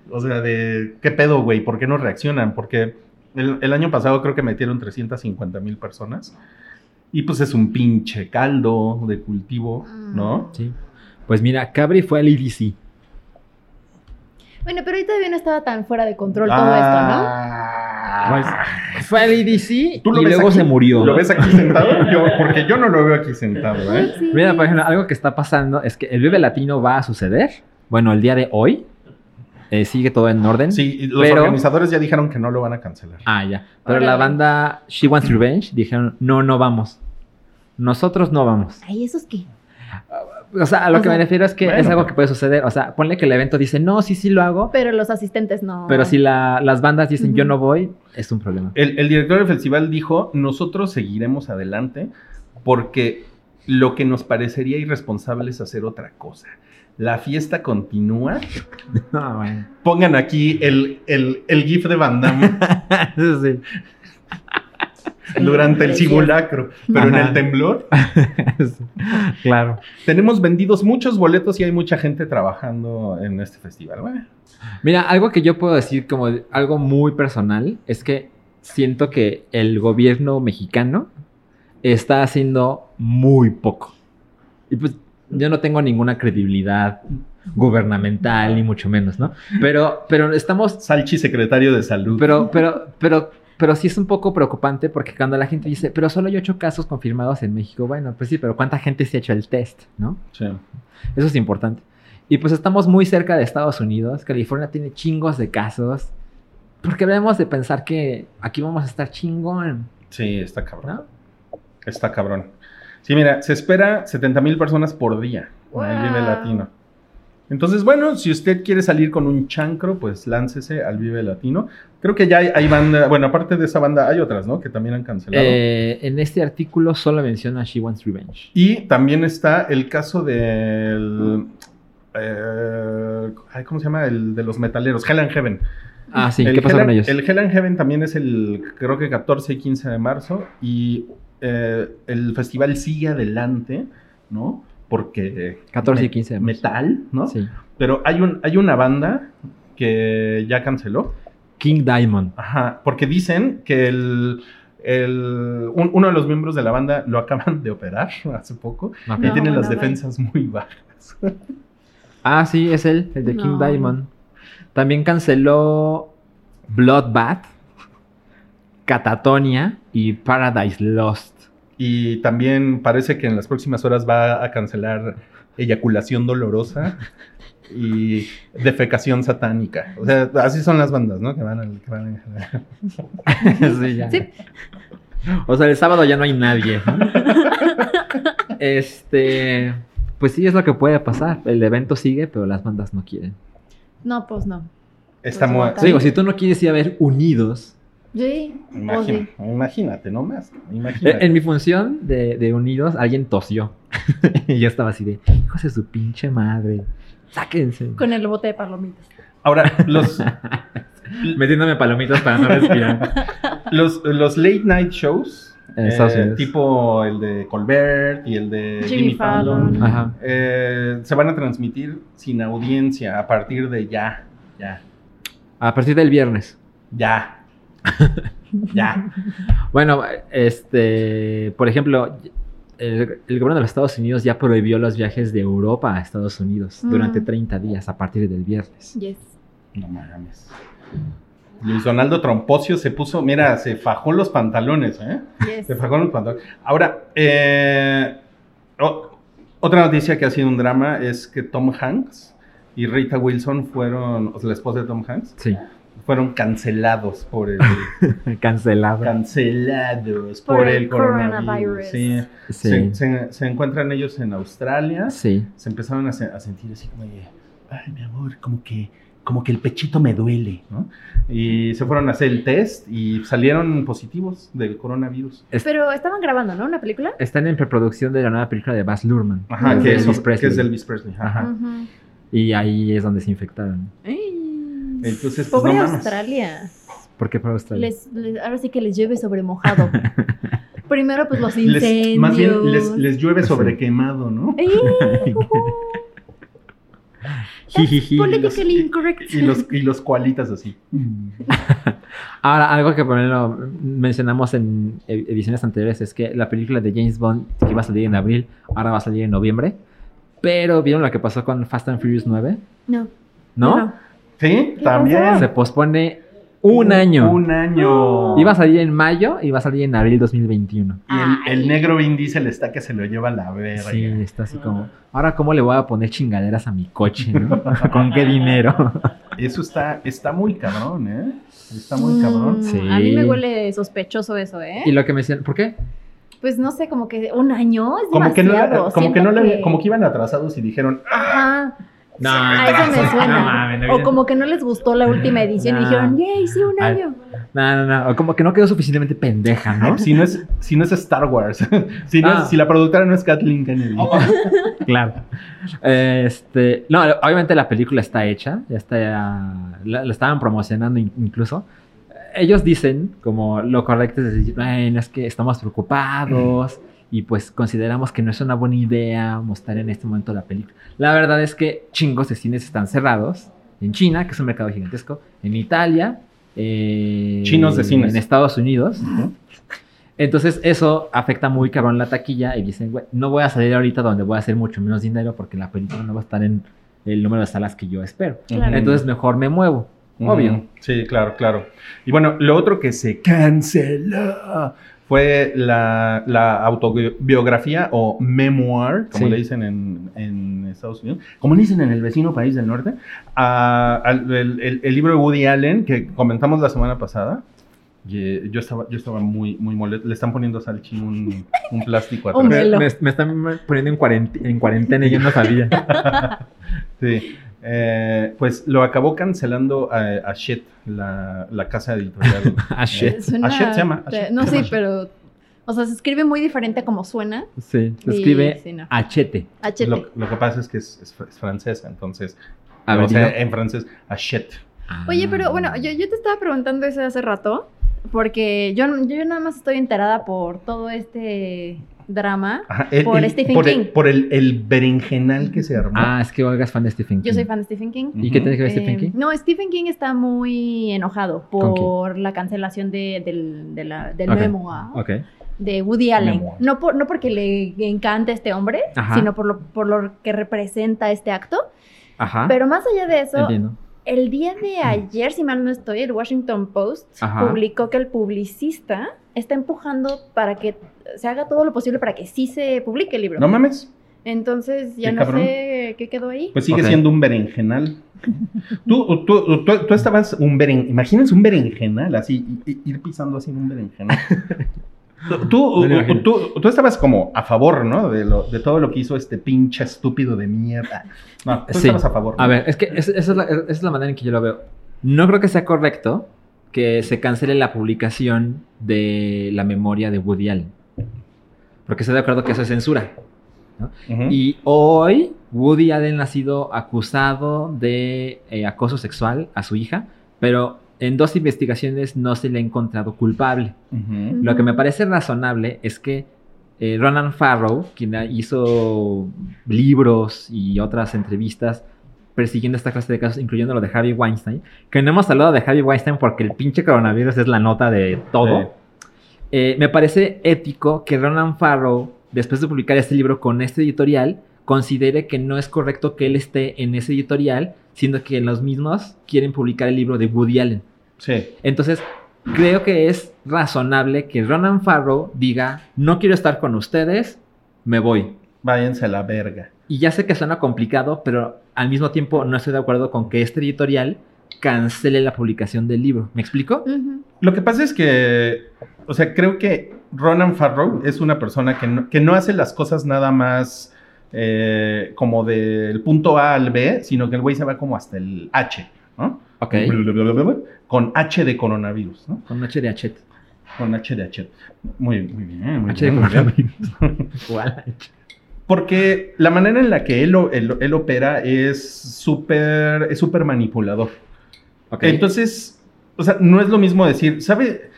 S2: O sea, de, ¿qué pedo, güey? ¿Por qué no reaccionan? Porque el, el año pasado creo que metieron 350 mil personas. Y pues es un pinche caldo de cultivo, ¿no?
S4: Mm.
S3: Sí. Pues mira, Cabri fue al IDC.
S4: Bueno, pero ahí todavía no estaba tan fuera de control todo esto,
S3: Ah,
S4: ¿no?
S2: Ah,
S3: Pues, fue al IDC
S2: ¿Tú lo
S3: y
S2: ves
S3: luego
S2: aquí?
S3: se murió.
S2: ¿Lo ves aquí sentado? Yo- porque yo no lo veo aquí sentado, ¿eh?
S4: Sí.
S3: Mira, por ejemplo, algo que está pasando es que el Vive Latino va a suceder. Bueno, el día de hoy. Eh, sigue todo en orden.
S2: Sí, y los
S3: Pero-
S2: organizadores ya dijeron que no lo van a cancelar.
S3: Ah, ya. Pero la
S4: Órale.
S3: banda She Wants Revenge dijeron, no, no vamos. Nosotros no vamos.
S4: Ay, ¿esos qué?
S3: O sea, a lo
S4: O
S3: que
S4: sea,
S3: me refiero es que es
S2: bueno,
S3: algo
S2: pero-
S3: que puede suceder. O sea, ponle que el evento dice, no, sí, sí lo hago.
S4: Pero los asistentes no.
S3: Pero si la- las bandas dicen, yo
S4: Ujú.
S3: no voy, es un problema.
S2: El, el director del festival dijo, nosotros seguiremos adelante porque lo que nos parecería irresponsable es hacer otra cosa. La fiesta continúa.
S3: Ah, bueno.
S2: Pongan aquí el, el- el GIF de Van Damme
S3: sí.
S2: durante el simulacro, pero en
S3: Ajá.
S2: el temblor.
S3: claro.
S2: Tenemos vendidos muchos boletos y hay mucha gente trabajando en este festival. Bueno,
S3: Mira, algo que yo puedo decir como de- algo muy personal es que siento que el gobierno mexicano está haciendo muy poco. Y pues yo no tengo ninguna credibilidad gubernamental, ni mucho menos, ¿no? Pero, pero estamos,
S2: Salchi, secretario de salud.
S3: pero, pero, pero, pero sí es un poco preocupante porque cuando la gente dice, pero solo hay ocho casos confirmados en México, bueno, pues sí, pero ¿cuánta gente se ha hecho el test, no?
S2: Sí.
S3: Eso es importante. Y pues estamos muy cerca de Estados Unidos. California tiene chingos de casos. Porque debemos de pensar que aquí vamos a estar chingón,
S2: Sí, está cabrón.
S3: ¿no?
S2: Está cabrón. Sí, mira, se espera 70 mil personas por día en el Vive
S4: Wow.
S2: Latino. Entonces, bueno, si usted quiere salir con un chancro, pues láncese al Vive Latino. Creo que ya hay, hay banda, bueno, aparte de esa banda hay otras, ¿no? Que también han cancelado.
S3: Eh, en este artículo solo menciona She Wants Revenge.
S2: Y también está el caso del... eh, ay, ¿Cómo se llama? El de los metaleros, Hell and Heaven.
S3: Ah, sí,
S2: el
S3: ¿qué pasó
S2: Hell
S3: con
S2: and-
S3: ellos?
S2: El Hell and Heaven también es el, creo que 14 y 15 de marzo. Y eh, el festival sigue adelante, ¿no? Porque.
S3: 14 y
S2: me-
S3: 15 de marzo.
S2: Metal, ¿no?
S3: Sí.
S2: Pero hay, un, hay una banda que ya canceló.
S3: King Diamond.
S2: Ajá. Porque dicen que el. el- un- uno de los miembros de la banda lo acaban de operar hace poco
S3: Ok.
S2: y
S4: No,
S2: tiene las
S4: bueno,
S2: defensas muy bajas.
S3: Ah, sí, es él, el de King
S4: No.
S3: Diamond. También canceló Bloodbath, Catatonia y Paradise Lost.
S2: Y también parece que en las próximas horas va a cancelar eyaculación dolorosa y defecación satánica. O sea, así son las bandas, ¿no? Que van al- que van al-
S3: Sí, ya.
S4: Sí.
S3: O sea, el sábado ya no hay nadie. ¿no? Este, pues sí, es lo que puede pasar. El evento sigue, pero las bandas no quieren.
S4: No, pues no.
S2: Está
S4: Pues,
S2: muy...
S4: no,
S3: Te digo, si tú no quieres ir a ver Unidos,
S4: Sí, pues
S2: Imagina-
S4: sí.
S2: Imagínate, no más.
S3: eh,
S2: Imagínate.
S3: en mi función de, de Unidos, alguien tosió. y yo estaba así de, hijos de su pinche madre, sáquense.
S4: Con el bote de palomitas.
S2: Ahora, los,
S3: Metiéndome palomitas para no respirar.
S2: los, los late night shows,
S3: En Estados
S2: eh,
S3: Unidos.
S2: tipo el de Colbert y el de Jimmy,
S4: Jimmy
S2: Fallon,
S4: Fallon.
S3: Ajá.
S2: eh, se van a transmitir sin audiencia a partir de ya, ya,
S3: A partir del viernes.
S2: ya, ya.
S3: Bueno, este, por ejemplo, el, el gobierno de los Estados Unidos ya prohibió los viajes de Europa a Estados Unidos
S4: Ujú.
S3: durante
S2: Mm.
S3: 30 días a partir del viernes.
S4: Yes.
S2: No mames. Luis Donaldo Trompocio se puso, mira, se fajó los pantalones, ¿eh?
S4: Yes.
S2: Se fajó los pantalones. Ahora, eh, o- otra noticia que ha sido un drama es que Tom Hanks y Rita Wilson fueron, o sea, la esposa de Tom Hanks,
S3: Sí,
S2: fueron cancelados por el
S3: cancelado.
S2: cancelados por,
S4: Por
S2: el
S4: el
S2: coronavirus.
S4: coronavirus.
S2: sí.
S3: sí,
S2: Se, se- se encuentran ellos en Australia,
S3: sí.
S2: se empezaron a, se- a sentir así como de, ay mi amor, como que, como que el pechito me duele, ¿no? Y se fueron a hacer el test y salieron positivos del coronavirus.
S4: Pero estaban grabando, ¿no? Una película.
S3: Están en preproducción de la nueva película de Baz Luhrmann.
S2: Ajá,
S3: de
S2: que,
S3: Elvis
S2: es, que
S3: Presley.
S2: es de Elvis Presley. Ajá.
S4: Ujú.
S3: Y ahí es donde se infectaron.
S4: Ay.
S2: Entonces, pues,
S4: Pobre
S2: no mames.
S4: Australia.
S3: ¿Por qué para Australia?
S4: Les, les- ahora sí que les lleve sobre mojado. Primero, pues los incendios.
S2: Les, más bien les, les llueve
S3: Sí.
S2: sobre quemado, ¿no?
S4: ¡Ey! Ujú.
S3: Jijiji.
S4: Politically incorrect.
S2: Y los, y los cualitas así.
S3: Ahora, algo que por ejemplo, mencionamos en e- ediciones anteriores es que la película de James Bond que iba a salir en abril, ahora va a salir en noviembre. Pero ¿vieron lo que pasó con Fast and Furious 9?
S4: No.
S3: ¿No?
S2: Sí,
S4: ¿Qué
S2: también.
S3: Se pospone un año.
S2: Un
S4: Oh.
S2: año.
S3: Iba a salir en mayo y va a salir en abril 2021.
S2: Y el, el
S4: Ay.
S2: negro Vin Diesel está que se lo lleva la verga.
S3: Sí, está así como, ahora cómo le voy a poner chingaderas a mi coche, ¿no? ¿Con qué dinero?
S2: Eso está, está muy cabrón, ¿eh? Está muy
S4: Mm,
S2: cabrón.
S3: Sí.
S4: A mí me huele sospechoso eso,
S3: Y
S4: ¿eh?
S3: lo que me decían, ¿por qué?
S4: Pues no sé, como que un año es
S2: Como que no,
S4: demasiado.
S2: como que
S4: Siento
S2: no le, como que iban atrasados y dijeron, "Ah,
S4: Ajá,
S3: No,
S4: a Ah, eso me suena.
S3: No, mames, no,
S4: o como que no les gustó la última edición y
S3: No.
S4: dijeron, yay, sí, un
S3: Ay,
S4: año.
S3: no, no, no, o como que no quedó suficientemente pendeja, ¿no?
S2: "Ah, si no es, si no es Star Wars, si, no es-
S3: Ah.
S2: si la productora no es Kathleen Kennedy.
S3: Claro. Este, no, obviamente la película está hecha, ya está, la, la estaban promocionando in- incluso. Ellos dicen, como lo correcto es decir, bueno, es que estamos preocupados y pues consideramos que no es una buena idea mostrar en este momento la película. La verdad es que chingos de cines están cerrados en China, que es un mercado gigantesco, en Italia, eh,
S2: Chinos de cines.
S3: en Estados Unidos.
S2: Ujú.
S3: Entonces eso afecta muy cabrón la taquilla y dicen, güey, no voy a salir ahorita donde voy a hacer mucho menos dinero porque la película no va a estar en el número de salas que yo espero.
S4: Claro.
S3: Entonces mejor me muevo.
S2: Ujú.
S3: Obvio.
S2: Sí, claro, claro. Y bueno, lo otro que se canceló fue la, la autobiografía o memoir, como
S3: Sí.
S2: le dicen en, en Estados Unidos, como le dicen en el vecino país del norte, a- al- el, el- el libro de Woody Allen que comentamos la semana pasada. y, eh, yo estaba, yo estaba muy, muy molesto. Le están poniendo a Salchi un, un plástico atrás.
S4: Un Velo.
S3: Me, me están poniendo en, cuarent- en cuarentena y yo no sabía.
S2: Sí. Eh, pues lo acabó cancelando a, a Shit, la, la casa editorial.
S3: Ah, shit.
S4: Suena-
S2: Ashet se llama,
S4: te-
S2: Ashet
S4: no,
S2: se
S4: sí,
S2: llama.
S4: pero. O sea, se escribe muy diferente a como suena.
S3: Sí, se
S4: Y-
S3: escribe
S4: sí, no.
S3: achete.
S4: Hachete.
S2: Lo, lo que pasa es que es, es fr- es francesa, entonces.
S3: A ver,
S2: o sea,
S3: dilo.
S2: en francés, achete.
S3: Ah.
S4: Oye, pero bueno, yo, yo te estaba preguntando eso hace rato, porque yo, yo nada más estoy enterada por todo este drama.
S2: Ajá, el-
S4: Por
S2: el-
S4: Stephen
S2: por el-
S4: King.
S2: por el, el berenjenal que se armó.
S3: Ah, es que Olga es fan de Stephen King.
S4: Yo soy fan de Stephen King.
S3: ¿Y Mm. qué tiene que ver Stephen
S4: Eh,
S3: King?
S4: No, Stephen King está muy enojado
S3: ¿Con quién?
S4: por la cancelación de, del, de la- del
S3: Ok.
S4: memoir
S3: Ok.
S4: de Woody Allen.
S2: Memoir.
S4: No, por, no porque le encante este hombre,
S3: Ajá.
S4: sino por lo, por lo que representa este acto.
S3: Ajá.
S4: Pero más allá de eso,
S3: Ah. Entiendo.
S4: el día de ayer, si mal no estoy, el Washington Post
S3: Ajá.
S4: publicó que el publicista está empujando para que se haga todo lo posible para que sí se publique el libro.
S2: No mames.
S4: Entonces ya
S2: Qué
S4: no
S2: cabrón.
S4: sé qué quedó ahí.
S2: Pues sigue
S3: Ok.
S2: siendo un berenjenal. Tú, tú, tú, tú estabas un beren... Imagínense un berenjenal, así, i- i- ir pisando así en un berenjenal. Tú, tú,
S3: No me imagino.
S2: tú- tú estabas como a favor, ¿no? De, lo- de todo lo que hizo este pinche estúpido de mierda. No, tú
S3: Sí.
S2: estabas a favor.
S3: A ver, es que es- esa es, la, esa es la manera en que yo lo veo. No creo que sea correcto que se cancele la publicación de la memoria de Woody Allen. Porque estoy de acuerdo que eso es censura.
S2: Ujú.
S3: Y hoy Woody Allen ha sido acusado de eh, acoso sexual a su hija, pero en dos investigaciones no se le ha encontrado culpable.
S2: Ujú.
S3: Lo que me parece razonable es que eh, Ronan Farrow, quien ha- hizo libros y otras entrevistas persiguiendo esta clase de casos, incluyendo lo de Harvey Weinstein, que no hemos hablado de Harvey Weinstein porque el pinche coronavirus es la nota de todo.
S2: Sí.
S3: Eh, me parece ético que Ronan Farrow, después de publicar este libro con este editorial, considere que no es correcto que él esté en ese editorial, siendo que los mismos quieren publicar el libro de Woody Allen.
S2: Sí.
S3: Entonces, creo que es razonable que Ronan Farrow diga, no quiero estar con ustedes, me voy.
S2: Váyanse a la verga.
S3: Y ya sé que suena complicado, pero al mismo tiempo no estoy de acuerdo con que este editorial cancele la publicación del libro. ¿Me explico?
S4: Ujú.
S2: Lo que pasa es que, o sea, creo que Ronan Farrow es una persona que no, que no hace las cosas nada más eh, como del punto A al B, sino que el güey se va como hasta el H, ¿no?
S3: Ok.
S2: Con H de coronavirus, ¿no?
S3: Con noche de Hachette.
S2: Con H de H. Muy, muy bien, muy
S3: H de
S2: bien, muy bien.
S3: coronavirus. Igual.
S2: Porque la manera en la que él, o- él- él opera es súper es súper manipulador.
S3: Ok.
S2: Entonces, o sea, no es lo mismo decir, ¿sabe,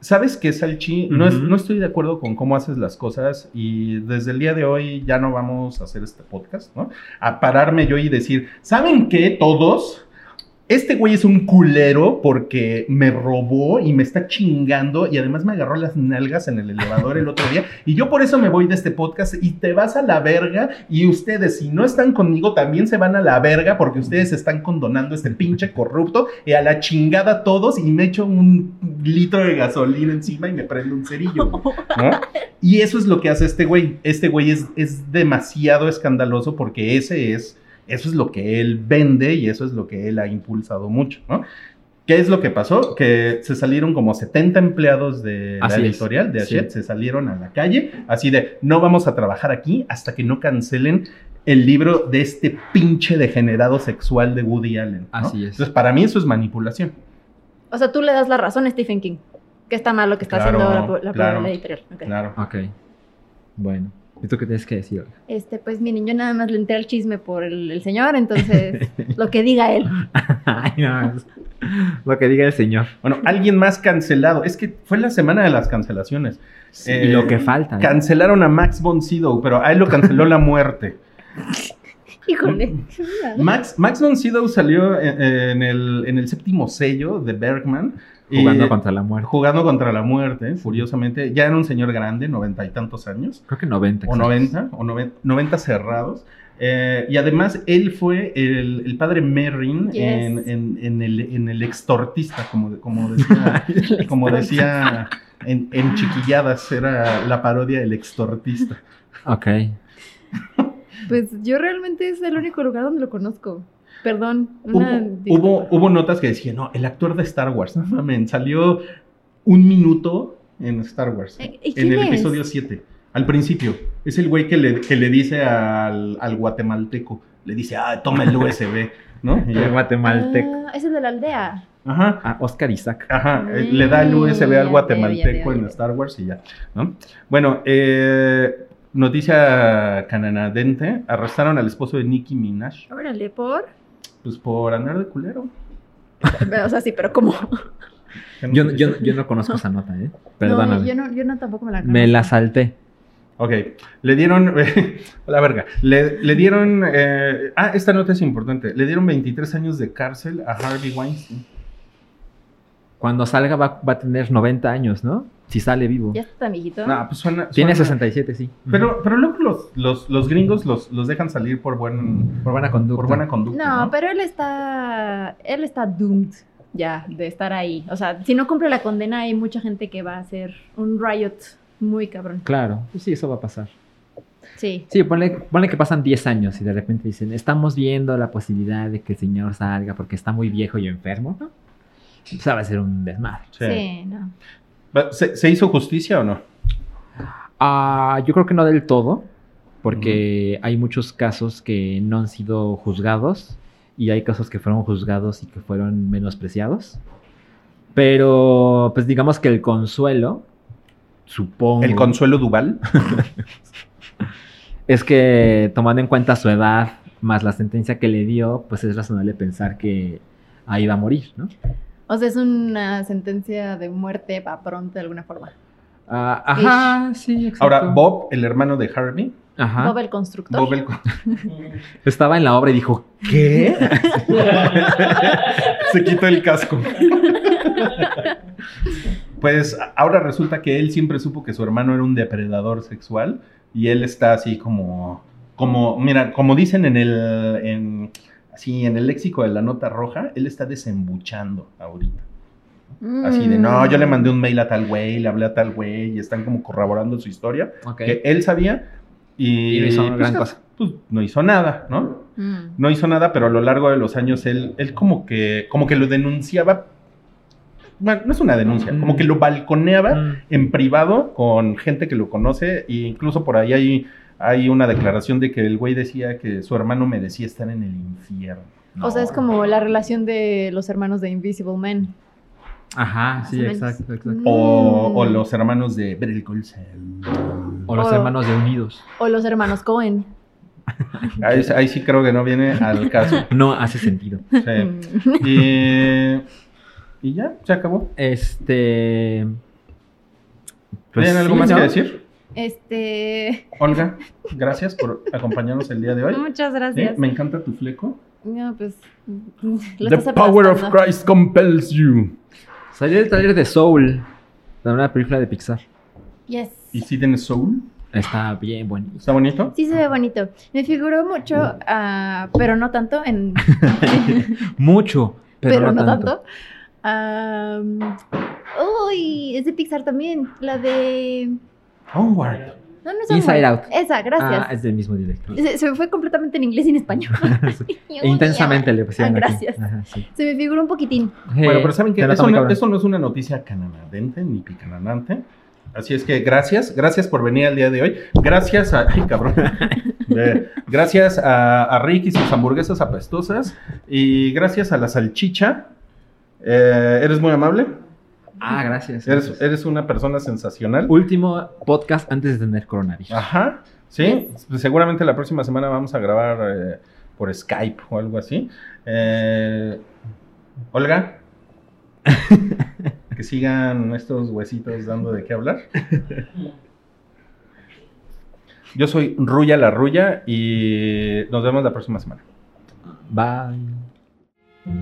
S2: ¿sabes qué, Salchi? No, es,
S3: Ujú.
S2: no estoy de acuerdo con cómo haces las cosas y desde el día de hoy ya no vamos a hacer este podcast, ¿no? A pararme yo y decir, ¿saben qué todos? Este güey es un culero porque me robó y me está chingando y además me agarró las nalgas en el elevador el otro día y yo por eso me voy de este podcast y te vas a la verga y ustedes si no están conmigo también se van a la verga porque ustedes están condonando este pinche corrupto y a la chingada todos y me echo un litro de gasolina encima y me prendo un cerillo. güey, ¿no? Y eso es lo que hace este güey. Este güey es, es demasiado escandaloso porque ese es, eso es lo que él vende y eso es lo que él ha impulsado mucho, ¿no? ¿Qué es lo que pasó? Que se salieron como 70 empleados de la
S3: Así es.
S2: editorial, de
S3: Sí.
S2: Hachette, se salieron a la calle, así de, no vamos a trabajar aquí hasta que no cancelen el libro de este pinche degenerado sexual de Woody Allen. ¿no?
S3: Así es.
S2: Entonces, para mí eso es manipulación.
S4: O sea, tú le das la razón a Stephen King, que está mal lo que está
S2: Claro,
S4: haciendo la, la,
S2: claro.
S4: la editorial. Ok.
S2: Claro.
S3: Ok. Bueno. ¿Y tú qué tienes que decir? Olga?
S4: Este, pues miren, yo nada más le entré al chisme por el, el señor, entonces lo que diga él.
S3: Ay, no, es- Lo que diga el señor.
S2: Bueno, alguien más cancelado. Es que fue la semana de las cancelaciones. Eh,
S3: y lo que falta. ¿eh?
S2: Cancelaron a Max von Sydow, pero a él lo canceló la muerte.
S4: Híjole.
S2: Max, Max von Sydow salió en, en el, en el séptimo sello de Bergman. y-
S3: Jugando contra la muerte.
S2: jugando contra la muerte, furiosamente. Ya era un señor grande, noventa y tantos años.
S3: Creo que 90.
S2: O
S3: exacto.
S2: 90, o noven- 90 cerrados. Eh, y además él fue el, el padre Merrin
S4: Yes.
S2: en, en- en el, en el extortista, como, de- como decía, como decía en, en Chiquilladas, era la parodia del extortista.
S3: Ok.
S4: Pues yo realmente es el único lugar donde lo conozco. Perdón. una
S2: Hubo,
S4: disculpa.
S2: hubo, hubo notas que decían, no, el actor de Star Wars, no mames, salió un minuto en Star Wars,
S4: Eh, ¿y
S2: en
S4: quién
S2: el
S4: es?
S2: episodio 7, al principio. Es el güey que le, que le dice al, al guatemalteco, le dice, ah, toma el USB, ¿no? Y
S3: El
S2: ya,
S3: guatemalteco.
S4: Ah, es el de la aldea.
S2: ajá,
S3: Ah, Oscar Isaac.
S2: Ajá, eh,
S4: Mm,
S2: le da el USB
S4: ya
S2: al
S4: veo, ya
S2: guatemalteco
S4: veo, ya
S2: en
S4: veo.
S2: Star Wars y ya, ¿no? Bueno, eh, noticia canadiense, arrestaron al esposo de Nicki Minaj,
S4: Órale, por.
S2: pues por andar de culero.
S4: O sea, sí, pero como.
S2: ¿Qué
S3: Yo,
S2: nos
S3: yo,
S2: dice?
S3: yo no conozco esa nota, ¿eh? Perdóname.
S4: No, yo no, yo no tampoco me la conozco.
S3: Me la salté.
S2: Ok, le dieron, a la verga, le, le dieron, eh, ah, esta nota es importante, le dieron 23 años de cárcel a Harvey Weinstein.
S3: Cuando salga va, va a tener 90 años, ¿no? Si sale vivo.
S4: Ya está tan viejito.
S2: No, pues suena...
S3: Tiene
S2: suena-
S3: 67, sí.
S2: Pero, pero luego los, los, los gringos los, los dejan salir por, buen,
S3: Por buena conducta.
S2: por buena conducta.
S4: No, pero él está. Él está doomed ya de estar ahí. O sea, si no cumple la condena, hay mucha gente que va a hacer un riot muy cabrón.
S3: Claro, Pues sí, eso va a pasar.
S4: Sí.
S3: Sí, ponle, ponle que pasan 10 años y de repente dicen, estamos viendo la posibilidad de que el señor salga porque está muy viejo y enfermo. ¿no? Pues va a ser un desmadre.
S4: Sí,
S2: Sí.
S4: no.
S2: Va- ¿Se, se hizo justicia o no?
S3: Ah, yo creo que no del todo, porque hay muchos casos que no han sido juzgados y hay casos que fueron juzgados y que fueron menospreciados. Pero, pues digamos que el consuelo, supongo,
S2: El Consuelo Duval.
S3: es que tomando en cuenta su edad más la sentencia que le dio, pues es razonable pensar que ahí va a morir, ¿no?
S4: O sea, es una sentencia de muerte para pronto de alguna forma.
S3: Ah, ajá, sí, exacto.
S2: Ahora, Bob, el hermano de Harvey.
S3: Ajá.
S4: Bob el constructor.
S2: Bob el-
S3: Estaba en la obra y dijo, ¿qué?
S2: se quitó el casco. Pues a- ahora resulta que él siempre supo que su hermano era un depredador sexual y él está así como, como, mira, como dicen en el, en, así en el léxico de la nota roja, él está desembuchando ahorita. Así de, no, yo le mandé un mail a tal güey, le hablé a tal güey y están como corroborando su historia
S3: Ok.
S2: que él sabía y,
S3: Y no hizo
S2: pues,
S3: gran
S2: no-
S3: cosa.
S2: pues, no hizo nada, ¿no?
S4: Mm.
S2: no hizo nada, pero a lo largo de los años él, él como que como que lo denunciaba. Bueno, no es una denuncia, como que lo balconeaba
S3: Mm.
S2: en privado con gente que lo conoce, e incluso por ahí hay, hay una declaración de que el güey decía que su hermano merecía estar en el infierno.
S4: O sea, es como la relación de los hermanos de Invisible Man.
S3: Ajá,
S4: Más
S3: sí,
S4: o menos.
S3: exacto, exacto.
S2: O,
S4: Mm.
S2: o los hermanos de Better Call Saul.
S3: O los
S4: O-
S3: hermanos de Unidos.
S4: O los hermanos Cohen.
S2: Ahí, ahí sí creo que no viene al caso.
S3: No hace sentido.
S2: sí.
S4: Mm.
S2: Y, y ya, se acabó.
S3: Este. pues
S2: ¿Tienen algo
S3: sí,
S2: más
S3: ¿no?
S2: que decir?
S4: Este,
S2: Olga, gracias por acompañarnos el día de hoy.
S4: muchas
S2: Sí,
S4: gracias.
S2: Me encanta tu fleco.
S4: No, pues lo
S2: The
S4: estás
S2: power of
S4: aplastando.
S2: Christ compels you.
S3: Salió el trailer de Soul, de una película de Pixar.
S4: Yes.
S2: ¿Y si tienes soul?
S3: Está bien buenísimo.
S2: ¿Está bonito?
S4: Sí se ve bonito. Me figuró mucho, ah, pero no tanto en
S3: Mucho, pero,
S4: pero,
S3: no, tanto.
S4: Am, uy, es de Pixar también. La de.
S2: Onward.
S4: No, no es
S3: Inside
S4: Onward.
S3: Out.
S4: Esa, gracias.
S3: Ah, es del mismo director.
S4: se, se me fue completamente en inglés y en español.
S3: E intensamente le pusieron
S4: Ah,
S3: aquí.
S4: gracias.
S3: Ajá, sí.
S4: Se me figuró un poquitín.
S2: Bueno,
S3: Eh,
S2: pero ¿saben qué?
S3: te nota
S2: Eso
S3: muy
S2: no,
S3: cabrón.
S2: eso no es una noticia cananadente ni picananante. Así es que gracias, gracias por venir al día de hoy. Gracias a. Ay, cabrón. Eh, gracias a, a Rick y sus hamburguesas apestosas. Y gracias a la salchicha. Eh, eres muy amable.
S3: Ah, gracias.
S2: Eres,
S3: gracias.
S2: eres una persona sensacional.
S3: Último podcast antes de tener coronavirus.
S2: Ajá, sí. pues Seguramente la próxima semana vamos a grabar eh, por Skype o algo así. Eh, Olga, que sigan estos huesitos dando de qué hablar. Yo soy Ruya la Ruya y nos vemos la próxima semana.
S3: Bye.